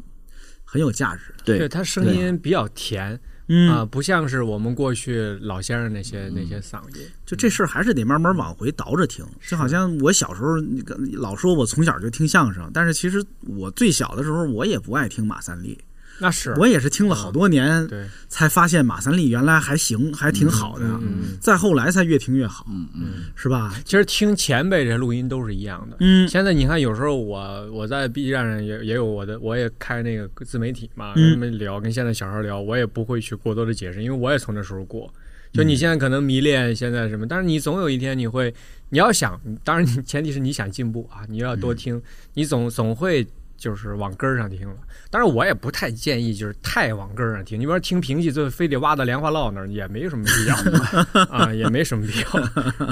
Speaker 4: 很有价值的。
Speaker 2: 对，
Speaker 5: 对，
Speaker 2: 他声音比较甜
Speaker 4: 嗯
Speaker 2: 啊，不像是我们过去老先生那些那些嗓音。
Speaker 4: 就这事儿还是得慢慢往回倒着听，就好像我小时候那个老说我从小就听相声，但是其实我最小的时候我也不爱听马三立，
Speaker 2: 那是，嗯
Speaker 4: 我也是听了好多年
Speaker 2: 对，
Speaker 4: 才发现马三立原来还行，还挺好的，
Speaker 2: 嗯
Speaker 4: 再后来才越听越好，
Speaker 2: 嗯，
Speaker 4: 是吧？
Speaker 2: 其实听前辈这录音都是一样的。
Speaker 4: 嗯
Speaker 2: 现在你看，有时候我我在 B 站上也也有我的，我也开那个自媒体嘛，
Speaker 4: 嗯
Speaker 2: 跟他们聊，跟现在小孩聊，我也不会去过多的解释，因为我也从那时候过。
Speaker 4: 嗯
Speaker 2: 就你现在可能迷恋现在什么，但是你总有一天你会，你要想，当然你前提是你想进步啊，你要
Speaker 4: 嗯
Speaker 2: 多听，你总总会就是往根儿上听了。当然我也不太建议就是太往根儿上听，你比如说听评戏，最后非得挖到莲花落那儿也没什么必
Speaker 4: *laughs*
Speaker 2: 要啊，也没什么必要。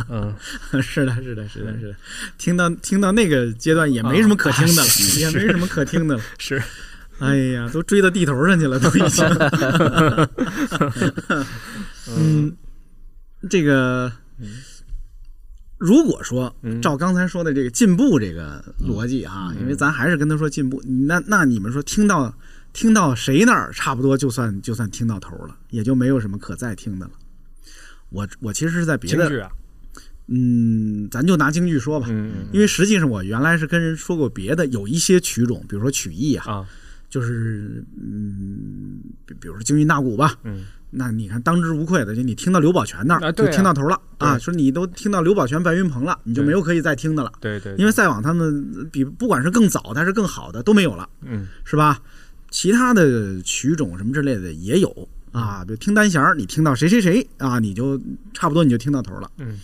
Speaker 2: 嗯，
Speaker 4: 是的，是的，是的，是的，听到听到那个阶段也没什么可听的了，也没什么可听的了。
Speaker 2: 是，
Speaker 4: 哎呀，都追到地头上去了，都已经。嗯，这个，如果说照刚才说的这个进步这个逻辑啊，因为咱还是跟他说进步，那那你们说听到听到谁那儿，差不多就算就算听到头了，也就没有什么可再听的了。我我其实是在别
Speaker 2: 京
Speaker 4: 的
Speaker 2: 剧啊，
Speaker 4: 嗯，咱就拿京剧说吧，
Speaker 2: 嗯嗯
Speaker 4: 因为实际上我原来是跟人说过别的，有一些曲种，比如说曲艺啊，
Speaker 2: 啊，
Speaker 4: 就是嗯，比比如说京韵大鼓吧，
Speaker 2: 嗯，
Speaker 4: 那你看当之无愧的，就你听到刘宝全那儿、
Speaker 2: 啊
Speaker 4: 就
Speaker 2: 对啊
Speaker 4: 听到头了
Speaker 2: 对
Speaker 4: 啊，说你都听到刘宝全、白云鹏了，你就
Speaker 2: 对
Speaker 4: 没有可以再听的了，
Speaker 2: 对对，
Speaker 4: 因
Speaker 2: 为
Speaker 4: 为再往他们比，不管是更早还是更好的都没有了，
Speaker 2: 嗯
Speaker 4: 是吧？其他的曲种什么之类的也有
Speaker 2: 嗯
Speaker 4: 啊，比如听单弦儿，你听到谁谁谁啊，你就差不多你就听到头了。
Speaker 2: 嗯，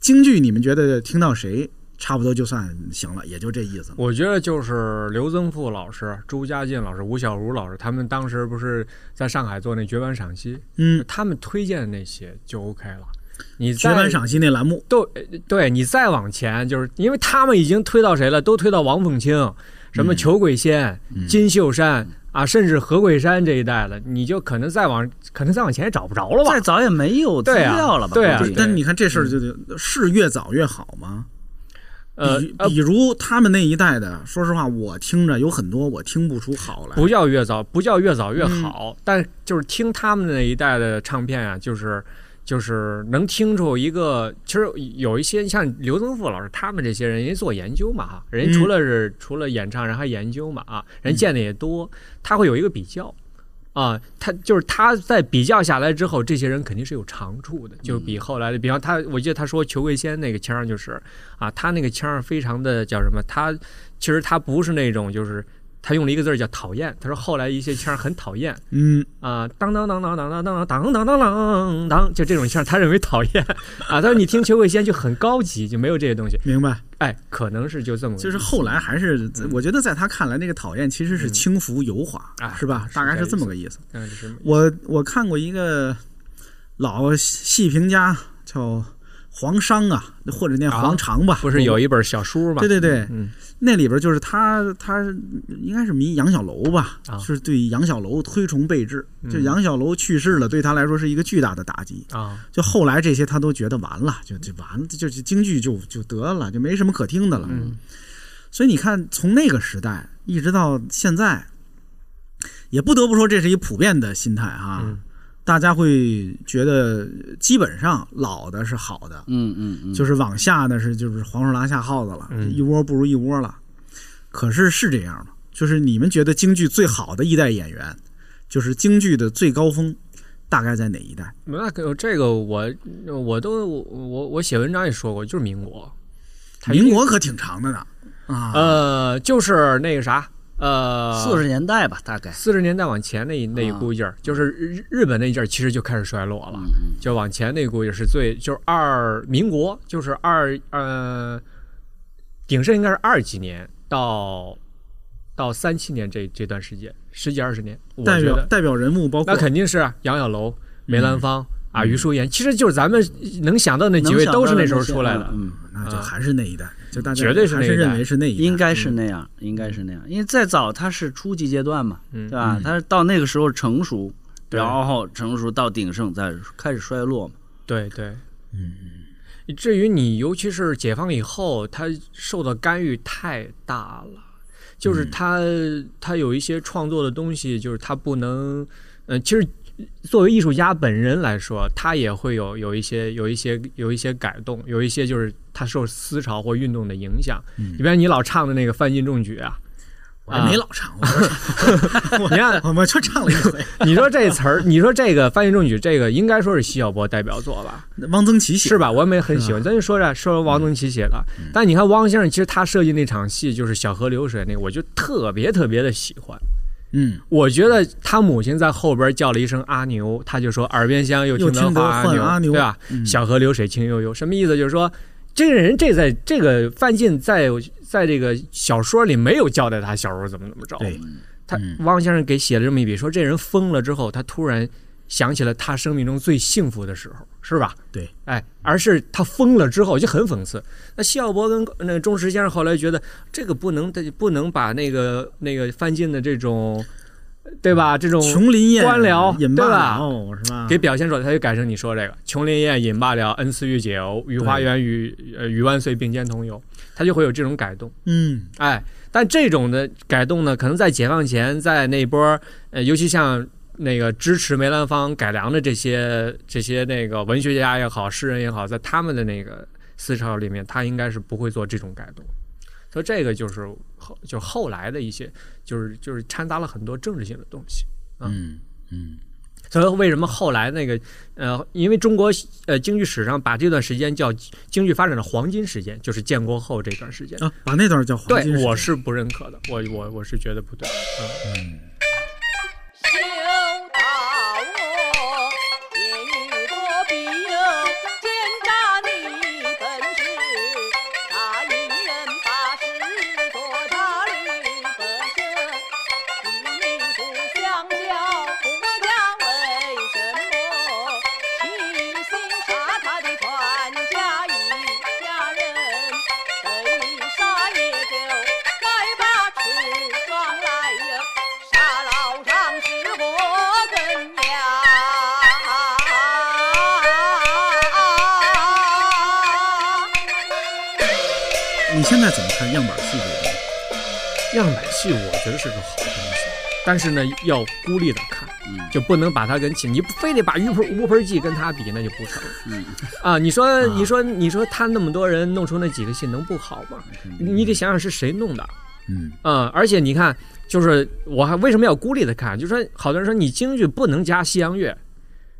Speaker 4: 京剧你们觉得听到谁差不多就算行了，也就这意思了。
Speaker 2: 我觉得就是刘增富老师、朱家进老师、吴小如老师，他们当时不是在上海做那绝版赏析，
Speaker 4: 嗯，
Speaker 2: 他们推荐的那些就 OK 了。你
Speaker 4: 绝
Speaker 2: 再
Speaker 4: 版赏析那栏目，
Speaker 2: 对对，你再往前，就是因为他们已经推到谁了？都推到王凤清、什
Speaker 4: 嗯
Speaker 2: 么裘桂仙、金秀善啊，甚至何桂山这一代了，你就可能再往可能再往前也找不着了吧
Speaker 5: 再？早也没有资
Speaker 2: 对啊
Speaker 5: 料了吧？
Speaker 2: 对啊
Speaker 5: 估
Speaker 4: 对
Speaker 5: 计
Speaker 4: 但你看这事儿就得是越早越好吗？
Speaker 2: 呃
Speaker 4: 比
Speaker 2: 呃
Speaker 4: 比如他们那一代的，说实话，我听着有很多我听不出好来。
Speaker 2: 不叫越早，不叫越早越好，但就是听他们那一代的唱片啊，就是就是能听出一个，其实有一些像刘增富老师他们这些人，人家做研究嘛哈，人家除了是、除了演唱，人还研究嘛啊，人见的也多，他会有一个比较。啊，他就是他在比较下来之后，这些人肯定是有长处的，就比后来的，比方他，我记得他说裘桂仙那个腔儿就是，啊，他那个腔儿非常的叫什么？他其实他不是那种就是他用了一个字儿叫讨厌，他说后来一些腔儿很讨厌
Speaker 4: 嗯，
Speaker 2: 啊，当当当当当当当当当当当当，就这种腔儿他认为讨厌啊。他说你听裘桂仙就很高级，就没有这些东西。
Speaker 4: 明白。
Speaker 2: 哎，可能是就这么
Speaker 4: 就是后来还是，我觉得在他看来，那个讨厌其实是轻浮油滑，
Speaker 2: 啊
Speaker 4: 是吧？
Speaker 2: 嗯是
Speaker 4: 大概是
Speaker 2: 这
Speaker 4: 这么个意思。
Speaker 2: 嗯，就是
Speaker 4: 我我看过一个老戏评家叫黄商啊，或者念
Speaker 2: 啊
Speaker 4: 黄长吧，
Speaker 2: 不是有一本小书吗？
Speaker 4: 对对对，
Speaker 2: 嗯，
Speaker 4: 那里边就是他，他应该是迷杨小楼吧，
Speaker 2: 啊嗯
Speaker 4: 就是对杨小楼推崇备至。就杨小楼去世了，对他来说是一个巨大的打击。
Speaker 2: 啊，
Speaker 4: 就后来这些他都觉得完了，就就完了，就就京剧就就得了，就没什么可听的了。
Speaker 2: 嗯
Speaker 4: 所以你看，从那个时代一直到现在，也不得不说这是一普遍的心态哈、
Speaker 2: 嗯
Speaker 4: 大家会觉得基本上老的是好的，
Speaker 5: 嗯嗯嗯，
Speaker 4: 就是往下呢是就是黄鼠狼下耗子了，
Speaker 2: 嗯
Speaker 4: 一窝不如一窝了。可是是这样吗？就是你们觉得京剧最好的一代演员，就是京剧的最高峰，大概在哪一代？
Speaker 2: 那个这个我我都我我我写文章也说过，就是民国，他一定
Speaker 4: 民国可挺长的呢，啊，
Speaker 2: 呃，就是那个啥，呃，
Speaker 5: 四十年代吧，大概。
Speaker 2: 四十年代往前那一那一
Speaker 5: 啊
Speaker 2: 股劲儿，就是日日本那一阵儿，其实就开始衰落了。
Speaker 5: 嗯嗯，
Speaker 2: 就往前那一股劲儿是最，就是二民国，就是二呃，鼎盛应该是二几年到到三七年这这段时间，十几二十年，我
Speaker 4: 代
Speaker 2: 觉
Speaker 4: 表
Speaker 2: 得
Speaker 4: 代表人物包括
Speaker 2: 那肯定是啊杨小楼、梅兰芳。啊，于淑妍，其实就是咱们能想到那几位
Speaker 5: 嗯能想
Speaker 2: 都是
Speaker 5: 到
Speaker 2: 那
Speaker 5: 的
Speaker 2: 时候
Speaker 5: 些
Speaker 2: 出来
Speaker 5: 啊
Speaker 2: 的，
Speaker 5: 嗯，
Speaker 4: 那就还是那一代，就大家
Speaker 2: 绝对是
Speaker 4: 还
Speaker 2: 那一代
Speaker 4: 是认为是那一代，嗯
Speaker 5: 应该
Speaker 2: 嗯
Speaker 5: 是那样，应该是那样，因为再早它是初级阶段嘛，
Speaker 2: 嗯
Speaker 5: 对吧？它是到那个时候成熟，
Speaker 2: 对
Speaker 5: 然后成熟到鼎盛，再开始衰落嘛。
Speaker 2: 对对，嗯。至于你，尤其是解放以后，他受到干预太大了，就是他、
Speaker 4: 嗯
Speaker 2: 他有一些创作的东西，就是他不能，嗯、其实。作为艺术家本人来说，他也会有有一些有一些有一些改动，有一些就是他受思潮或运动的影响。你比方你老唱的那个《范进中举》啊，
Speaker 4: 嗯我还没老唱，我就
Speaker 2: *laughs* 你看
Speaker 4: 我我就唱了一回，
Speaker 2: 啊你说这词儿，你说这个《范进中举》这个应该说是徐小波代表作吧？
Speaker 4: 汪曾祺写
Speaker 2: 是吧？我们也很喜欢。咱就说这，说王曾祺写的。
Speaker 4: 嗯
Speaker 2: 但你看汪先生，其实他设计那场戏就是小河流水那个，我就特别特别的喜欢。
Speaker 4: 嗯，
Speaker 2: 我觉得他母亲在后边叫了一声阿牛，他就说耳边香又
Speaker 4: 又听得
Speaker 2: 得阿
Speaker 4: 唤阿牛
Speaker 2: 对吧？
Speaker 4: 嗯
Speaker 2: 小河流水清悠悠，什么意思？就是说。这个人，这在这个范进在在这个小说里没有交代他小时候怎么怎么着，
Speaker 4: 对，
Speaker 2: 他
Speaker 4: 嗯
Speaker 2: 汪先生给写了这么一笔，说这人疯了之后，他突然想起了他生命中最幸福的时候，是吧？
Speaker 4: 对，
Speaker 2: 哎，而是他疯了之后就很讽刺。那谢晓波跟那钟石先生后来觉得这个不能，不能把那个那个范进的这种，对吧？这种
Speaker 4: 琼林宴
Speaker 2: 哦官僚
Speaker 4: 引
Speaker 2: 对吧
Speaker 4: 罢了，哦是吧？
Speaker 2: 给表现出来，他就改成你说这个“琼林宴饮罢了，恩赐欲解忧，雨花园与呃与万岁并肩同游”，他就会有这种改动。
Speaker 4: 嗯
Speaker 2: 哎，但这种的改动呢，可能在解放前，在那波儿呃，尤其像那个支持梅兰芳改良的这些这些那个文学家也好，诗人也好，在他们的那个思潮里面，他应该是不会做这种改动。所以这个就是后就后来的一些，就是就是掺杂了很多政治性的东西。
Speaker 4: 嗯嗯，
Speaker 2: 所以为什么后来那个呃，因为中国呃京剧史上把这段时间叫京剧发展的黄金时间，就是建国后这段时间。
Speaker 4: 啊，把那段叫黄金时
Speaker 2: 对，
Speaker 4: 代，
Speaker 2: 我是不认可的，我我我是觉得不对。嗯，
Speaker 8: 修道我也遇过笔友，奸诈你本事，那一人把十多扎绿不折，你不相交，不讲为什么？齐心杀他的团家一家人。为你杀野狗，来把吃装来哟，杀
Speaker 4: 你现在怎么看样板戏这个东西？
Speaker 2: 样板戏我觉得是个好东西，但是呢，要孤立的看，
Speaker 5: 嗯
Speaker 2: 就不能把它跟其你不非得把鱼盆乌盆记跟它比，那就不成。
Speaker 5: 嗯
Speaker 2: 啊，你说
Speaker 5: 啊
Speaker 2: 你说你说他那么多人弄出那几个戏能不好吗？你得想想是谁弄的。
Speaker 4: 嗯
Speaker 2: 嗯，而且你看，就是我还为什么要孤立的看？就说好多人说你京剧不能加西洋乐，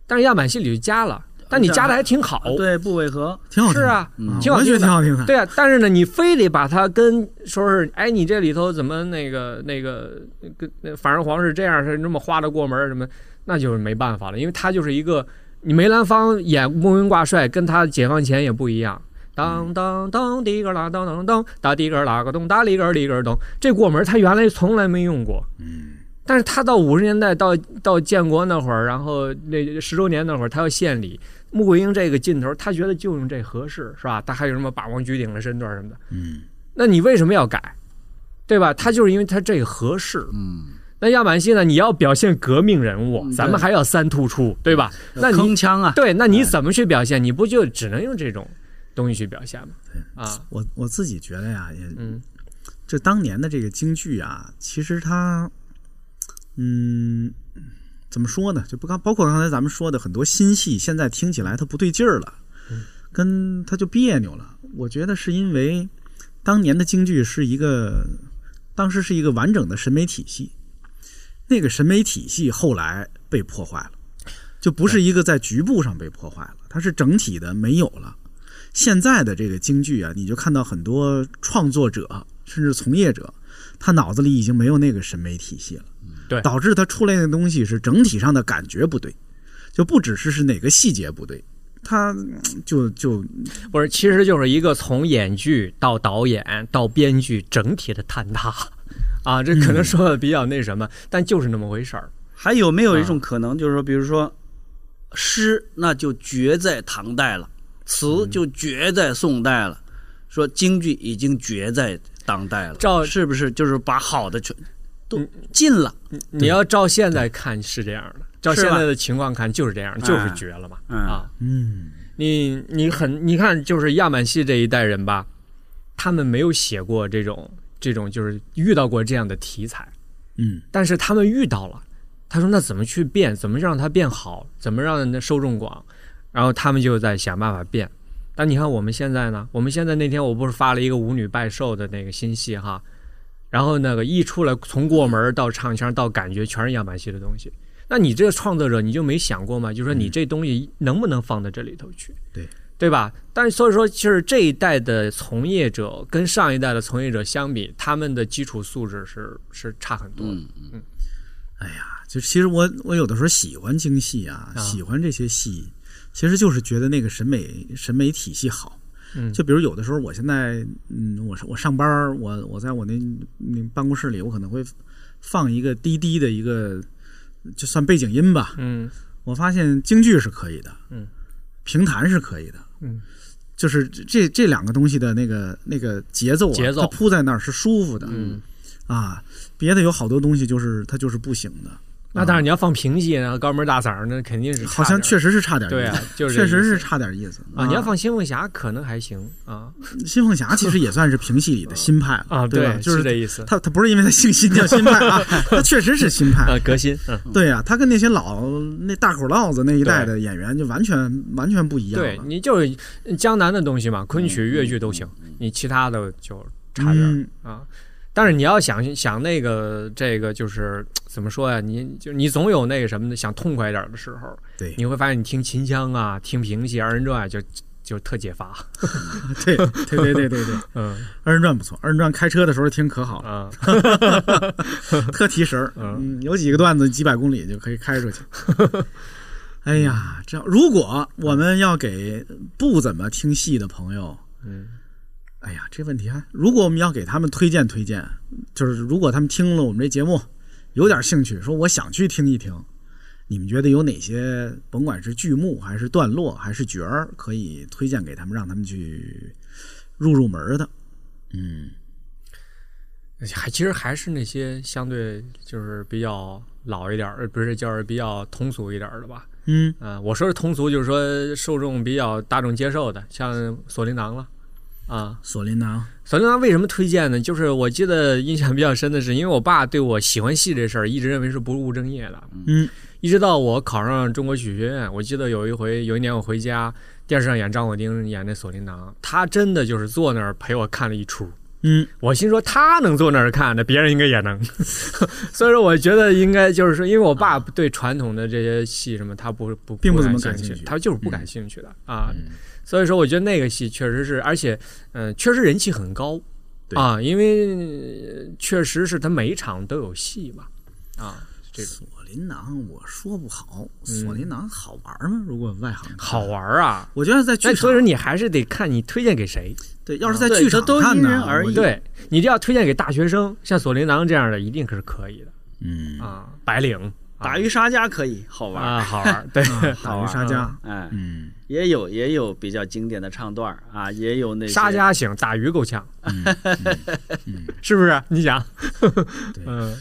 Speaker 2: 但是样板戏里就加了，但你加的还挺好。
Speaker 5: 对，不违和。
Speaker 4: 挺好听
Speaker 2: 是
Speaker 4: 的，
Speaker 2: 啊，
Speaker 5: 嗯
Speaker 2: 挺好
Speaker 4: 我也觉得挺
Speaker 2: 听的。
Speaker 4: 好听的。
Speaker 2: 对啊， *laughs* 但是呢，你非得把它跟说是，哎，你这里头怎么那个那个跟那反正皇是这样，是那么花的过门儿什么，那就是没办法了，因为他就是一个你梅兰芳演乌云挂帅，跟他解放前也不一样。当当当，滴个啦当当当，哒滴个啦个咚，哒哩个哩个咚。这过门儿他原来从来没用过，
Speaker 4: 嗯
Speaker 2: 但是他到五十年代到到哦建国那会儿，然后那十周年那会儿，他要献礼，穆桂英这个劲头，他觉得就用这合适，是吧？他还有什么霸王举鼎的身段什么的，
Speaker 4: 嗯
Speaker 2: 那你为什么要改，对吧？他就是因为他这个合适。
Speaker 5: 嗯，
Speaker 2: 那样板戏呢？你要表现革命人物，
Speaker 5: 嗯
Speaker 2: 咱们
Speaker 5: 对
Speaker 2: 还要三突出，对吧？那你
Speaker 5: 铿锵啊，
Speaker 2: 对，那你怎么去表现？你不就只能用这种东西去表现吗？啊，
Speaker 4: 我我自己觉得呀，也
Speaker 2: 嗯
Speaker 4: 这当年的这个京剧啊，其实它，嗯，怎么说呢？就不刚包括刚才咱们说的很多新戏，现在听起来它不对劲儿了，跟它就别扭了。我觉得是因为当年的京剧是一个，当时是一个完整的审美体系，那个审美体系后来被破坏了，就不是一个在局部上被破坏了，它是整体的没有了。现在的这个京剧啊，你就看到很多创作者甚至从业者，他脑子里已经没有那个审美体系了，
Speaker 2: 对
Speaker 4: 导致他出来的东西是整体上的感觉不对，就不只是是哪个细节不对，他嗯就就
Speaker 2: 不是，其实就是一个从演剧到导演到编剧整体的坍塌，啊，这
Speaker 5: 嗯
Speaker 2: 可能说的比较那什么，但就是那么回事儿。
Speaker 5: 还有没有
Speaker 4: 嗯
Speaker 5: 一种可能，就是说，比如说诗，那就绝在唐代了，词就绝在宋代了，说京剧已经绝在当代了，
Speaker 2: 照
Speaker 5: 是不是就是把好的全都
Speaker 2: 嗯
Speaker 5: 禁了？
Speaker 2: 你要照现在看是这样的，照
Speaker 5: 是
Speaker 2: 现
Speaker 5: 吧
Speaker 2: 在的情况看就是这样，就是
Speaker 5: 哎
Speaker 2: 绝了嘛，
Speaker 5: 嗯
Speaker 2: 啊，
Speaker 4: 嗯
Speaker 2: 你你很你看，就是样板戏这一代人吧，他们没有写过这种这种，就是遇到过这样的题材，
Speaker 4: 嗯
Speaker 2: 但是他们遇到了，他说那怎么去变，怎么让它变好，怎么让人的受众广，然后他们就在想办法变。但你看我们现在呢，我们现在那天我不是发了一个舞女拜寿的那个新戏哈，然后那个一出来，从过门儿到唱腔到感觉全是样板戏的东西。那你这个创作者，你就没想过吗？就说你这东西能不能放到这里头去？
Speaker 4: 嗯对
Speaker 2: 对吧？但是所以说，其实这一代的从业者跟上一代的从业者相比，他们的基础素质是是差很多的。
Speaker 5: 嗯，
Speaker 4: 哎就其实我我有的时候喜欢京戏啊，
Speaker 2: 啊
Speaker 4: 喜欢这些戏，其实就是觉得那个审美审美体系好。
Speaker 2: 嗯
Speaker 4: 就比如有的时候，我现在，嗯，我上我上班儿，我我在我那那办公室里，我可能会放一个滴滴的一个，就算背景音吧。
Speaker 2: 嗯
Speaker 4: 我发现京剧是可以的，
Speaker 2: 嗯，
Speaker 4: 评弹是可以的，
Speaker 2: 嗯，
Speaker 4: 就是这这这两个东西的那个那个节奏、啊，
Speaker 2: 节奏
Speaker 4: 它铺在那儿是舒服的，
Speaker 2: 嗯，
Speaker 4: 啊，别的有好多东西就是它就是不行的。
Speaker 2: 那当然，你要放评戏，然后高门大嗓儿，那肯定是
Speaker 4: 好像确
Speaker 2: 实
Speaker 4: 实是差点意思，
Speaker 2: 对啊，就是这
Speaker 4: 确实
Speaker 2: 意思
Speaker 4: 是差点意思
Speaker 2: 啊。你要放新凤侠可能还行啊
Speaker 4: 新凤侠，其实也算是评戏里的新派了
Speaker 2: 啊，
Speaker 4: 对吧？
Speaker 2: 对，
Speaker 4: 就是
Speaker 2: 是这意思
Speaker 4: 他他不是因为他姓新叫新派
Speaker 2: *laughs*
Speaker 4: 啊，他确实是新派
Speaker 2: 啊，。革新，嗯，
Speaker 4: 对啊，他跟那些老那大口烙子那一代的演员就完全完全不一样啊嗯
Speaker 2: 对
Speaker 4: 了。
Speaker 2: 你就是江南的东西嘛，昆曲、越剧都行，你其他的就差点儿
Speaker 4: 嗯
Speaker 2: 啊。但是你要想想那个这个就是怎么说呀？你就你总有那个什么的，想痛快一点儿的时候，
Speaker 4: 对
Speaker 2: 你会发现你听秦腔啊，听评戏、二人转啊就就特解乏，
Speaker 4: 对对对对对对，
Speaker 2: *laughs* 嗯
Speaker 4: 二人转不错，二人转开车的时候听可好了，
Speaker 2: 啊，
Speaker 4: *laughs* 特提神儿。嗯，有几个段子几百公里就可以开出去。哎呀，这样如果我们要给不怎么听戏的朋友，
Speaker 2: 嗯。
Speaker 4: 哎呀，这问题还，如果我们要给他们推荐推荐，就是如果他们听了我们这节目，有点兴趣，说我想去听一听，你们觉得有哪些，甭管是剧目还是段落还是角儿，可以推荐给他们，让他们去入入门儿的？嗯，
Speaker 2: *laughs* 还其实还是那些相对就是比较老一点儿，呃不是就是比较通俗一点儿的吧。啊
Speaker 4: 嗯，
Speaker 2: 嗯、我说是通俗，就是说受众比较大众接受的，像《锁麟囊》了，啊。
Speaker 4: 索琳娜，
Speaker 2: 索琳娜为什么推荐呢？就是我记得印象比较深的是，因为我爸对我喜欢戏这事儿一直认为是不务正业的，
Speaker 4: 嗯，
Speaker 2: 一直到我考上中国曲学院，我记得有一回，有一年我回家，电视上演张火丁演那索琳娜，他真的就是坐那儿陪我看了一出。
Speaker 4: 嗯，
Speaker 2: 我心说他能坐那儿看，那别人应该也能。 *laughs* 所以说，我觉得应该就是说，因为我爸对传统的这些戏什么，他不不
Speaker 4: 并不怎么
Speaker 2: 感
Speaker 4: 感兴趣
Speaker 2: 他就是不
Speaker 5: 嗯
Speaker 2: 感兴趣的、啊。所以说，我觉得那个戏确实是，而且嗯、呃确实人气很高
Speaker 5: 对
Speaker 2: 啊，因为呃确实是他每一场都有戏嘛啊，这种
Speaker 4: 索琳娜，我说不好，索琳娜好玩吗？如果外行看
Speaker 2: 好，玩儿啊。
Speaker 4: 我觉得在剧
Speaker 2: 那所
Speaker 4: 场
Speaker 2: 以说，你还是得看你推荐给谁。
Speaker 4: 对，要是在剧
Speaker 5: 对这
Speaker 4: 场
Speaker 5: 都
Speaker 4: 看
Speaker 5: 因
Speaker 4: 呢，
Speaker 5: 人而
Speaker 4: 我
Speaker 5: 异
Speaker 4: 觉得，
Speaker 2: 对你这要推荐给大学生，像索琳囊这样的，一定是可以的
Speaker 4: 嗯
Speaker 2: 啊，白领
Speaker 5: 打鱼杀家可以好玩儿嗯
Speaker 2: 啊，好玩儿，对， *laughs*
Speaker 4: 啊
Speaker 2: 好
Speaker 4: 打
Speaker 2: 玩
Speaker 4: 鱼
Speaker 2: 儿
Speaker 4: 杀家，
Speaker 5: 哎，
Speaker 4: 嗯，
Speaker 5: 也有也有比较经典的唱段儿啊，也有那些
Speaker 2: 沙家行，打鱼够呛， *laughs* 是不是？你想， *laughs* 嗯，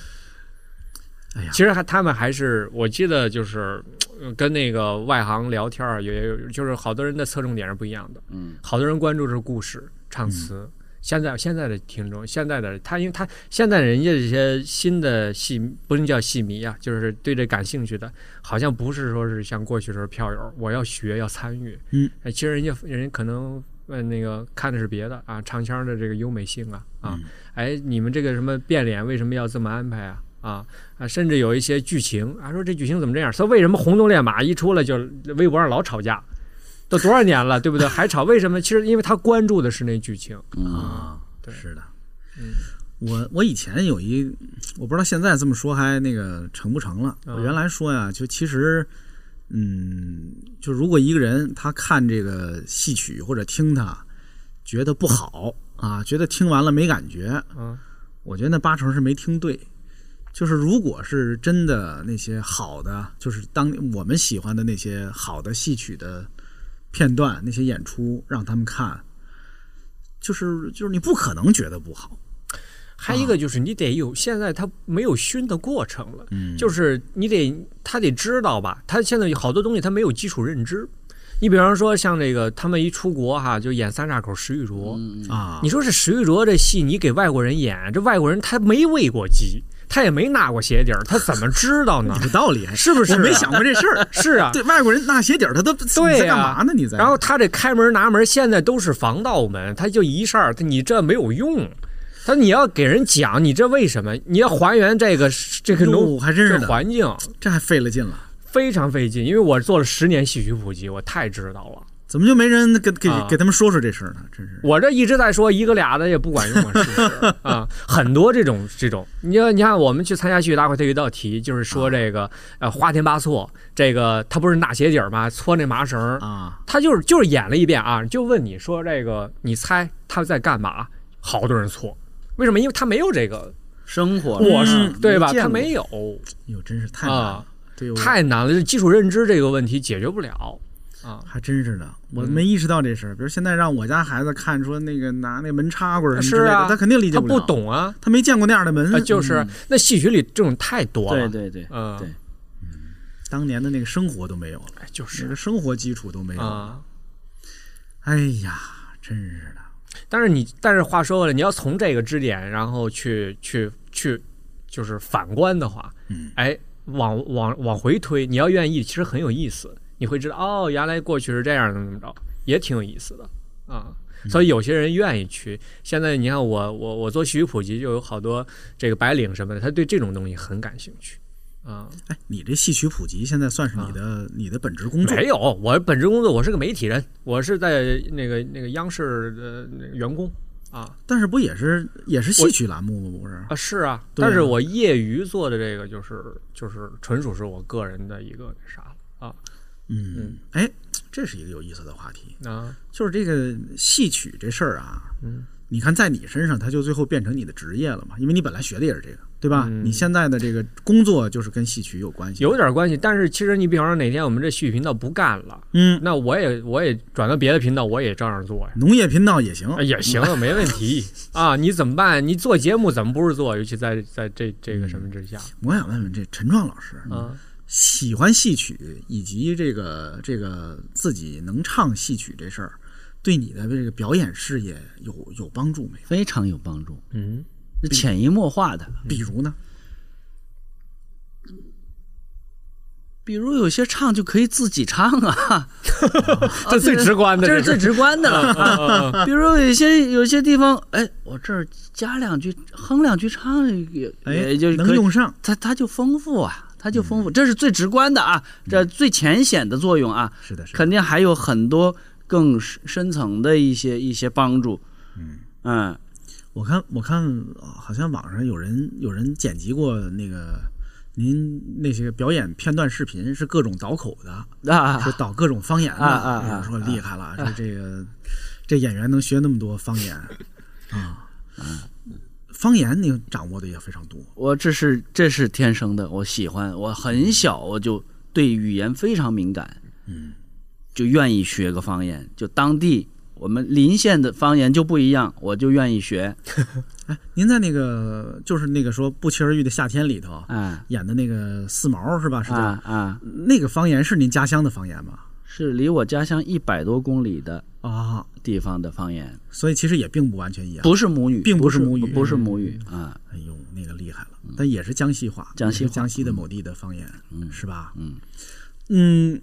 Speaker 4: 哎呀
Speaker 2: 其实还他们还是，我记得就是呃跟那个外行聊天儿，也有就是好多人的侧重点是不一样的，
Speaker 5: 嗯，
Speaker 2: 好多人关注是故事、唱词。现在现在的听众，现在的他，因为他现在人家这些新的戏，不能叫戏迷啊，就是对这感兴趣的，好像不是说是像过去的时候票友，我要学要参与，
Speaker 4: 嗯
Speaker 2: 哎，其实人家人家可能呃那个看的是别的啊，唱腔的这个优美性啊啊，哎，你们这个什么变脸为什么要这么安排啊啊啊，甚至有一些剧情啊，说这剧情怎么这样？说为什么红鬃烈马一出来就微博上老吵架，都多少年了，对不对？还吵？为什么？其实因为他关注的是那剧情，
Speaker 4: 啊，
Speaker 2: 对嗯
Speaker 4: 是的，我我以前有一，我不知道现在这么说还那个成不成了。
Speaker 2: 啊
Speaker 4: 我原来说呀，就其实，嗯，就如果一个人他看这个戏曲或者听它，觉得不好啊，觉得听完了没感觉，
Speaker 2: 嗯，
Speaker 4: 我觉得那八成是没听对。就是如果是真的那些好的，就是当我们喜欢的那些好的戏曲的片段、那些演出，让他们看，就是就是你不可能觉得不好，
Speaker 2: 还
Speaker 4: 啊
Speaker 2: 一个就是你得有，现在他没有熏的过程了，
Speaker 4: 嗯
Speaker 2: 就是你得他得知道吧，他现在有好多东西他没有基础认知。你比方说像这个，他们一出国哈，就演三岔口石玉琢，
Speaker 4: 啊，
Speaker 2: 嗯你说这石玉琢这戏，你给外国人演，这外国人他没喂过鸡，他也没纳过鞋底儿，他怎么知道
Speaker 4: *laughs*
Speaker 2: 呢？
Speaker 4: 有道理，还
Speaker 2: 是不是啊。
Speaker 4: 我没想过这事儿
Speaker 2: *laughs* 是啊，
Speaker 4: 对外国人纳鞋底儿，他都
Speaker 2: 对
Speaker 4: 你在
Speaker 2: 呀
Speaker 4: 干嘛呢？你在
Speaker 2: 然后他这开门拿门现在都是防盗门，他就一扇儿，他你这没有用。他说你要给人讲你这为什么，你要还原这个这个
Speaker 4: 哟
Speaker 2: 农
Speaker 4: 还真是
Speaker 2: 这
Speaker 4: 的
Speaker 2: 环境
Speaker 4: 这还费了劲了，
Speaker 2: 非常费劲，因为我做了十年戏曲普及，我太知道了。
Speaker 4: 怎么就没人给给
Speaker 2: 啊
Speaker 4: 给他们说说这事儿呢？真是
Speaker 2: 我这一直在说一个俩的也不管用啊，是不是啊？ *laughs* 很多这种这种，你要你看我们去参加戏剧大会，它有一道题就是说这个呃花田八错，这个他不是纳鞋底儿吗？搓那麻绳儿，
Speaker 4: 啊，
Speaker 2: 他就是就是演了一遍啊，就问你说这个你猜他在干嘛？好多人错，为什么？因为他没有这个，
Speaker 5: 生活，
Speaker 2: 我是
Speaker 5: 嗯
Speaker 2: 对吧？
Speaker 5: 见
Speaker 2: 他
Speaker 5: 过
Speaker 2: 没有
Speaker 4: 哟，真是太难了
Speaker 2: 啊，，
Speaker 4: 对，我
Speaker 2: 太难了，这基础认知这个问题解决不了啊。
Speaker 4: 还真是的，我
Speaker 2: 嗯
Speaker 4: 没意识到这事儿。比如现在让我家孩子看说那个拿那门插棍儿什么之类
Speaker 2: 是啊
Speaker 4: 的，他肯定理解
Speaker 2: 他
Speaker 4: 了嗯
Speaker 2: 不，懂啊，
Speaker 4: 他没见过那样的门
Speaker 2: 啊，就是那戏曲里这种太多
Speaker 5: 对
Speaker 2: 了，
Speaker 5: 对对，
Speaker 2: 嗯
Speaker 5: 对，
Speaker 4: 当年的那个生活都没有了，
Speaker 2: 哎就
Speaker 4: 那
Speaker 2: 是
Speaker 4: 个生活基础都没有了。
Speaker 2: 啊。
Speaker 4: 哎呀，真是的，
Speaker 2: 但是你，但是话说回来，你要从这个支点，然后去去去，就是反观的话，
Speaker 4: 嗯
Speaker 2: 哎，往往往回推，你要愿意，其实很有意思，你会知道哦，原来过去是这样的，怎么怎么着，也挺有意思的啊。所以有些人愿意去。现在你看我我我做戏曲普及，就有好多这个白领什么的，他对这种东西很感兴趣啊。
Speaker 4: 哎，你这戏曲普及现在算是你的你的本职工作
Speaker 2: 没有，我本职工作我是个媒体人，我是在那个那个央视的那个员工啊。
Speaker 4: 但是不也是也是戏曲栏目吗？不是
Speaker 2: 啊，是啊，
Speaker 4: 对
Speaker 2: 但是
Speaker 4: 啊
Speaker 2: 我业余做的这个就是就是纯属是我个人的一个那啥了啊
Speaker 4: 嗯，哎，这是一个有意思的话题，
Speaker 2: 啊，
Speaker 4: 就是这个戏曲这事儿啊，嗯，你看在你身上，它就最后变成你的职业了嘛，因为你本来学的也是这个，对吧？
Speaker 5: 嗯
Speaker 4: 你现在的这个工作就是跟戏曲有关系，
Speaker 2: 有点关系。但是其实你比方说哪天我们这戏剧频道不干了，
Speaker 4: 嗯，
Speaker 2: 那我也我也转到别的频道，我也照样做呀。
Speaker 4: 农业频道也行
Speaker 5: 哎
Speaker 4: *laughs*
Speaker 2: 啊，也行，没问题啊！你怎么办？你做节目怎么不是做？尤其在在这这个什么之下
Speaker 4: 我想问问这陈壮老师，
Speaker 5: 嗯
Speaker 2: 啊，
Speaker 4: 喜欢戏曲以及这个这个自己能唱戏曲这事儿，对你的这个表演事业有有帮助没有？
Speaker 5: 非常有帮助，
Speaker 2: 嗯，
Speaker 5: 是潜移默化的。
Speaker 4: 比如呢？
Speaker 5: 比如有些唱就可以自己唱啊，
Speaker 2: 这最直观的，
Speaker 5: 这是最直观的了。 *laughs* 比如有些有些地方，哎，我这儿加两句，哼两句唱也
Speaker 4: 哎，
Speaker 5: 也就
Speaker 4: 能
Speaker 5: 可以
Speaker 4: 用上。
Speaker 5: 它它就丰富啊，它就丰富，这是最直观的啊，这最浅显的作用啊，
Speaker 4: 是的，是的。
Speaker 5: 肯定还有很多更深深层的一些一些帮助。嗯
Speaker 4: 我看我看啊好像网上有人有人剪辑过那个您那些表演片段视频，是各种倒口的，是
Speaker 5: 啊，
Speaker 4: 倒各种方言的。哎
Speaker 5: 啊啊啊
Speaker 4: 有人说厉害了，说这个这演员能学那么多方言啊。
Speaker 5: 嗯
Speaker 4: 方言你掌握的也非常多，
Speaker 5: 我这是这是天生的，我喜欢，我很小我就对语言非常敏感，
Speaker 4: 嗯，
Speaker 5: 就愿意学个方言，就当地我们邻县的方言就不一样，我就愿意学。
Speaker 4: 哎，您在那个就是那个说不期而遇的夏天里头
Speaker 5: 啊
Speaker 4: 演的那个四毛是吧？是
Speaker 5: 啊
Speaker 4: 叫、
Speaker 5: 啊，
Speaker 4: 那个方言是您家乡的方言吗？
Speaker 5: 是离我家乡一百多公里的
Speaker 4: 啊，
Speaker 5: 地方的方言。
Speaker 4: 所以其实也并不完全一样。
Speaker 5: 不是母语，
Speaker 4: 并不
Speaker 5: 不
Speaker 4: 是母语
Speaker 5: 不是母语啊。
Speaker 4: 哎呦，那个厉害了，但也是江西话，
Speaker 5: 嗯江西
Speaker 4: 也
Speaker 5: 话
Speaker 4: 是江西的某地的方言，是吧？
Speaker 5: 嗯
Speaker 4: 嗯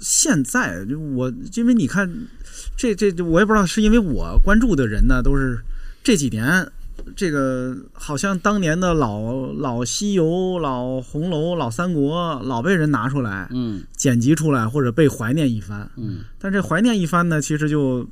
Speaker 4: 现在就我因为你看，这这这我也不知道是因为我关注的人呢，都是这几年。这个好像当年的老老西游、老红楼、老三国，老被人拿出来
Speaker 5: 嗯
Speaker 4: 剪辑出来，或者被怀念一番。
Speaker 5: 嗯，
Speaker 4: 但这怀念一番呢，其实就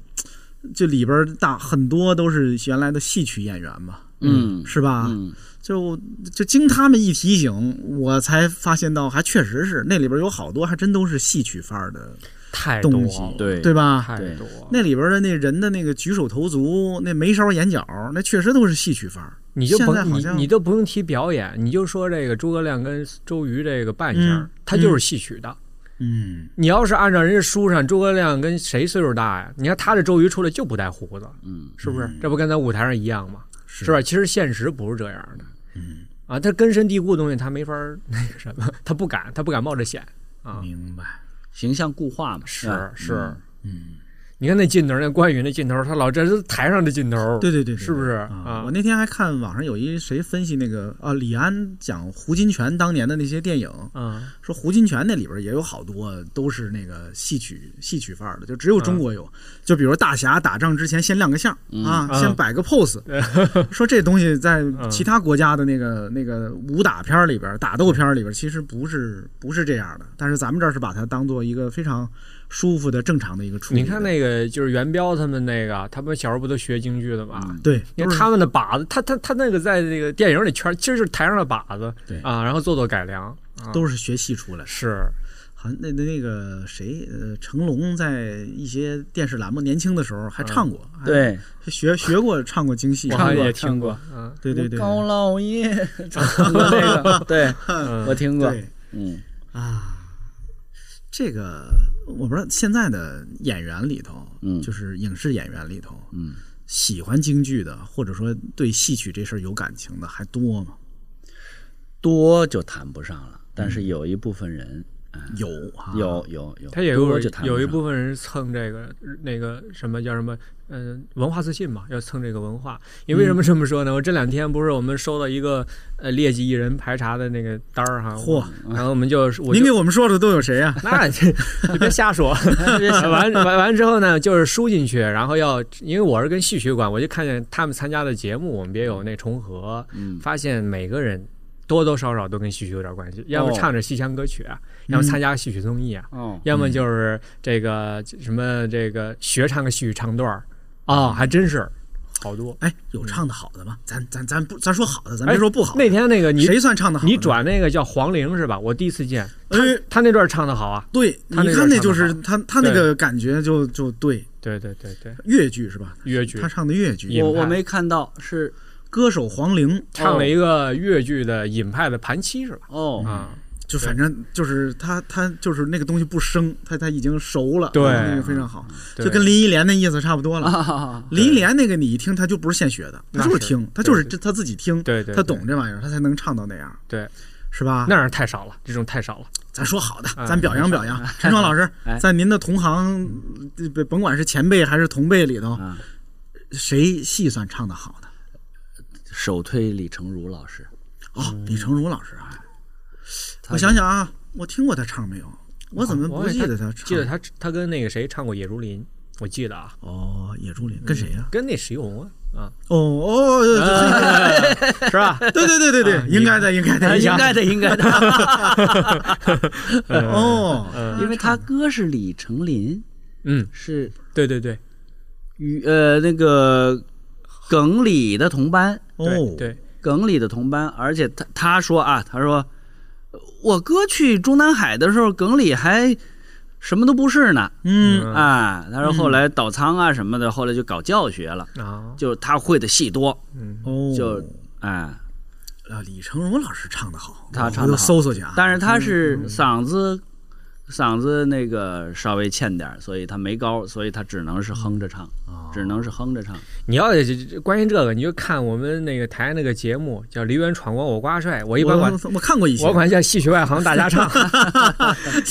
Speaker 4: 就里边儿大很多都是原来的戏曲演员嘛，
Speaker 5: 嗯
Speaker 4: 是吧？
Speaker 5: 嗯
Speaker 4: 就就经他们一提醒，我才发现到，还确实是那里边有好多还真都是戏曲范儿的
Speaker 2: 太多
Speaker 4: 东西，
Speaker 2: 了，
Speaker 5: 对
Speaker 4: 对吧？
Speaker 2: 太
Speaker 5: 对
Speaker 2: 多了。
Speaker 4: 那里边的那人的那个举手投足，那眉梢眼角，那确实都是戏曲范儿。
Speaker 2: 你就
Speaker 4: 现在
Speaker 2: 甭
Speaker 4: 好
Speaker 2: 你
Speaker 4: 像
Speaker 2: 你都不用提表演，你就说这个诸葛亮跟周瑜这个扮
Speaker 4: 嗯
Speaker 2: 相，他就是戏曲的。
Speaker 4: 嗯，
Speaker 2: 你要是按照人家书上诸葛亮跟谁岁数大呀？你看他这周瑜出来就不带胡子，
Speaker 5: 嗯，
Speaker 2: 是不是？这不跟咱舞台上一样吗？
Speaker 4: 是
Speaker 2: 吧？其实现实不是这样的。
Speaker 4: 嗯，
Speaker 2: 啊，他根深蒂固的东西，他没法儿那个什
Speaker 4: *laughs*
Speaker 2: 么，他不敢，他不敢冒这险啊。
Speaker 4: 明白。
Speaker 5: 形象固化嘛，
Speaker 2: 是
Speaker 5: 吧
Speaker 2: 是，
Speaker 4: 嗯，
Speaker 2: 你看那劲头儿，那关羽那劲头儿，他老这是台上的劲头儿，
Speaker 4: 对对对，对
Speaker 2: 是不是
Speaker 4: 啊
Speaker 2: 啊？
Speaker 4: 我那天还看网上有一谁分析那个啊，李安讲胡金铨当年的那些电影，
Speaker 2: 啊，
Speaker 4: 说胡金铨那里边也有好多都是那个戏曲戏曲范儿的，就只有中国有。就比如大侠打仗之前先亮个相、啊，
Speaker 2: 啊嗯
Speaker 4: 先摆个
Speaker 2: *laughs*
Speaker 4: pose，、说这东西在其他国家的那个、那个武打片儿里边、打斗片儿里边其实不是不是这样的，但是咱们这儿是把它当做一个非常舒服的正常的一个处理
Speaker 2: 你
Speaker 4: 的。
Speaker 2: 看那个就是元彪他们那个，他们小时候不都学京剧的吗？
Speaker 4: 对，嗯
Speaker 2: 你
Speaker 4: 都
Speaker 2: 看
Speaker 4: 是
Speaker 2: 他们的靶子，他他他那个在那个电影里圈，其实就是台上的靶子，
Speaker 4: 对
Speaker 2: 啊，然后做做改良，
Speaker 4: 都是学戏出来的。
Speaker 2: 是
Speaker 4: 好像那那那个谁呃，成龙在一些电视栏目年轻的时候还唱过，还
Speaker 5: 嗯对，
Speaker 4: 学学过唱过京戏，
Speaker 2: 我好像也
Speaker 5: 唱
Speaker 2: 听
Speaker 5: 过
Speaker 2: 过，嗯，
Speaker 4: 对对对，
Speaker 5: 高
Speaker 4: *laughs*
Speaker 5: 老爷唱过那个，对我听过，
Speaker 4: 对
Speaker 5: 嗯，
Speaker 4: 啊，这个我不知道现在的演员里头，
Speaker 5: 嗯
Speaker 4: 就是影视演员里头，
Speaker 5: 嗯，
Speaker 4: 喜欢京剧的，或者说对戏曲这事儿有感情的还多吗？
Speaker 5: 多就谈不上了，但
Speaker 4: 嗯
Speaker 5: 是有一部分人
Speaker 4: 有啊，
Speaker 5: 有有有，
Speaker 2: 他也有
Speaker 5: 多就谈不上
Speaker 2: 有一部分人蹭这个呃那个什么叫什么，嗯、文化自信嘛，要蹭这个文化。因为
Speaker 5: 嗯
Speaker 2: 为什么这么说呢？我这两天不是我们收到一个呃劣迹艺人排查的那个单儿哈，
Speaker 4: 嚯，
Speaker 2: 然后我们就我
Speaker 4: 您
Speaker 2: 就
Speaker 4: 给我们说说都有谁
Speaker 2: *laughs*
Speaker 4: 啊？
Speaker 2: 那你 *laughs* 别瞎说，完完完之后呢，就是输进去，然后要因为我是跟戏曲馆，我就看见他们参加的节目，我们别有那重合，
Speaker 5: 嗯
Speaker 2: 发现每个人多多少少都跟戏曲有点关系，要么
Speaker 5: 哦
Speaker 2: 唱着西腔歌曲啊，要么参加戏曲综艺啊，
Speaker 5: 哦，
Speaker 2: 要么就是这个什么这个学唱个戏曲唱段儿啊、还真是好多。
Speaker 4: 哎，有唱的好的吗？咱咱咱不，咱说好的，咱别说不好的。
Speaker 2: 哎那天那个你
Speaker 4: 谁算唱的好的？
Speaker 2: 你转那个叫黄龄是吧？我第一次见，
Speaker 4: 哎，
Speaker 2: 他那段唱的好啊。
Speaker 4: 对，
Speaker 2: 他
Speaker 4: 你看
Speaker 2: 那段
Speaker 4: 那
Speaker 2: 唱
Speaker 4: 就
Speaker 2: 得
Speaker 4: 是
Speaker 2: 好
Speaker 4: 他他那个感觉就就对
Speaker 2: 对对对对，
Speaker 4: 越剧是吧？
Speaker 2: 越剧
Speaker 4: 他唱的越剧，
Speaker 2: 也
Speaker 5: 我我
Speaker 2: 派
Speaker 5: 没看到是
Speaker 4: 歌手黄龄
Speaker 2: 唱了一个越剧的尹派的盘七是吧？
Speaker 4: 嗯
Speaker 5: 哦，
Speaker 2: 啊，
Speaker 4: 就反正就是他，他就是那个东西不生，他他已经熟了，啊
Speaker 2: 对
Speaker 4: 那个非常好，
Speaker 2: 对
Speaker 4: 就跟林忆莲那意思差不多了。
Speaker 5: 啊
Speaker 4: 林忆莲那个你一听，他就不是现学的，他
Speaker 2: 那
Speaker 4: 就是
Speaker 2: 是
Speaker 4: 听，他就是
Speaker 2: 对
Speaker 4: 这他自己听，
Speaker 2: 对对
Speaker 4: 他
Speaker 2: 对
Speaker 4: 懂这玩意儿，他才能唱到那样。
Speaker 2: 对，
Speaker 4: 是吧？
Speaker 2: 那样太少了，这种太少了。
Speaker 4: 咱说好的，
Speaker 2: 啊
Speaker 4: 咱表扬表扬陈爽老师
Speaker 5: 哎，
Speaker 4: 在您的同行，呃甭甭管是前辈还是同辈里头
Speaker 5: 啊，
Speaker 4: 谁戏算唱的好的？
Speaker 5: 首推李成儒老
Speaker 2: *laughs*
Speaker 5: 师，
Speaker 4: 哦，李成儒老师啊，
Speaker 5: 他
Speaker 4: 我想想啊，我听过他唱没有？我怎么
Speaker 2: 哦我
Speaker 4: 不
Speaker 2: 也
Speaker 4: 记得他唱？
Speaker 2: 记得他他跟那个谁唱过《野竹林》，我记得啊，
Speaker 4: 哦，野猪林跟谁呀？
Speaker 2: 跟那石油红啊，
Speaker 4: 哦哦，对
Speaker 2: 啊，是
Speaker 4: *laughs*
Speaker 2: 吧？
Speaker 4: 对对对对
Speaker 2: 啊
Speaker 4: 对，应该的，应该的，
Speaker 5: 应该的，应该的，
Speaker 4: 的。哦，
Speaker 5: *laughs* 因为他哥是李成林，
Speaker 2: 嗯，
Speaker 5: 是
Speaker 2: 对对对
Speaker 5: 与呃那个耿李的同班，
Speaker 4: 哦，
Speaker 2: 对，对，
Speaker 5: 耿李的同班，而且他他说啊，他说我哥去中南海的时候，耿李还什么都不是呢，
Speaker 4: 嗯，
Speaker 5: 啊，他说后来倒仓啊什么的，后来就搞教学了，
Speaker 2: 啊，
Speaker 5: 就是他会的戏多，
Speaker 2: 嗯
Speaker 4: 哦，
Speaker 5: 就哎，
Speaker 4: 啊，李成儒老师唱的好，
Speaker 5: 他
Speaker 4: 我
Speaker 5: 唱得
Speaker 4: 回头
Speaker 5: 好
Speaker 4: 搜搜去啊。
Speaker 5: 但是他
Speaker 2: 嗯
Speaker 5: 是嗓子嗓子那个稍微欠点儿，所以他没高，所以他只能是哼着唱，
Speaker 2: 哦
Speaker 5: 只能是哼着
Speaker 2: *laughs*
Speaker 5: 唱。
Speaker 2: 你要关于这个，你就看我们那个台那个节目叫《梨园闯关我挂帅》，我一般管
Speaker 4: 我我看过以前 *laughs*
Speaker 2: 我，管叫戏曲外行大家唱，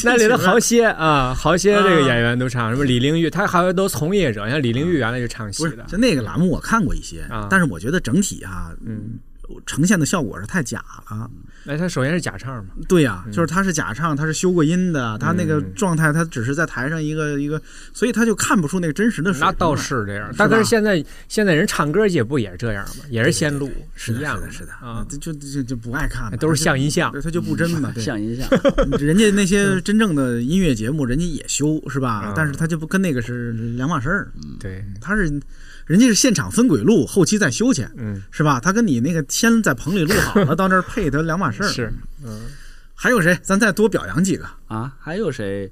Speaker 2: 那里头好些啊，好些这个演员都唱，什么李玲玉，他还有都从业者，像李玲玉原来就唱
Speaker 4: 啊不
Speaker 2: 戏
Speaker 4: 是
Speaker 2: 的，
Speaker 4: 就那个栏目我看过一些
Speaker 2: 啊，
Speaker 4: 但是我觉得整体啊，
Speaker 2: 嗯，
Speaker 4: 呈现的效果是太假了。
Speaker 2: 那他首先是假唱嘛，
Speaker 4: 对呀、就是他是假唱，他是修过音的，他那个
Speaker 2: 嗯
Speaker 4: 状态，他只是在台上一个一个，所以他就看不出那个真实的水平
Speaker 2: 那
Speaker 4: 来。
Speaker 2: 倒是这样，
Speaker 4: 吧
Speaker 2: 但可是现在现在人唱歌也不也是这样嘛，也是先录，
Speaker 4: 是
Speaker 2: 一
Speaker 4: 的，
Speaker 2: 样
Speaker 4: 是的，是的，
Speaker 2: 啊，
Speaker 4: 就就就就不爱看了，
Speaker 2: 都是像一像嗯
Speaker 4: 对，他就不真嘛。对，
Speaker 5: 像一像，
Speaker 4: *laughs* 人家那些真正的音乐节目，人家也修是吧
Speaker 2: 嗯？
Speaker 4: 但是他就不跟那个是两码事儿，
Speaker 5: 嗯
Speaker 2: 对，
Speaker 4: 他是人家是现场分轨录，后期再修去，
Speaker 2: 嗯，
Speaker 4: 是吧？他跟你那个先在棚里录好
Speaker 2: *laughs*
Speaker 4: 了，到那儿配他两码事儿。
Speaker 2: 是，
Speaker 4: 还有谁？咱再多表扬几个。
Speaker 5: 啊，还有谁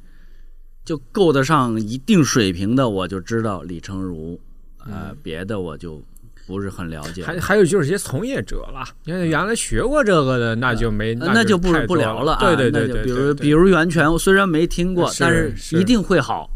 Speaker 5: 就够得上一定水平的，我就知道李成儒，呃，别的我就不是很了解。
Speaker 2: 嗯还还有就是一些从业者了，你看原来学过这个的，那就没，
Speaker 5: 呃那
Speaker 2: 就
Speaker 5: 不
Speaker 2: 太
Speaker 5: 不
Speaker 2: 多
Speaker 5: 聊了啊，
Speaker 2: 对对
Speaker 5: 那
Speaker 2: 对
Speaker 5: 就
Speaker 2: 对，
Speaker 5: 比
Speaker 2: 对
Speaker 5: 如比，如袁泉，我虽然没听过，
Speaker 2: 是
Speaker 5: 但是
Speaker 2: 是
Speaker 5: 一定会好。
Speaker 2: 对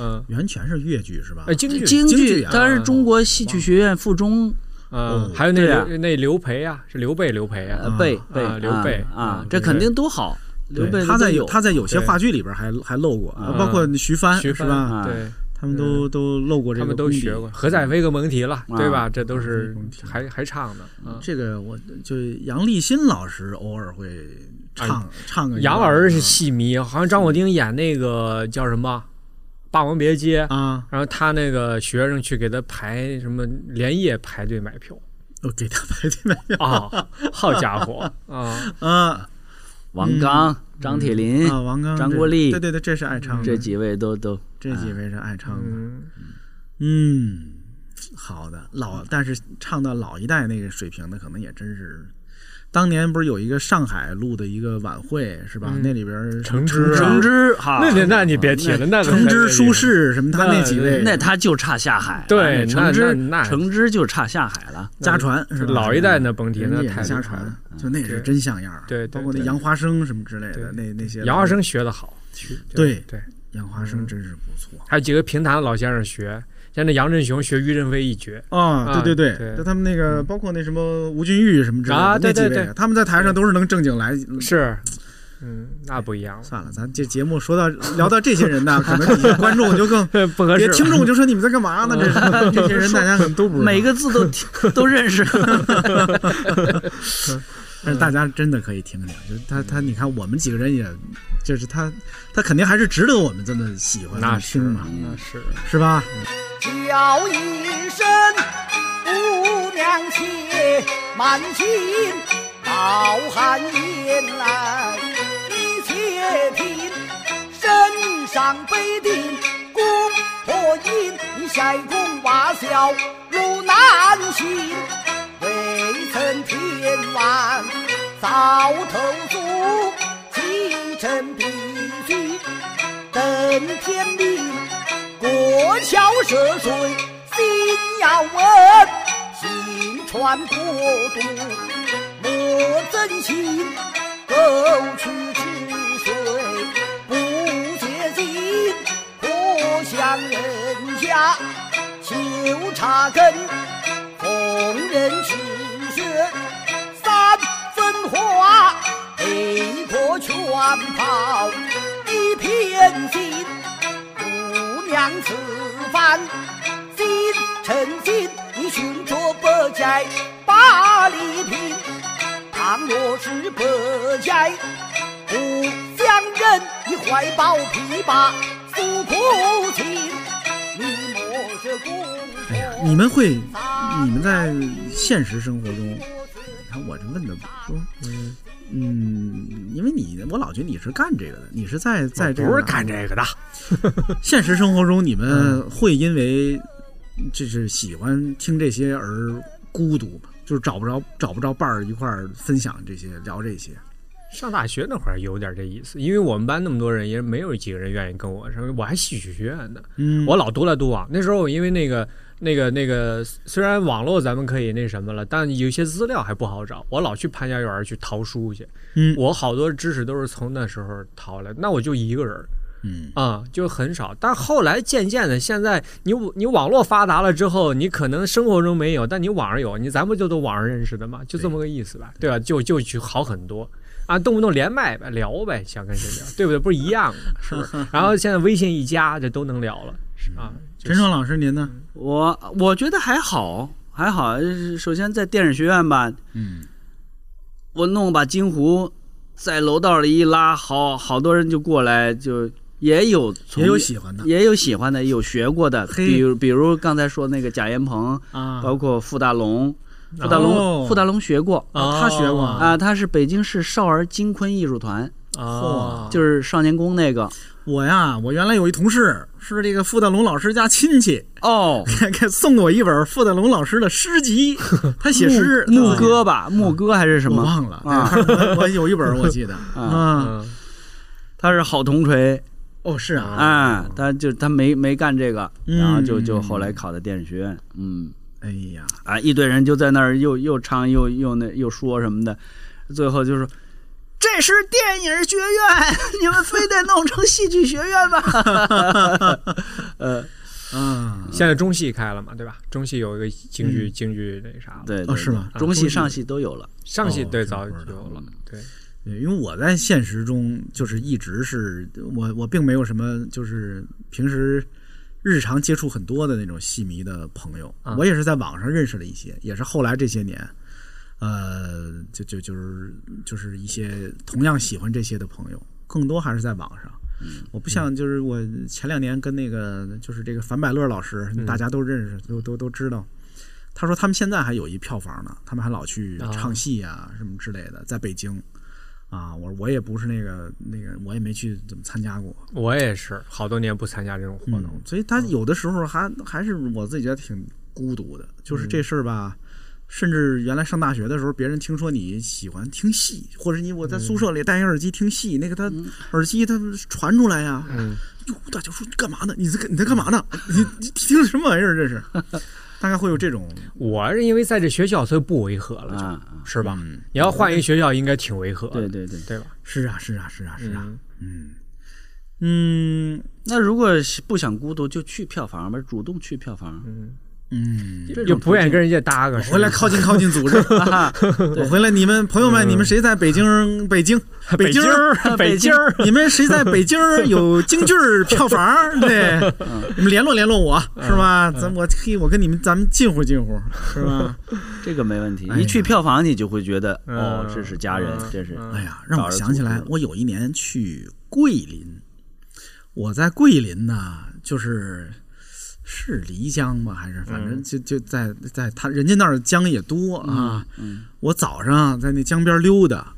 Speaker 2: 嗯，
Speaker 4: 完全是越剧是吧？
Speaker 2: 哎，京剧，
Speaker 5: 京
Speaker 4: 京
Speaker 5: 剧
Speaker 4: 剧，啊
Speaker 5: 他是中国戏曲学院附中
Speaker 2: 嗯，还有那
Speaker 5: 对啊
Speaker 2: 刘那刘培啊，是刘备刘培啊，
Speaker 5: 呃贝贝
Speaker 2: 啊刘备
Speaker 5: 啊
Speaker 2: 嗯，
Speaker 5: 这肯定都好。刘
Speaker 4: 对
Speaker 5: 备
Speaker 4: 他
Speaker 5: 那
Speaker 4: 在
Speaker 5: 都有
Speaker 4: 他在有些
Speaker 2: 对嗯
Speaker 4: 话剧里边还还露过，
Speaker 5: 啊
Speaker 4: 包括徐帆
Speaker 2: 徐
Speaker 4: 是
Speaker 2: 帆
Speaker 4: 吧？
Speaker 5: 啊
Speaker 2: 对，嗯
Speaker 4: 他们都都露过这
Speaker 2: 他
Speaker 4: 个，
Speaker 2: 们都学过。。何在飞个蒙提了，
Speaker 5: 啊
Speaker 2: 对吧？这都是
Speaker 4: 飞更提
Speaker 2: 还还唱呢。嗯
Speaker 4: 这个我就杨立新老师偶尔会唱唱个
Speaker 2: 哎
Speaker 4: 啊
Speaker 2: 杨老师是戏迷，好像张果丁演那个叫什么《霸王别姬》，
Speaker 4: 啊，
Speaker 2: 然后他那个学生去给他排什么连夜排队买票
Speaker 4: 我给他排队买票
Speaker 2: 啊，好家伙啊！
Speaker 4: 啊
Speaker 5: 王刚、张铁
Speaker 2: 嗯
Speaker 5: 林
Speaker 4: 啊，王刚、
Speaker 5: 张
Speaker 4: 这
Speaker 5: 国立
Speaker 4: 对对对，这是爱唱的，
Speaker 5: 这几位都都
Speaker 4: 这几位是爱唱的，
Speaker 2: 啊嗯，
Speaker 4: 嗯。好的，老但是唱到老一代那个水平的，可能也真是。当年不是有一个上海录的一个晚会是吧？
Speaker 2: 嗯
Speaker 4: 那里边
Speaker 2: 橙汁啊
Speaker 5: 橙汁哈，
Speaker 2: 那得那你别提了，那个
Speaker 4: 橙
Speaker 2: 太厉害
Speaker 4: 汁、
Speaker 2: 了
Speaker 4: 舒。适什么，他那几位
Speaker 5: 那他就差下海了，
Speaker 2: 对
Speaker 5: 那橙
Speaker 2: 那
Speaker 5: 汁
Speaker 2: 那那
Speaker 5: 橙汁就差下海了。
Speaker 4: 家传是吧？
Speaker 2: 老一代那甭提，
Speaker 4: 人家
Speaker 2: 那
Speaker 4: 也
Speaker 2: 太
Speaker 4: 是
Speaker 2: 厉害
Speaker 4: 家
Speaker 2: 了
Speaker 4: 传，就那是
Speaker 2: 啊对
Speaker 4: 真像样儿。
Speaker 2: 对对
Speaker 4: 包括那
Speaker 2: 对
Speaker 4: 杨花生什么之类的，
Speaker 2: 对
Speaker 4: 那那些
Speaker 2: 杨华生学得好，
Speaker 4: 对
Speaker 2: 对，嗯
Speaker 4: 杨花生真是不错
Speaker 2: 还有几个评弹老先生学，像那杨振雄学于振飞一绝，
Speaker 4: 啊！
Speaker 2: 啊
Speaker 4: 对对
Speaker 2: 对嗯
Speaker 4: 就他们那个包括那什么吴君玉什么之类
Speaker 2: 啊
Speaker 4: 的，那
Speaker 2: 对
Speaker 4: 几
Speaker 2: 对
Speaker 4: 位
Speaker 2: 对
Speaker 4: 他们在台上都是能正经来。
Speaker 2: 是，嗯，那不一样了，
Speaker 4: 算了，咱这节目说到聊到这些人呢，可能底下观众就更
Speaker 2: *laughs* 不合
Speaker 4: 别
Speaker 2: 适嗯了。
Speaker 4: 听众就说你们在干嘛呢？这是 *laughs* 这些人大家可能都不知道，
Speaker 5: 每个字都听都认识，
Speaker 4: *laughs* 但是大家真的可以听听，就是他他，你看我们几个人也，就是他他肯定还是值得我们这么喜欢
Speaker 2: 那
Speaker 4: 的
Speaker 2: 是
Speaker 4: 听嘛，
Speaker 2: 那是，
Speaker 4: 是吧？
Speaker 6: 叫一声姑娘妾，满心饱含眼来。你且听，身上背定公婆音，你晒公娃笑如难行。未曾填完早投诉，其臣必须等天明。过桥涉水心要稳，行船过渡莫增心，沟渠治水不洁净，可向人家求查根，逢人取舍三分花。巾帼全抛一片心，姑娘此番心诚心，你寻着百家把礼品，倘若是百家不相认，你怀抱琵琶诉苦情，你莫是孤
Speaker 4: 哎呀，你们会，你们在现实生活中，你看我这问的说，嗯，因为你我老觉得你是干这个的，你是在在这个
Speaker 2: 不是干这个的，
Speaker 4: 现实生活中，你们会因为就是喜欢听这些而孤独吗？就是找不着找不着伴儿一块儿分享这些聊这些，
Speaker 2: 上大学那会儿有点这意思，因为我们班那么多人，也没有几个人愿意跟我说，我还戏曲学院呢，
Speaker 4: 嗯
Speaker 2: 我老独来独往。那时候我因为那个、那个、那个，虽然网络咱们可以那什么了，但有些资料还不好找，我老去潘家园儿去淘书去。
Speaker 4: 嗯
Speaker 2: 我好多知识都是从那时候淘来，那我就一个人儿
Speaker 4: 嗯
Speaker 2: 啊、就很少。但后来渐渐的，现在你你网络发达了之后，你可能生活中没有，但你网上有，你咱不就都网上认识的吗？就这么个意思吧，对吧？就就就好很多。啊，动不动连麦呗，聊呗，想跟谁聊，对不对？不是一样吗？是不 *laughs* 是？然后现在微信一加，这都能聊了啊。就
Speaker 4: 陈
Speaker 2: 是
Speaker 4: 诚老师您呢？
Speaker 5: 我我觉得还好，还好。呃首先在电影学院吧，
Speaker 4: 嗯，
Speaker 5: 我弄把金壶在楼道里一拉，好好多人就过来，就也有从
Speaker 4: 也有喜欢的
Speaker 5: 也有喜欢的，有学过的，
Speaker 4: 嘿
Speaker 5: 比如比如刚才说那个贾延鹏，
Speaker 4: 啊，
Speaker 5: 包括傅大龙，傅大龙、
Speaker 4: 哦
Speaker 5: 傅大龙学过
Speaker 4: 啊他学过
Speaker 5: 啊、
Speaker 4: 啊，
Speaker 5: 他是北京市少儿金昆艺术团，
Speaker 4: 哦
Speaker 2: 啊，
Speaker 5: 就是少年宫那个
Speaker 4: 我呀，我原来有一同事是这个傅大龙老师家亲戚，
Speaker 5: 哦，
Speaker 4: 给 *laughs* 给送给我一本傅大龙老师的诗集，他写诗，
Speaker 5: 牧
Speaker 4: 他自己
Speaker 5: 歌吧，牧歌还是什
Speaker 4: 我
Speaker 5: 么？
Speaker 4: 忘了， *laughs*
Speaker 5: 啊
Speaker 4: 对我我有一本我记得啊，
Speaker 2: 嗯
Speaker 5: 他是郝同锤，
Speaker 4: 哦是啊，
Speaker 5: 哎，他就他没没干这个，
Speaker 4: 嗯
Speaker 5: 然后就就后来考的电影学院，嗯，
Speaker 4: 哎呀，
Speaker 5: 啊，一堆人就在那儿又又唱又又那又说什么的，最后就说这是电影学院， *laughs* 你们非得弄成戏剧学院吧？ *laughs* 呃，
Speaker 4: 啊，
Speaker 2: 现在中戏开了嘛，对吧？中戏有一个京剧，京剧那啥了，
Speaker 5: 对，
Speaker 4: 哦
Speaker 5: 对
Speaker 4: 是吗
Speaker 5: 对中戏、上戏都有了，
Speaker 2: 上戏
Speaker 4: 哦
Speaker 2: 对
Speaker 4: 这
Speaker 2: 早
Speaker 4: 不知道
Speaker 2: 有了
Speaker 5: 嗯，
Speaker 2: 对，
Speaker 4: 对因为我在现实中就是一直是我我并没有什么就是平时日常接触很多的那种戏迷的朋友，
Speaker 2: 啊
Speaker 4: 我也是在网上认识了一些，也是后来这些年，呃，就就就是就是一些同样喜欢这些的朋友，更多还是在网上。我不像，就是我前两年跟那个，就是这个樊百乐老师，大家都认识，都都都知道。他说他们现在还有一票房呢，他们还老去
Speaker 2: 啊
Speaker 4: 唱戏啊什么之类的，在北京。啊，我我也不是那个那个，我也没去怎么参加过，
Speaker 2: 我也是好多年不参加这种活
Speaker 4: 活
Speaker 2: 动了
Speaker 4: 动，，所以他有的时候还还是我自己觉得挺孤独的，就是这事儿吧。甚至原来上大学的时候，别人听说你喜欢听戏，或者你我在宿舍里戴一耳机听戏，那个他耳机他传出来呀，哟，大家说你干嘛呢？你在干你在干嘛呢？你你听什么玩意儿？这是， *laughs* 大概会有这种
Speaker 2: 我是因为在这学校，所以不违和了，就
Speaker 5: 啊
Speaker 2: 是吧？
Speaker 4: 嗯
Speaker 2: 你要换一个学校，应该挺违和的，
Speaker 5: 对对对。
Speaker 2: 对吧？
Speaker 4: 是啊是啊是啊是啊，
Speaker 2: 嗯，
Speaker 4: 嗯嗯
Speaker 5: 那如果是不想孤独，就去票房吧，主动去票房。
Speaker 4: 嗯，
Speaker 5: 这种
Speaker 2: 又不愿意跟人家搭个，
Speaker 4: 我回来靠近靠近组织，
Speaker 2: *laughs*
Speaker 4: 啊我回来你们朋友们，你们谁在北京北京
Speaker 2: 嗯 *laughs* 北
Speaker 4: 京
Speaker 2: 京儿， *laughs* 北京儿，
Speaker 4: *laughs* 你们谁在北京儿有京剧儿票房儿？
Speaker 2: *laughs*
Speaker 4: 对，
Speaker 2: 嗯
Speaker 4: 你们联络联络我，是吧？咱我嘿，我跟你们咱们近乎近乎，是吧？
Speaker 5: 这个没问题。
Speaker 4: 哎呀
Speaker 5: 一去票房，你就会觉得、
Speaker 2: 嗯
Speaker 5: 哦，这是家人，
Speaker 2: 嗯
Speaker 5: 这是
Speaker 2: 嗯
Speaker 4: 哎呀，让我想起来，我有一年去桂林，我在桂林呢，就是是漓江吧，还是反
Speaker 2: 嗯
Speaker 4: 正就就在在他人家那儿江也多啊。
Speaker 2: 嗯
Speaker 4: 我早上在那江边溜达，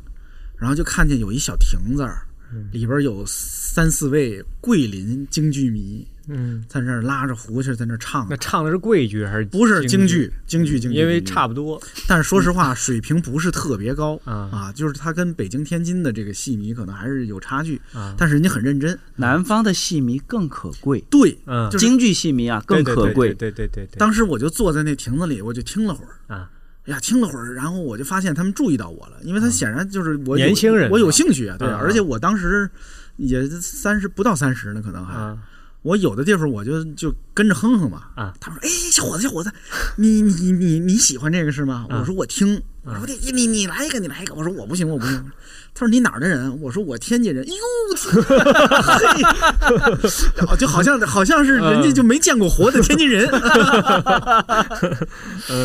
Speaker 4: 然后就看见有一小亭子儿，
Speaker 2: 嗯
Speaker 4: 里边有三四位桂林京剧迷
Speaker 2: 嗯，
Speaker 4: 在那儿拉着胡琴在那儿唱
Speaker 2: 那，唱的是桂剧还是
Speaker 4: 不是京
Speaker 2: 京
Speaker 4: 剧？，京剧京剧，嗯
Speaker 2: 因为
Speaker 4: 京剧
Speaker 2: 差不多，
Speaker 4: 但是说实话，水平不是特别高
Speaker 2: 啊
Speaker 4: 啊，就是它跟北京、天津的这个戏迷可能还是有差距
Speaker 2: 啊，
Speaker 4: 但是人家很认真，
Speaker 5: 南方的戏迷更可贵，
Speaker 4: 对，
Speaker 2: 嗯，
Speaker 4: 就是
Speaker 5: 京剧戏迷啊
Speaker 2: 对
Speaker 5: 更可贵。
Speaker 2: 对对对对对，
Speaker 4: 当时我就坐在那亭子里，我就听了会儿
Speaker 2: 啊，
Speaker 4: 哎呀，听了会儿，然后我就发现他们注意到我了，因为他显然就是我有
Speaker 2: 年轻人
Speaker 4: 我有兴趣啊，对，
Speaker 2: 啊
Speaker 4: 而且我当时也三十不到三十呢，可能还。
Speaker 2: 啊，
Speaker 4: 我有的地方我就就跟着哼哼嘛
Speaker 2: 啊
Speaker 4: 他们说：“哎，小伙子，小伙子，你你你你喜欢这个是吗？”
Speaker 2: 啊
Speaker 4: 我说：“我听。”我说：“你你你来一个，你来一个。”我说：“我不行，我不行。”他说：“你哪儿的人？”我说：“我天津人。”哎呦，嘿然后就好像好像是人家就没见过活的天津
Speaker 5: *laughs*
Speaker 4: 人。
Speaker 5: 嗯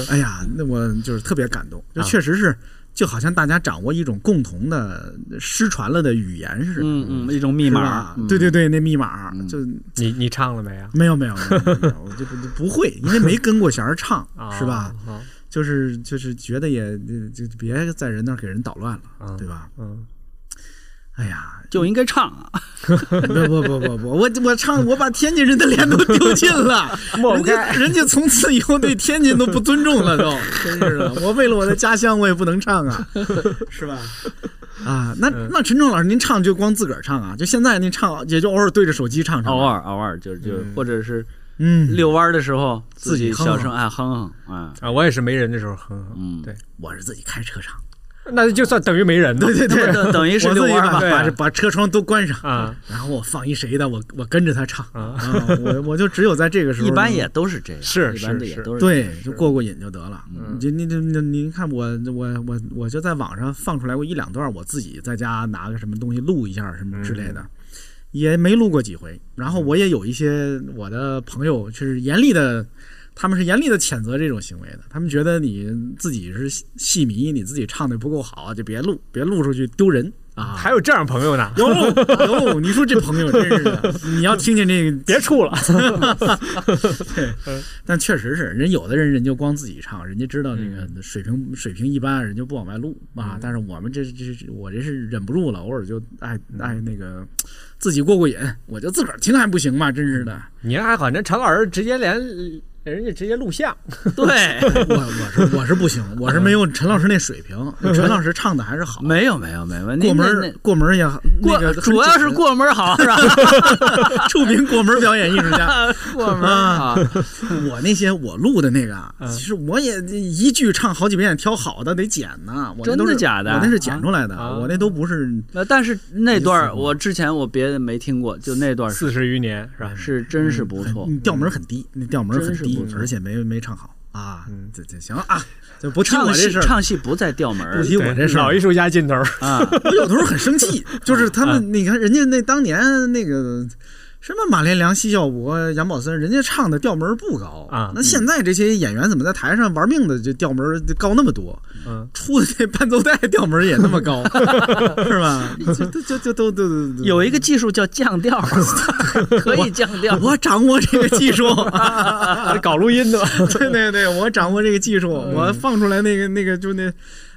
Speaker 4: 哎呀，那我就是特别感动，
Speaker 5: 啊
Speaker 4: 就确实是，就好像大家掌握一种共同的失传了的语言似的。
Speaker 5: 嗯嗯，嗯一种密
Speaker 4: 是
Speaker 5: 码
Speaker 4: 吧，对对对，那密码就
Speaker 2: 你你唱了没啊？
Speaker 4: 没有没有，没有没有没有
Speaker 2: *laughs*
Speaker 4: 我就不就不会，因为没跟过弦儿唱
Speaker 2: 啊，，
Speaker 4: 是吧？
Speaker 2: 啊
Speaker 4: 就是就是觉得也就就别在人那儿给人捣乱
Speaker 2: 啊
Speaker 4: 了，对吧？
Speaker 2: 嗯，
Speaker 4: 哎呀，
Speaker 5: 就应该唱啊。
Speaker 4: *laughs* 不不不不不，我我唱我把天津人的脸都丢尽了，
Speaker 2: *laughs* 抹
Speaker 4: 人
Speaker 2: 不
Speaker 4: 家
Speaker 2: 开
Speaker 4: 人家从此以后对天津都不尊重
Speaker 2: *laughs*
Speaker 4: 了，都真是的。我为了我的家乡，我也不能唱啊，是吧？
Speaker 2: 嗯
Speaker 4: 啊，那那陈冲老师，您唱就光自个儿唱啊？就现在您唱也就偶尔对着手机唱唱吧，
Speaker 5: 偶尔偶尔就就或者是
Speaker 4: 嗯，
Speaker 5: 遛弯儿的时候自己
Speaker 4: 自己哼哼
Speaker 5: 小声哎哼哼啊，
Speaker 2: 啊，我也是没人的时候哼哼，
Speaker 5: 嗯，
Speaker 2: 对，
Speaker 4: 我是自己开车唱，
Speaker 2: 那就算等于没人的，
Speaker 4: 对
Speaker 5: 那
Speaker 4: 对
Speaker 5: 不，
Speaker 4: *laughs*
Speaker 5: 等等于是
Speaker 4: 我
Speaker 5: 遛
Speaker 4: 自己
Speaker 5: 弯儿
Speaker 4: 把
Speaker 5: 吧？
Speaker 2: 对
Speaker 4: 把
Speaker 2: 啊
Speaker 4: 这把车窗都关上
Speaker 2: 啊，
Speaker 4: 然后我放一谁的，我我跟着他唱
Speaker 2: 啊
Speaker 4: 我我就只有在这个时候
Speaker 5: 一般也都是这样，
Speaker 2: 是
Speaker 5: 一般的
Speaker 2: 是
Speaker 5: 也
Speaker 2: 是
Speaker 5: 都是这样
Speaker 4: 对，就过过瘾就得了。
Speaker 2: 嗯
Speaker 4: 就你就你您看我我我我就在网上放出来过一两段，我自己在家拿个什么东西录一下什么之类的，
Speaker 5: 嗯
Speaker 4: 也没录过几回。然后我也有一些我的朋友就是严厉的。他们是严厉的谴责这种行为的，他们觉得你自己是戏戏迷，你自己唱的不够好，就别录，别录出去丢人啊！
Speaker 2: 还有这样朋友呢，
Speaker 4: 有有，你说这朋友真是的，你要听见这个
Speaker 2: 别处
Speaker 4: *laughs*
Speaker 2: 了，
Speaker 4: 但确实是人，有的人人就光自己唱，人家知道这
Speaker 5: 嗯
Speaker 4: 个水平、水平一般，人就不往外录啊。但是我们这这这我这是忍不住了，偶尔就爱爱那个自己过过瘾，我就自个儿听还不行吗？真是
Speaker 5: *laughs*
Speaker 4: 的，
Speaker 2: 你还好，那陈老师直接连人家直接录像，
Speaker 5: *laughs* 对，
Speaker 4: 我我是我是不行，我是没有陈老师那水平，陈老师唱的还是好。
Speaker 5: 没有没有没问题。
Speaker 4: 过门
Speaker 5: 那
Speaker 4: 儿
Speaker 5: 那
Speaker 4: 过门儿也那
Speaker 5: 过
Speaker 4: 个
Speaker 5: 主要是过门儿好
Speaker 4: *laughs*
Speaker 5: 是吧？ *laughs*
Speaker 4: 触屏过门儿表演艺术家，啊
Speaker 5: 过门儿好，
Speaker 4: *laughs* 我那些我录的那个啊，
Speaker 5: 嗯
Speaker 4: 其实我也一句唱好几遍，挑好的得剪呢。我那都是
Speaker 5: 真的假的
Speaker 4: 我那是剪出来的，
Speaker 2: 啊
Speaker 4: 我那都不是。
Speaker 5: 那但是那段儿我之前我别的没听过，就那
Speaker 4: 啊
Speaker 5: 段儿
Speaker 2: 四十余年是吧？
Speaker 5: 是真是不错
Speaker 4: 嗯，调门很低，那调门很
Speaker 5: 真是
Speaker 4: 低
Speaker 5: 不，错
Speaker 4: 而且没没唱好啊
Speaker 2: 嗯。
Speaker 4: 这这行了啊，就不提我
Speaker 5: 唱
Speaker 4: 这
Speaker 5: 戏
Speaker 4: 事儿，
Speaker 5: 唱戏不在调
Speaker 4: *laughs*
Speaker 5: 门儿
Speaker 4: 不提我这事
Speaker 2: 老
Speaker 4: 儿
Speaker 2: 艺。术家劲头儿，
Speaker 5: 啊，
Speaker 4: 我有的时候很生气，就是他们，
Speaker 5: 嗯
Speaker 4: 你看人家那当年那个。什么马连良、奚孝伯、杨宝森，人家唱的调门不高
Speaker 2: 啊
Speaker 5: 嗯
Speaker 4: 那现在这些演员怎么在台上玩命的就调门高那么多？
Speaker 2: 嗯，
Speaker 4: 出的那伴奏带调门也那么
Speaker 5: *laughs*
Speaker 4: 高，是吧？就就就就都都都
Speaker 5: 有一个技术叫降调儿， *laughs* 可以降调儿。
Speaker 4: 我掌握这个技术，
Speaker 2: *laughs* 搞录音的，嗯
Speaker 4: 对对对，我掌握这个技术，我放出来那个那个就那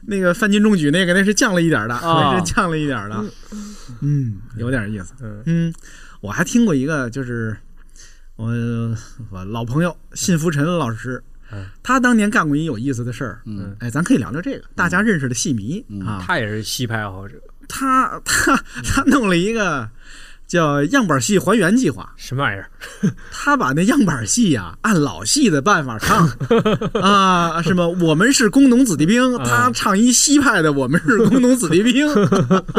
Speaker 4: 那个范进中举那个那是降了一点儿的，
Speaker 5: 啊
Speaker 4: 那是降了一点儿的，嗯，有点意思，
Speaker 2: 嗯
Speaker 4: 嗯，我还听过一个就是我我老朋友信福臣老师
Speaker 2: 嗯。
Speaker 4: 他当年干过一有意思的事儿，
Speaker 5: 嗯
Speaker 4: 哎，咱可以聊聊这个大家认识的戏迷、啊。
Speaker 2: 他也是西派爱好者，
Speaker 4: 他他他弄了一个叫样板戏还原计划，
Speaker 2: 什么玩意儿？
Speaker 4: 他把那样板戏呀、 *laughs* 按老戏的办法唱 *laughs* 啊，什么我们是工农子弟兵，
Speaker 2: 啊
Speaker 4: 他唱一西派的，我们是工农子弟兵， *laughs*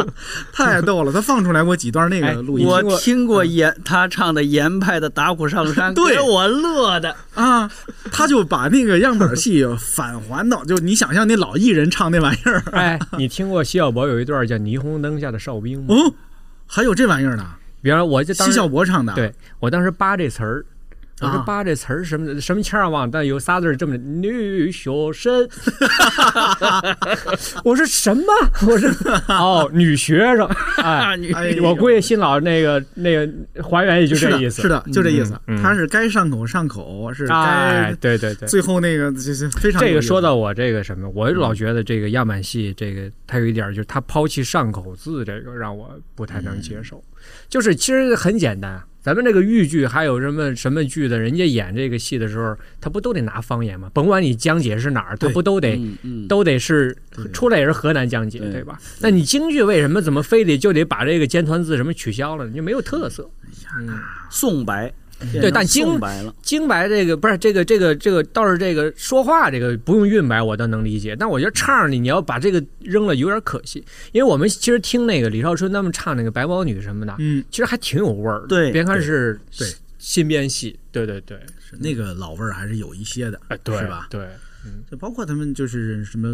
Speaker 4: 太逗了。他放出来过几段那
Speaker 2: 哎
Speaker 4: 个录音
Speaker 5: 我听过严他唱的严派的《打虎上 *laughs* 山》，
Speaker 4: 对
Speaker 5: 给我乐的。
Speaker 4: 啊，他就把那个样板戏返还到，就你想象那老艺人唱那玩意儿， *laughs*
Speaker 2: 哎，你听过西小博有一段叫《霓虹灯下的哨兵》吗？
Speaker 4: 哦，还有这玩意儿呢，
Speaker 2: 比方说我就当
Speaker 4: 西
Speaker 2: 时
Speaker 4: 小博唱的，
Speaker 2: 对我当时扒这词儿，我说
Speaker 4: 啊
Speaker 2: 扒这词儿什么什么腔儿忘了，但有仨字儿这么女学
Speaker 4: *laughs*
Speaker 2: 生，我说什么？我说 *laughs* 哦，女学生，哎，
Speaker 5: 女
Speaker 4: *laughs* 哎呦
Speaker 2: 我估计新老那个那个还原也就这意思，
Speaker 4: 是的，是的就这意思。
Speaker 2: 嗯嗯
Speaker 4: 他是该上口上口，是
Speaker 2: 哎
Speaker 4: 该，
Speaker 2: 对对对。
Speaker 4: 最后那个就是非常有啊嗯
Speaker 2: 这
Speaker 4: 意
Speaker 2: 个
Speaker 4: 思
Speaker 2: 说到我这个什么，我老觉得这个样板戏，这个它有一点儿就是它抛弃上口字，这个让我不太能
Speaker 4: 嗯
Speaker 2: 接受。就是其实很简单，咱们这个豫剧还有什么什么剧的，人家演这个戏的时候，他不都得拿方言吗？甭管你讲解是哪儿，他
Speaker 4: 对
Speaker 2: 不都得
Speaker 5: 嗯嗯，
Speaker 2: 都得是
Speaker 4: 对对
Speaker 2: 出来也是河南讲解，
Speaker 5: 对
Speaker 2: 对吧？那你京剧为什么怎么非得就得把这个尖团字什么取消了呢？就没有特色。嗯。
Speaker 5: 宋白，变
Speaker 2: 对
Speaker 5: 成
Speaker 2: 但京
Speaker 5: 宋白了，
Speaker 2: 京白这个不是这个这个这个倒是这个说话这个不用韵白我倒能理解，但我觉得唱儿里你要把这个扔了有点可惜，因为我们其实听那个李少春他们唱那个白毛女什么的，
Speaker 4: 嗯，
Speaker 2: 其实还挺有味儿的。
Speaker 5: 对
Speaker 2: 别看是
Speaker 4: 对
Speaker 2: 新编戏，对对对，
Speaker 4: 是那个老味儿还是有一些的，
Speaker 2: 哎，对，
Speaker 4: 是吧？
Speaker 2: 对，嗯
Speaker 4: 就包括他们就是什么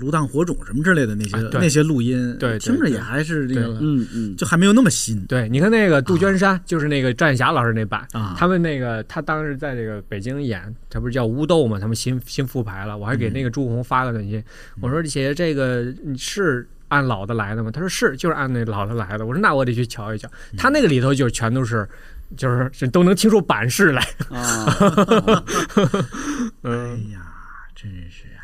Speaker 4: 芦荡火种什么之类的那些、
Speaker 2: 啊对
Speaker 4: 那些录音，
Speaker 2: 对对
Speaker 4: 听着也
Speaker 2: 对
Speaker 4: 还是那个，
Speaker 5: 嗯嗯，
Speaker 4: 就还没有那么新。
Speaker 2: 对，你看那个杜鹃山，就是那个战霞老师那版
Speaker 4: 啊
Speaker 2: 他们那个他当时在这个北京演，他不是叫乌豆嘛，他们新新复排了，我还给那个朱红发个短信，我说姐这个你是按老的来的吗？他说是，就是按那老的来的。我说那我得去瞧一瞧，他那个里头就全都是。就是是都能听出版式来，
Speaker 5: 嗯 *laughs*
Speaker 4: 哎呀，真是啊！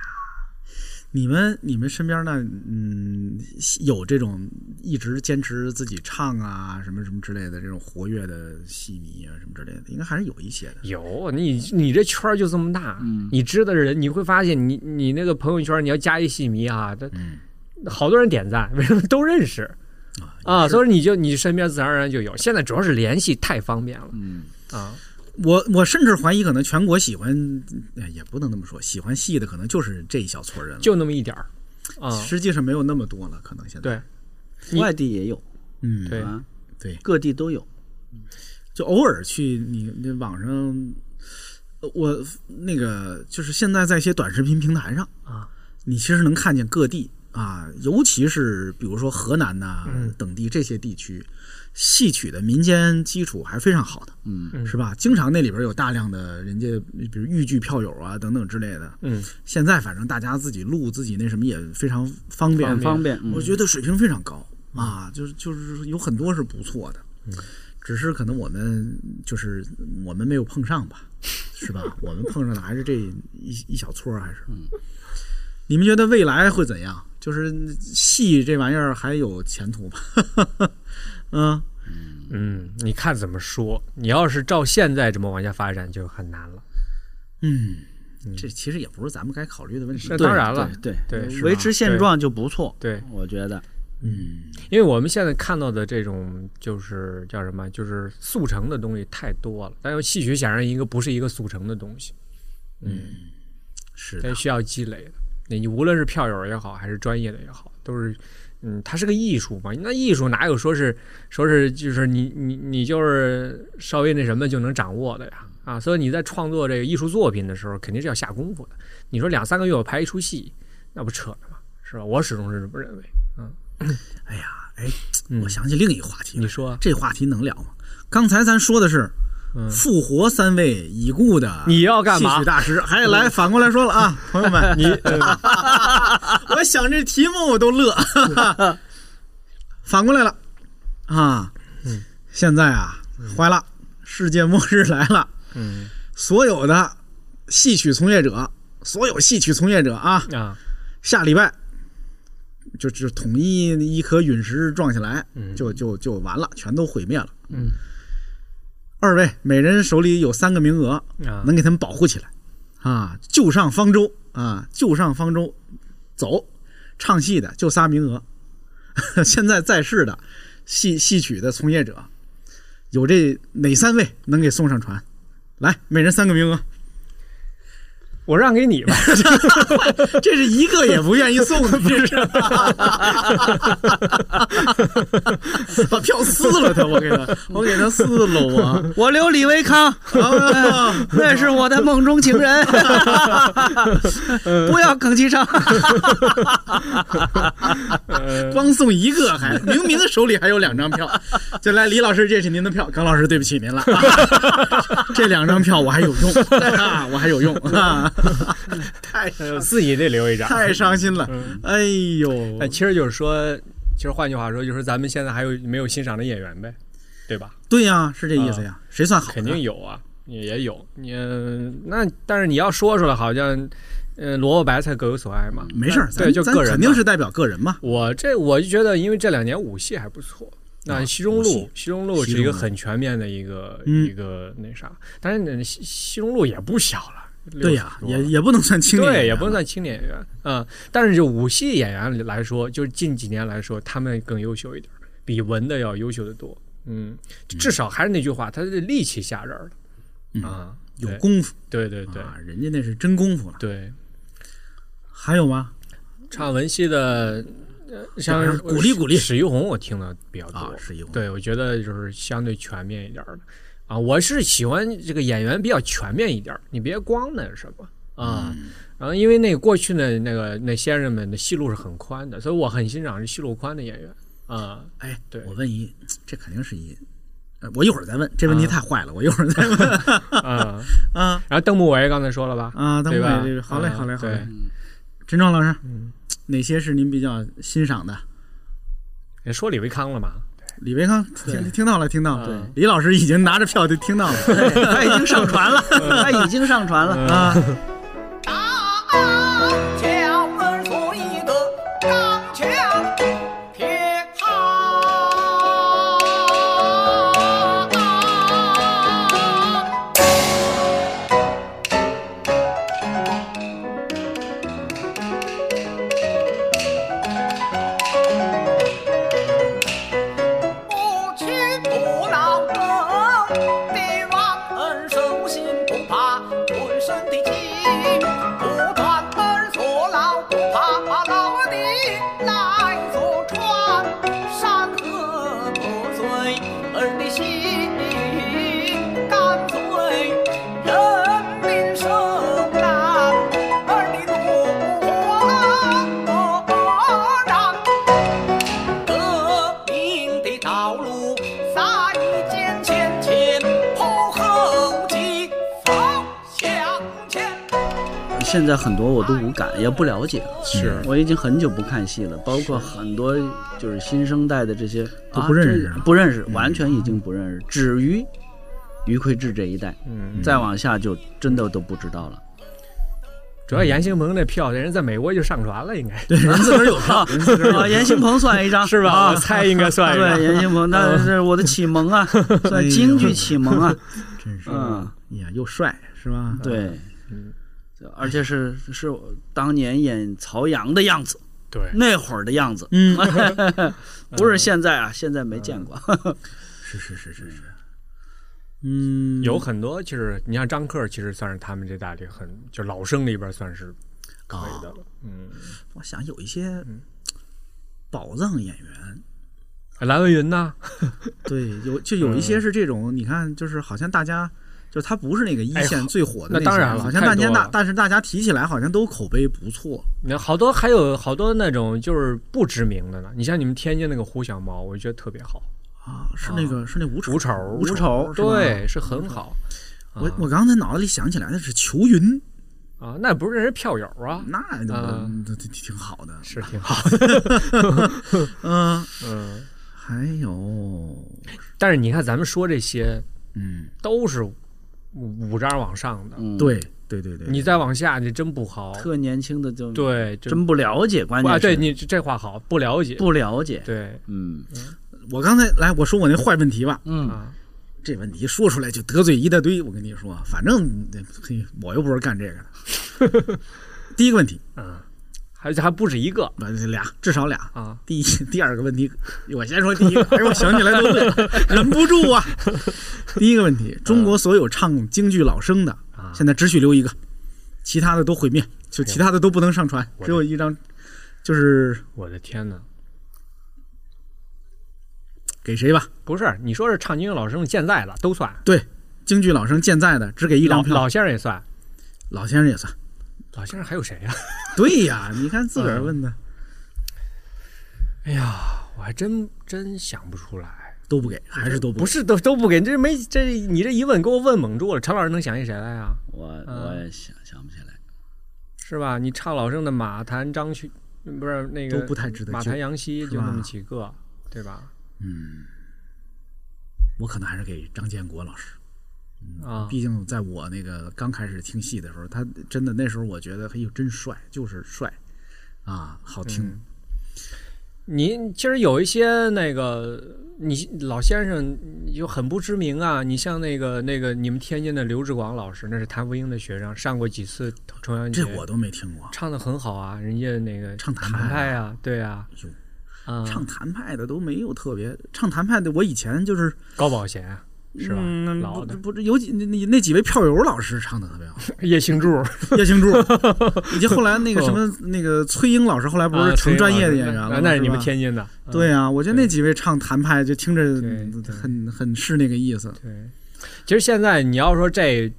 Speaker 4: 你们你们身边呢，嗯，有这种一直坚持自己唱啊，什么什么之类的这种活跃的戏迷啊，什么之类的，应该还是有一些的。
Speaker 2: 有哎你你这圈儿就这么大，你知道的人，你会发现你你那个朋友圈儿，你要加一戏迷啊，他
Speaker 4: 嗯
Speaker 2: 好多人点赞， *laughs* 为什么都认识啊？所以你就你身边自然而然就有。现在主要是联系太方便了，嗯啊，
Speaker 4: 我我甚至怀疑，可能全国喜欢，哎也不能那么说，喜欢戏的可能就是这一小撮人了，
Speaker 2: 就那么一点儿啊，
Speaker 4: 实际上没有那么多了，可能现在。
Speaker 2: 对你
Speaker 5: 外地也有
Speaker 4: 嗯，
Speaker 2: 对
Speaker 5: 啊，
Speaker 4: 对
Speaker 5: 各地都有。
Speaker 4: 就偶尔去你那网上，呃我那个就是现在在一些短视频平台上
Speaker 2: 啊，
Speaker 4: 你其实能看见各地啊，尤其是比如说河南呐、
Speaker 2: 嗯
Speaker 4: 等地这些地区，戏曲的民间基础还是非常好的，
Speaker 5: 嗯
Speaker 4: 是吧？经常那里边有大量的人家，比如豫剧票友啊等等之类的。
Speaker 2: 嗯，
Speaker 4: 现在反正大家自己录自己那什么也非常方便，
Speaker 5: 很方便，嗯
Speaker 4: 我觉得水平非常高啊，就是就是有很多是不错的，
Speaker 2: 嗯
Speaker 4: 只是可能我们就是我们没有碰上吧，是吧？我们碰上的还是这一一小撮儿，还是。
Speaker 2: 嗯
Speaker 4: 你们觉得未来会怎样？就是戏这玩意儿还有前途吧？ *laughs* 嗯，
Speaker 2: 嗯，你看怎么说？你要是照现在这么往下发展就很难了。
Speaker 4: 嗯这其实也不是咱们该考虑的问题。
Speaker 2: 那
Speaker 5: 对
Speaker 2: 嗯当然了，
Speaker 5: 对
Speaker 2: 对是吧
Speaker 5: 维持现状就不错。
Speaker 2: 对，
Speaker 5: 我觉得
Speaker 2: 因为我们现在看到的这种就是叫什么，就是速成的东西太多了。但是戏曲显然一个不是一个速成的东西，
Speaker 4: 是的
Speaker 2: 它，需要积累的。你你无论是票友也好，还是专业的也好，都是，嗯，它是个艺术嘛。那艺术哪有说是说是就是你你你就是稍微那什么就能掌握的呀？啊，所以你在创作这个艺术作品的时候，肯定是要下功夫的。你说两三个月我排一出戏，那不扯了吗？是吧？我始终是这么认为。
Speaker 4: 哎呀，哎，
Speaker 2: 嗯
Speaker 4: 我想起另一个话题了
Speaker 2: 你，说，
Speaker 4: 这话题能聊吗？刚才咱说的是
Speaker 2: 嗯
Speaker 4: 复活三位已故的
Speaker 2: *laughs* 你要干嘛
Speaker 4: 戏曲大师，还来反过来说了
Speaker 2: *laughs*
Speaker 4: 啊，朋友们，你，
Speaker 2: 呃
Speaker 4: *laughs* 我想这题目我都乐， *laughs* 反过来了啊，
Speaker 2: 嗯
Speaker 4: 现在啊，坏了，世界末日来了，
Speaker 2: 嗯
Speaker 4: 所有的戏曲从业者，所有戏曲从业者啊，
Speaker 2: 啊，
Speaker 4: 下礼拜就就统一一颗陨石撞下来，
Speaker 2: 嗯
Speaker 4: 就就就完了，全都毁灭了。
Speaker 2: 嗯
Speaker 4: 二位每人手里有三个名额，
Speaker 2: 啊，
Speaker 4: 能给他们保护起来啊！救上方舟啊！救上方舟，走！唱戏的就仨名额， *laughs* 现在在世的戏戏曲的从业者，有这哪三位能给送上船？来，每人三个名额，
Speaker 2: 我让给
Speaker 4: *laughs*
Speaker 2: 你吧。
Speaker 4: 这是一个也不愿意送的， *laughs* 这是把票撕了他，我给
Speaker 5: *laughs*
Speaker 4: 他，我给他撕了我。
Speaker 5: 我留李维康，哎
Speaker 4: 啊
Speaker 5: 那是我的梦中情
Speaker 4: *laughs*
Speaker 5: 人，不要耿其昌。
Speaker 4: 光送一个还，明明手里还有两张票，就来李老师，这是您的票，耿老师对不起您
Speaker 5: *laughs*
Speaker 4: 了，这两张票我还有用， *laughs* 啊、我还有用，啊、太伤
Speaker 2: 自己得留一张。
Speaker 4: 哎 *laughs* 太伤心了，
Speaker 2: 嗯
Speaker 4: 哎呦，
Speaker 2: 但其实就是说，其实换句话说，就是咱们现在还有没有欣赏的演员呗，对吧？
Speaker 4: 对呀、是这意思呀，谁算好的？
Speaker 2: 嗯肯定有啊，也有你、呃那，但是你要说出来，好像，呃，萝卜白菜各有所爱嘛。
Speaker 4: 没事儿，
Speaker 2: 对
Speaker 4: 咱
Speaker 2: 就
Speaker 4: 咱
Speaker 2: 个人
Speaker 4: 肯定
Speaker 2: 嘛
Speaker 4: 是代表个人嘛，
Speaker 2: 我这我就觉得，因为这两年武戏还不错。那西
Speaker 4: 啊
Speaker 2: 中
Speaker 4: 武戏
Speaker 2: 路，西中路是一个很全面的一个
Speaker 4: 嗯
Speaker 2: 一个那啥，但是呢西西中路也不小了，
Speaker 4: 对呀、
Speaker 2: 60多
Speaker 4: 也
Speaker 2: 了
Speaker 4: 也不能算青年演员
Speaker 2: 对，
Speaker 4: 了，
Speaker 2: 也不能算青年演员，嗯，但是就武戏演员来说，就是近几年来说，他们更优秀一点，比文的要优秀的多，嗯，至少还是那句话，他的力气吓人了，
Speaker 4: 嗯
Speaker 2: 啊，
Speaker 4: 有
Speaker 2: 对
Speaker 4: 功夫
Speaker 2: 对对对
Speaker 4: 啊，人家那是真功夫了。
Speaker 2: 对，
Speaker 4: 还有吗？
Speaker 2: 唱文戏的，呃
Speaker 4: 当然
Speaker 2: 像
Speaker 4: 鼓励鼓励
Speaker 2: 史玉红，我听的比较多
Speaker 4: 啊，史玉红
Speaker 2: 对我觉得就是相对全面一点儿的。啊，我是喜欢这个演员比较全面一点儿，你别光那什么啊。
Speaker 4: 嗯
Speaker 2: 然后因为那个过去的那个那先生们的戏路是很宽的，所以我很欣赏这戏路宽的演员啊。
Speaker 4: 哎，
Speaker 2: 对
Speaker 4: 我问一，这肯定是一，呃我一会儿再问，这问题太坏了，我一会儿再问。
Speaker 2: 啊，
Speaker 4: 啊
Speaker 2: 然后邓木伟刚才说了吧？
Speaker 4: 啊，等
Speaker 2: 对
Speaker 4: 会
Speaker 2: 吧
Speaker 4: 儿这个好嘞，
Speaker 2: 嗯
Speaker 4: 好嘞，好
Speaker 2: 对
Speaker 4: 嘞。陈壮老师，
Speaker 2: 嗯
Speaker 4: 哪些是您比较欣赏的？
Speaker 2: 也说李维康了嘛？
Speaker 4: 李维康听听到了，听到了。
Speaker 2: 对，
Speaker 4: 李老师已经拿着票就听到了。
Speaker 2: *laughs*
Speaker 5: 他已经上传了，
Speaker 2: 嗯
Speaker 4: *laughs*
Speaker 5: 他
Speaker 4: 哎
Speaker 5: 已经上传了。
Speaker 4: 啊，
Speaker 6: 巧儿做一个钢枪铁汉。不屈不挠的地让儿手心不怕浑身的筋，不断儿坐牢不怕把牢的来坐穿，山河破碎儿的心，干脆人民生难，儿的路我我让。革命的道路，撒一肩前前仆后继，走向前。
Speaker 5: 现在很多我都无感，也不了解了。
Speaker 2: 是
Speaker 5: 我已经很久不看戏了，包括很多就是新生代的这些
Speaker 4: 都
Speaker 5: 啊
Speaker 4: 不认识
Speaker 5: 这
Speaker 4: 了
Speaker 5: 不认识，嗯完全已经不认识，止于于魁智这一代，
Speaker 2: 嗯，
Speaker 5: 再往下就真的都不知道 *laughs* 了。
Speaker 2: 主要严兴鹏那票，人家在美国就上传了，应该
Speaker 5: 人自个儿有票，啊，严兴鹏算一张
Speaker 2: 是吧？
Speaker 5: 啊
Speaker 2: 我，猜应该
Speaker 5: *laughs*
Speaker 2: 算
Speaker 5: 对，
Speaker 2: 是。 *laughs*
Speaker 5: 严兴鹏，那是我的启蒙 *laughs* 啊，算京剧启蒙啊，
Speaker 4: 真是，
Speaker 5: 嗯
Speaker 4: 哎呀，又帅是吧？
Speaker 5: 对，嗯而且是是我当年演曹阳的样子，
Speaker 2: 对，
Speaker 5: 那会儿的样子，
Speaker 4: 嗯，
Speaker 5: *laughs* 不是现在啊，现在没见过。
Speaker 4: 是是是是是。嗯，
Speaker 2: 有很多，其实你像张克，其实算是他们这代里很就老生里边算是可以的
Speaker 5: 哦
Speaker 2: 了。嗯，
Speaker 4: 我想有一些宝藏演员，
Speaker 2: 呃蓝文云呐，
Speaker 4: 对，有就有一些
Speaker 2: 嗯
Speaker 4: 是这种，你看，就是好像大家。就是他不是那个一
Speaker 2: 哎
Speaker 4: 线最火的
Speaker 2: 那
Speaker 4: 些
Speaker 2: 当然了
Speaker 4: 好像大
Speaker 2: 太
Speaker 4: 家
Speaker 2: 多
Speaker 4: 大
Speaker 2: 了，
Speaker 4: 但是大家提起来好像都口碑不错。
Speaker 2: 那好多还有好多那种就是不知名的呢。你像你们天津那个胡小毛，我觉得特别好，
Speaker 4: 啊，是那个、是那吴丑，
Speaker 2: 无丑
Speaker 4: 吴丑，是吧，
Speaker 2: 对，啊是很好。
Speaker 4: 我我刚才脑子里想起来的是裘云，
Speaker 2: 啊，那不是人家票友啊，
Speaker 4: 那
Speaker 2: 啊
Speaker 4: 都挺挺好的，
Speaker 2: 是挺好的。
Speaker 4: 嗯，
Speaker 2: 嗯，
Speaker 4: 还有，
Speaker 2: 但是你看咱们说这些
Speaker 4: 嗯，
Speaker 2: 都是五五张往上的，
Speaker 5: *laughs* 嗯，
Speaker 4: 对对对对，
Speaker 2: 你再往下你真不好。
Speaker 5: 特年轻的就
Speaker 2: 对，就
Speaker 5: 真不了解，关键
Speaker 2: 啊，
Speaker 5: 是
Speaker 2: 对你这这话好，不了解。
Speaker 5: 不了解。
Speaker 2: 对，
Speaker 5: 嗯
Speaker 4: 我刚才来我说我那坏问题吧，
Speaker 5: 嗯，
Speaker 2: 啊，
Speaker 4: 这问题说出来就得罪一大堆，我跟你说，反正嘿，我又不是干这个的。
Speaker 2: *laughs*
Speaker 4: 第一个问题，
Speaker 2: 还还不止一个
Speaker 4: 不俩，至少俩。
Speaker 2: 啊。
Speaker 4: 第一、第二个问题，我先说第一个，哎，我想起来都乐了，
Speaker 2: *laughs*
Speaker 4: 忍不住啊。第一个问题，中国所有唱京剧老生的，
Speaker 2: 啊
Speaker 4: 现在只许留一个，其他的都毁灭，就其他的都不能上传，
Speaker 2: 我的
Speaker 4: 只有一张，就是
Speaker 2: 我的天哪！
Speaker 4: 给谁吧？
Speaker 2: 不是，你说是唱京剧老生健在了都算，
Speaker 4: 对，京剧老生健在的只给一张
Speaker 2: 老
Speaker 4: 票，
Speaker 2: 老先生也算，
Speaker 4: 老先生也算。
Speaker 2: 老先生还有谁啊 *laughs* 呀、
Speaker 4: 对呀，你看自个
Speaker 2: 啊
Speaker 4: 儿问的、
Speaker 2: 哎呀，我还真真想不出来。
Speaker 4: 都不给，还是都不给
Speaker 2: 不是都都不给，这没这你这一问给我问懵住了。陈老师能想起谁来呀、
Speaker 5: 我我也想想不起来。
Speaker 2: 是吧？你唱老生的马谭、张旭，嗯不是那个
Speaker 4: 都不太值得
Speaker 2: 马
Speaker 4: 救
Speaker 2: 谭、杨希
Speaker 4: 是
Speaker 2: 就
Speaker 4: 吧
Speaker 2: 那么几个，对吧？
Speaker 4: 我可能还是给张建国老师，
Speaker 2: 啊，
Speaker 4: 毕竟在我那个刚开始听戏的时候，他真的那时候我觉得，哎呦，真帅，就是帅啊，好听。
Speaker 2: 嗯你其实有一些那个，你老先生就很不知名啊。你像那个那个你们天津的刘志广老师，那是谭富英的学生，上过几次重阳节，
Speaker 4: 这我都没听过，
Speaker 2: 唱的很好啊，人家那个
Speaker 4: 唱
Speaker 2: 谭
Speaker 4: 谭派
Speaker 2: 派啊，对啊，
Speaker 4: 哟
Speaker 2: 啊，
Speaker 4: 唱谭派的都没有特别，唱谭派的我以前就是
Speaker 2: 高宝贤啊是吧？
Speaker 4: 嗯，
Speaker 2: 老的
Speaker 4: 不不是有几那那那几位票友老师唱的特别好，
Speaker 2: *laughs* 叶兴柱，
Speaker 4: 叶兴柱，以及后来那个什么那个崔英老师，后来不
Speaker 2: 哦啊
Speaker 4: 是成专业的演员
Speaker 2: 崔老
Speaker 4: 了吗，
Speaker 2: 师那那是你们
Speaker 4: 吧
Speaker 2: 天津的，
Speaker 4: 对啊，我觉得那几位唱谭派就听着
Speaker 2: 对对
Speaker 4: 很很是那个意思。
Speaker 2: 对，其实现在你要说这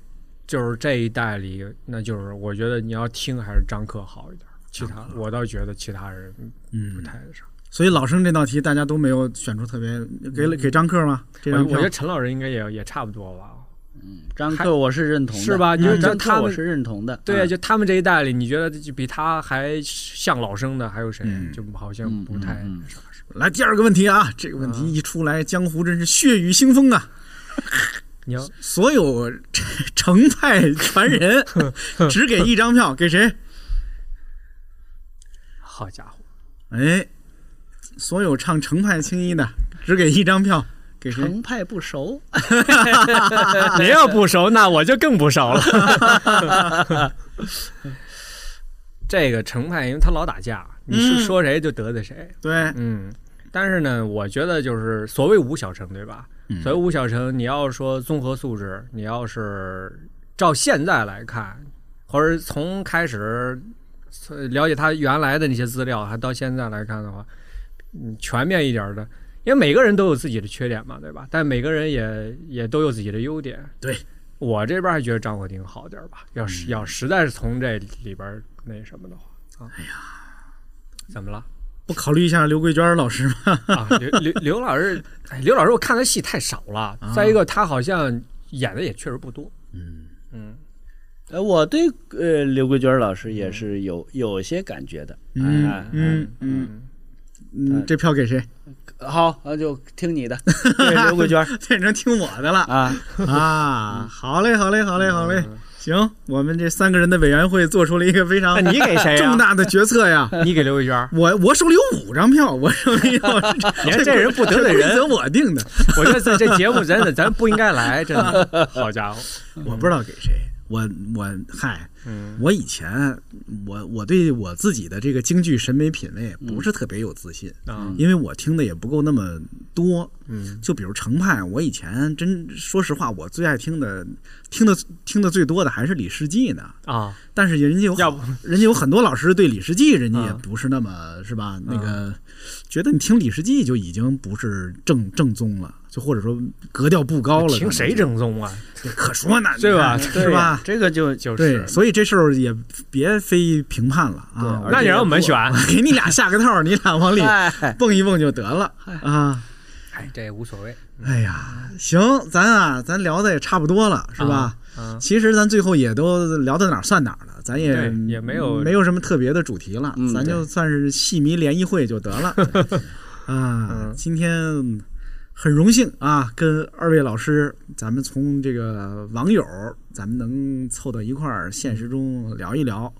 Speaker 2: 就是这一代里，那就是我觉得你要听还是张克好一点，其他我倒觉得其他人不
Speaker 4: 嗯，
Speaker 2: 太啥。
Speaker 4: 所以老生这道题大家都没有选出特别给了给张克吗？这
Speaker 2: 我
Speaker 4: 张
Speaker 2: 嗯我
Speaker 4: 票
Speaker 2: 觉得陈老师应该也也差不多吧。
Speaker 5: 嗯张克我是认同的，
Speaker 2: 是吧你说
Speaker 5: 嗯张克
Speaker 2: 他们
Speaker 5: 我是认同的，
Speaker 2: 对
Speaker 5: 啊
Speaker 2: 呀，就他们这一代里，你觉得就比他还像老生的还有谁？啊
Speaker 4: 嗯
Speaker 2: 就好像不太啥是吧？
Speaker 4: 来第二个问题啊，这个问题一出来，江湖真是血雨腥风啊！
Speaker 2: *laughs* 你要
Speaker 4: 所有成派传
Speaker 2: *laughs*
Speaker 4: 人只给一张票，给谁？
Speaker 2: 好家伙，
Speaker 4: 哎，所有唱成派青衣的只给一张票，给谁？
Speaker 5: 成派不熟，
Speaker 2: 您要不熟，那我就更不熟了。这个程派，因为他老打架，你是说谁就得罪谁。
Speaker 4: 对，
Speaker 2: 嗯，但是呢，我觉得就是所谓吴小成，对吧？所谓吴小成，你要说综合素质，你要是照现在来看，或者从开始呃了解他原来的那些资料，还到现在来看的话，嗯，全面一点儿的，因为每个人都有自己的缺点嘛，对吧？但每个人也也都有自己的优点。
Speaker 4: 对，
Speaker 2: 我这边还觉得张火丁好点儿吧。要是、要实在是从这里边儿那什么的话，啊，哎呀，怎么了？
Speaker 4: 不考虑一下刘桂娟老师吗？
Speaker 2: 啊，刘刘刘老师，哎，刘老师，我看的戏太少了。再一个，他好像演的也确实不多。嗯
Speaker 5: 呃，我对呃刘桂娟老师也是有有些感觉的，哎
Speaker 4: 嗯嗯嗯
Speaker 2: 嗯
Speaker 4: 嗯，这票给谁？
Speaker 5: 好，那就听你的，对刘桂
Speaker 2: *laughs*
Speaker 5: 娟
Speaker 4: *laughs* 变成听我的了
Speaker 5: 啊，
Speaker 4: 啊！好嘞，好嘞，好
Speaker 2: 嗯
Speaker 4: 嘞，好嘞。行，我们这三个人的委员会做出了一个非常
Speaker 2: 那你给谁呀
Speaker 4: 重大的决策
Speaker 2: *laughs*
Speaker 4: 呀！
Speaker 2: 你给刘慧娟，
Speaker 4: 我我手里有五张票，我手
Speaker 2: *laughs*
Speaker 4: 里有
Speaker 2: 你看这人不得罪人
Speaker 4: 这规则我定的，
Speaker 2: 我觉得这这节目真的咱不应该来，真的。好家伙，
Speaker 4: 我不知道给谁。我我嗨，
Speaker 2: 嗯
Speaker 4: 我以前我我对我自己的这个京剧审美品味不是特别有自信，
Speaker 2: 啊
Speaker 4: 因为我听的也不够那么多。
Speaker 2: 嗯
Speaker 4: 就比如程派，我以前真说实话，我最爱听的、听的、听的最多的还是李世济呢。
Speaker 2: 啊，
Speaker 4: 但是人家有
Speaker 2: 要不
Speaker 4: 人家有很多老师对李世济，人家也
Speaker 2: 嗯
Speaker 4: 不是那么、是吧？那个、觉得你听李世济就已经不是正正宗了，就或者说格调不高了。
Speaker 2: 听谁
Speaker 4: 这
Speaker 2: 正宗啊？
Speaker 4: 可说呢，
Speaker 2: 对吧
Speaker 4: 你看是吧？
Speaker 5: 这个就
Speaker 2: 就
Speaker 4: 对，
Speaker 2: 是，啊
Speaker 4: 所以这事儿也别非评判了啊！
Speaker 5: 对
Speaker 4: 我
Speaker 5: 而
Speaker 2: 那你让我们选。 *laughs*
Speaker 4: 给你俩下个套，你俩往里
Speaker 5: *laughs* 哎，
Speaker 4: 蹦一蹦就得了啊！
Speaker 2: 哎，这无所谓，
Speaker 4: 哎呀，行，咱啊，咱聊的也差不多了，是吧？
Speaker 2: 嗯，
Speaker 4: 其实咱最后也都聊到哪儿算哪儿了，咱也
Speaker 2: 对也没有
Speaker 4: 没有什么特别的主题了，
Speaker 5: 嗯
Speaker 4: 咱就算是戏迷联谊会就得
Speaker 2: *laughs*
Speaker 4: 了。啊，
Speaker 2: 嗯
Speaker 4: 今天很荣幸啊，跟二位老师，咱们从这个网友，咱们能凑到一块儿，现实中聊一聊。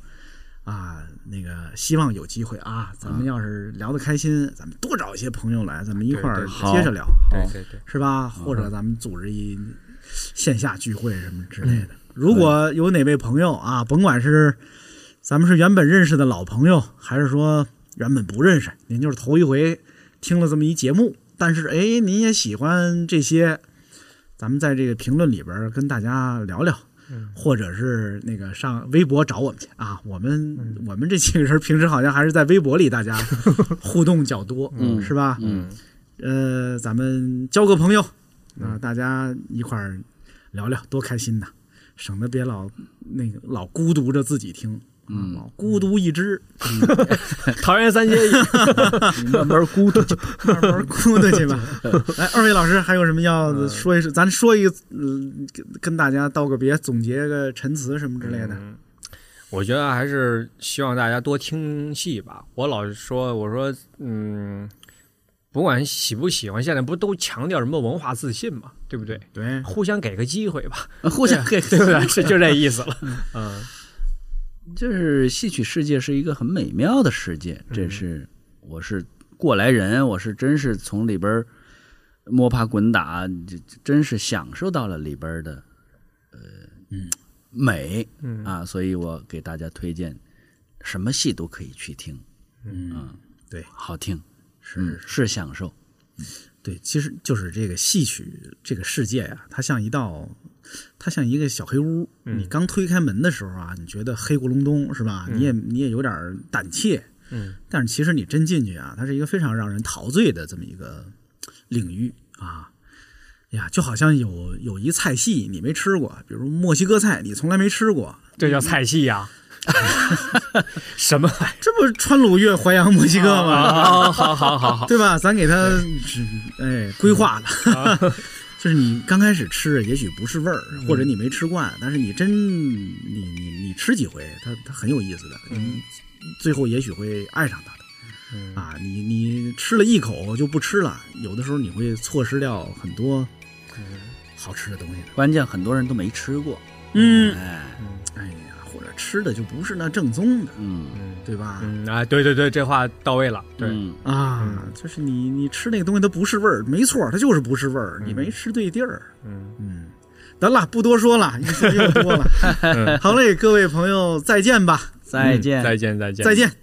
Speaker 4: 啊，那个希望有机会啊，咱们要是聊得开心，咱们多找一些朋友来，咱们一块
Speaker 2: 对
Speaker 4: 儿
Speaker 2: 对
Speaker 5: 对嗯
Speaker 4: 接着聊。
Speaker 2: 对对对，
Speaker 4: 是吧？或者咱们组织一线下聚会什么之类
Speaker 5: 嗯
Speaker 4: 的。如果有哪位朋友啊，甭管是咱们是原本认识的老朋友，还是说原本不认识，您就是头一回听了这么一节目，但是哎，您也喜欢这些，咱们在这个评论里边儿跟大家聊聊。
Speaker 5: 嗯
Speaker 4: 或者是那个上微博找我们去啊，我们、
Speaker 5: 嗯
Speaker 4: 我们这几个人平时好像还是在微博里
Speaker 5: *laughs*
Speaker 4: 大家互动较多，
Speaker 5: 嗯
Speaker 4: 是吧？
Speaker 5: 嗯，
Speaker 4: 呃，咱们交个朋友，啊，大家一块儿聊聊，多开心呐！省得别老那个老孤独着自己听，嗯，老孤独一只，
Speaker 2: 桃园三结义，
Speaker 5: 慢慢孤独，
Speaker 4: 慢慢孤独去吧。来，二位老师还有什么要说一说？咱说一个，嗯，跟跟大家道个别，总结个陈词什么之类的。
Speaker 2: 嗯我觉得还是希望大家多听戏吧。我老是说，我说，嗯，不管喜不喜欢，现在不都强调什么文化自信嘛，对不对？
Speaker 4: 对，
Speaker 2: 互相给个机会吧，
Speaker 5: *laughs* 互相
Speaker 2: *laughs*
Speaker 5: 给
Speaker 2: 对不对？是就这意思了。嗯
Speaker 5: 就是戏曲世界是一个很美妙的世界，
Speaker 4: 嗯
Speaker 5: 这是我是过来人，我是真是从里边儿摸爬滚打，这这真是享受到了里边儿的呃
Speaker 4: 嗯
Speaker 5: 美
Speaker 2: 嗯
Speaker 5: 啊，所以我给大家推荐，什么戏都可以去听，
Speaker 4: 嗯，对，
Speaker 5: 好听，嗯
Speaker 4: 是，
Speaker 5: 是享受，
Speaker 4: 对，其实就是这个戏曲这个世界呀、它像一道，它像一个小黑屋。你刚推开门的时候啊，你觉得黑咕隆咚是吧？你也你也有点儿胆怯，
Speaker 2: 嗯，
Speaker 4: 但是其实你真进去啊，它是一个非常让人陶醉的这么一个领域啊。呀，就好像有有一菜系你没吃过，比如墨西哥菜你从来没吃过，
Speaker 2: 这叫菜系
Speaker 5: *laughs*
Speaker 2: 呀、什么玩意
Speaker 4: 这不是川鲁粤淮扬墨西哥
Speaker 2: 儿
Speaker 4: 吗？
Speaker 2: 啊？好好好好，
Speaker 4: 对吧？咱给它哎规划
Speaker 5: 啊
Speaker 4: 了， *laughs* 就是你刚开始吃，也许不是味儿，
Speaker 5: 嗯
Speaker 4: 或者你没吃惯，但是你真你你你吃几回，它它很有意思的，
Speaker 5: 嗯
Speaker 4: 你最后也许会爱上它的。啊，你你吃了一口就不吃了，有的时候你会错失掉很多好吃的东西的。
Speaker 5: 嗯关键很多人都没吃过，
Speaker 4: 嗯，
Speaker 5: 哎，
Speaker 4: 哎呀，或者吃的就不是那正宗的，
Speaker 5: 嗯，
Speaker 4: 对吧？
Speaker 2: 嗯啊，对对对，这话到位了，对，
Speaker 5: 嗯
Speaker 4: 啊，就是你你吃那个东西它不是味儿，没错，它就是不是味儿，你没吃对地儿。
Speaker 2: 嗯
Speaker 4: 嗯，得了，不多说了，一
Speaker 2: *laughs*
Speaker 4: 说又多了。好嘞，各位朋友，再见吧，
Speaker 5: 再见，
Speaker 2: 再见再见
Speaker 4: 再见。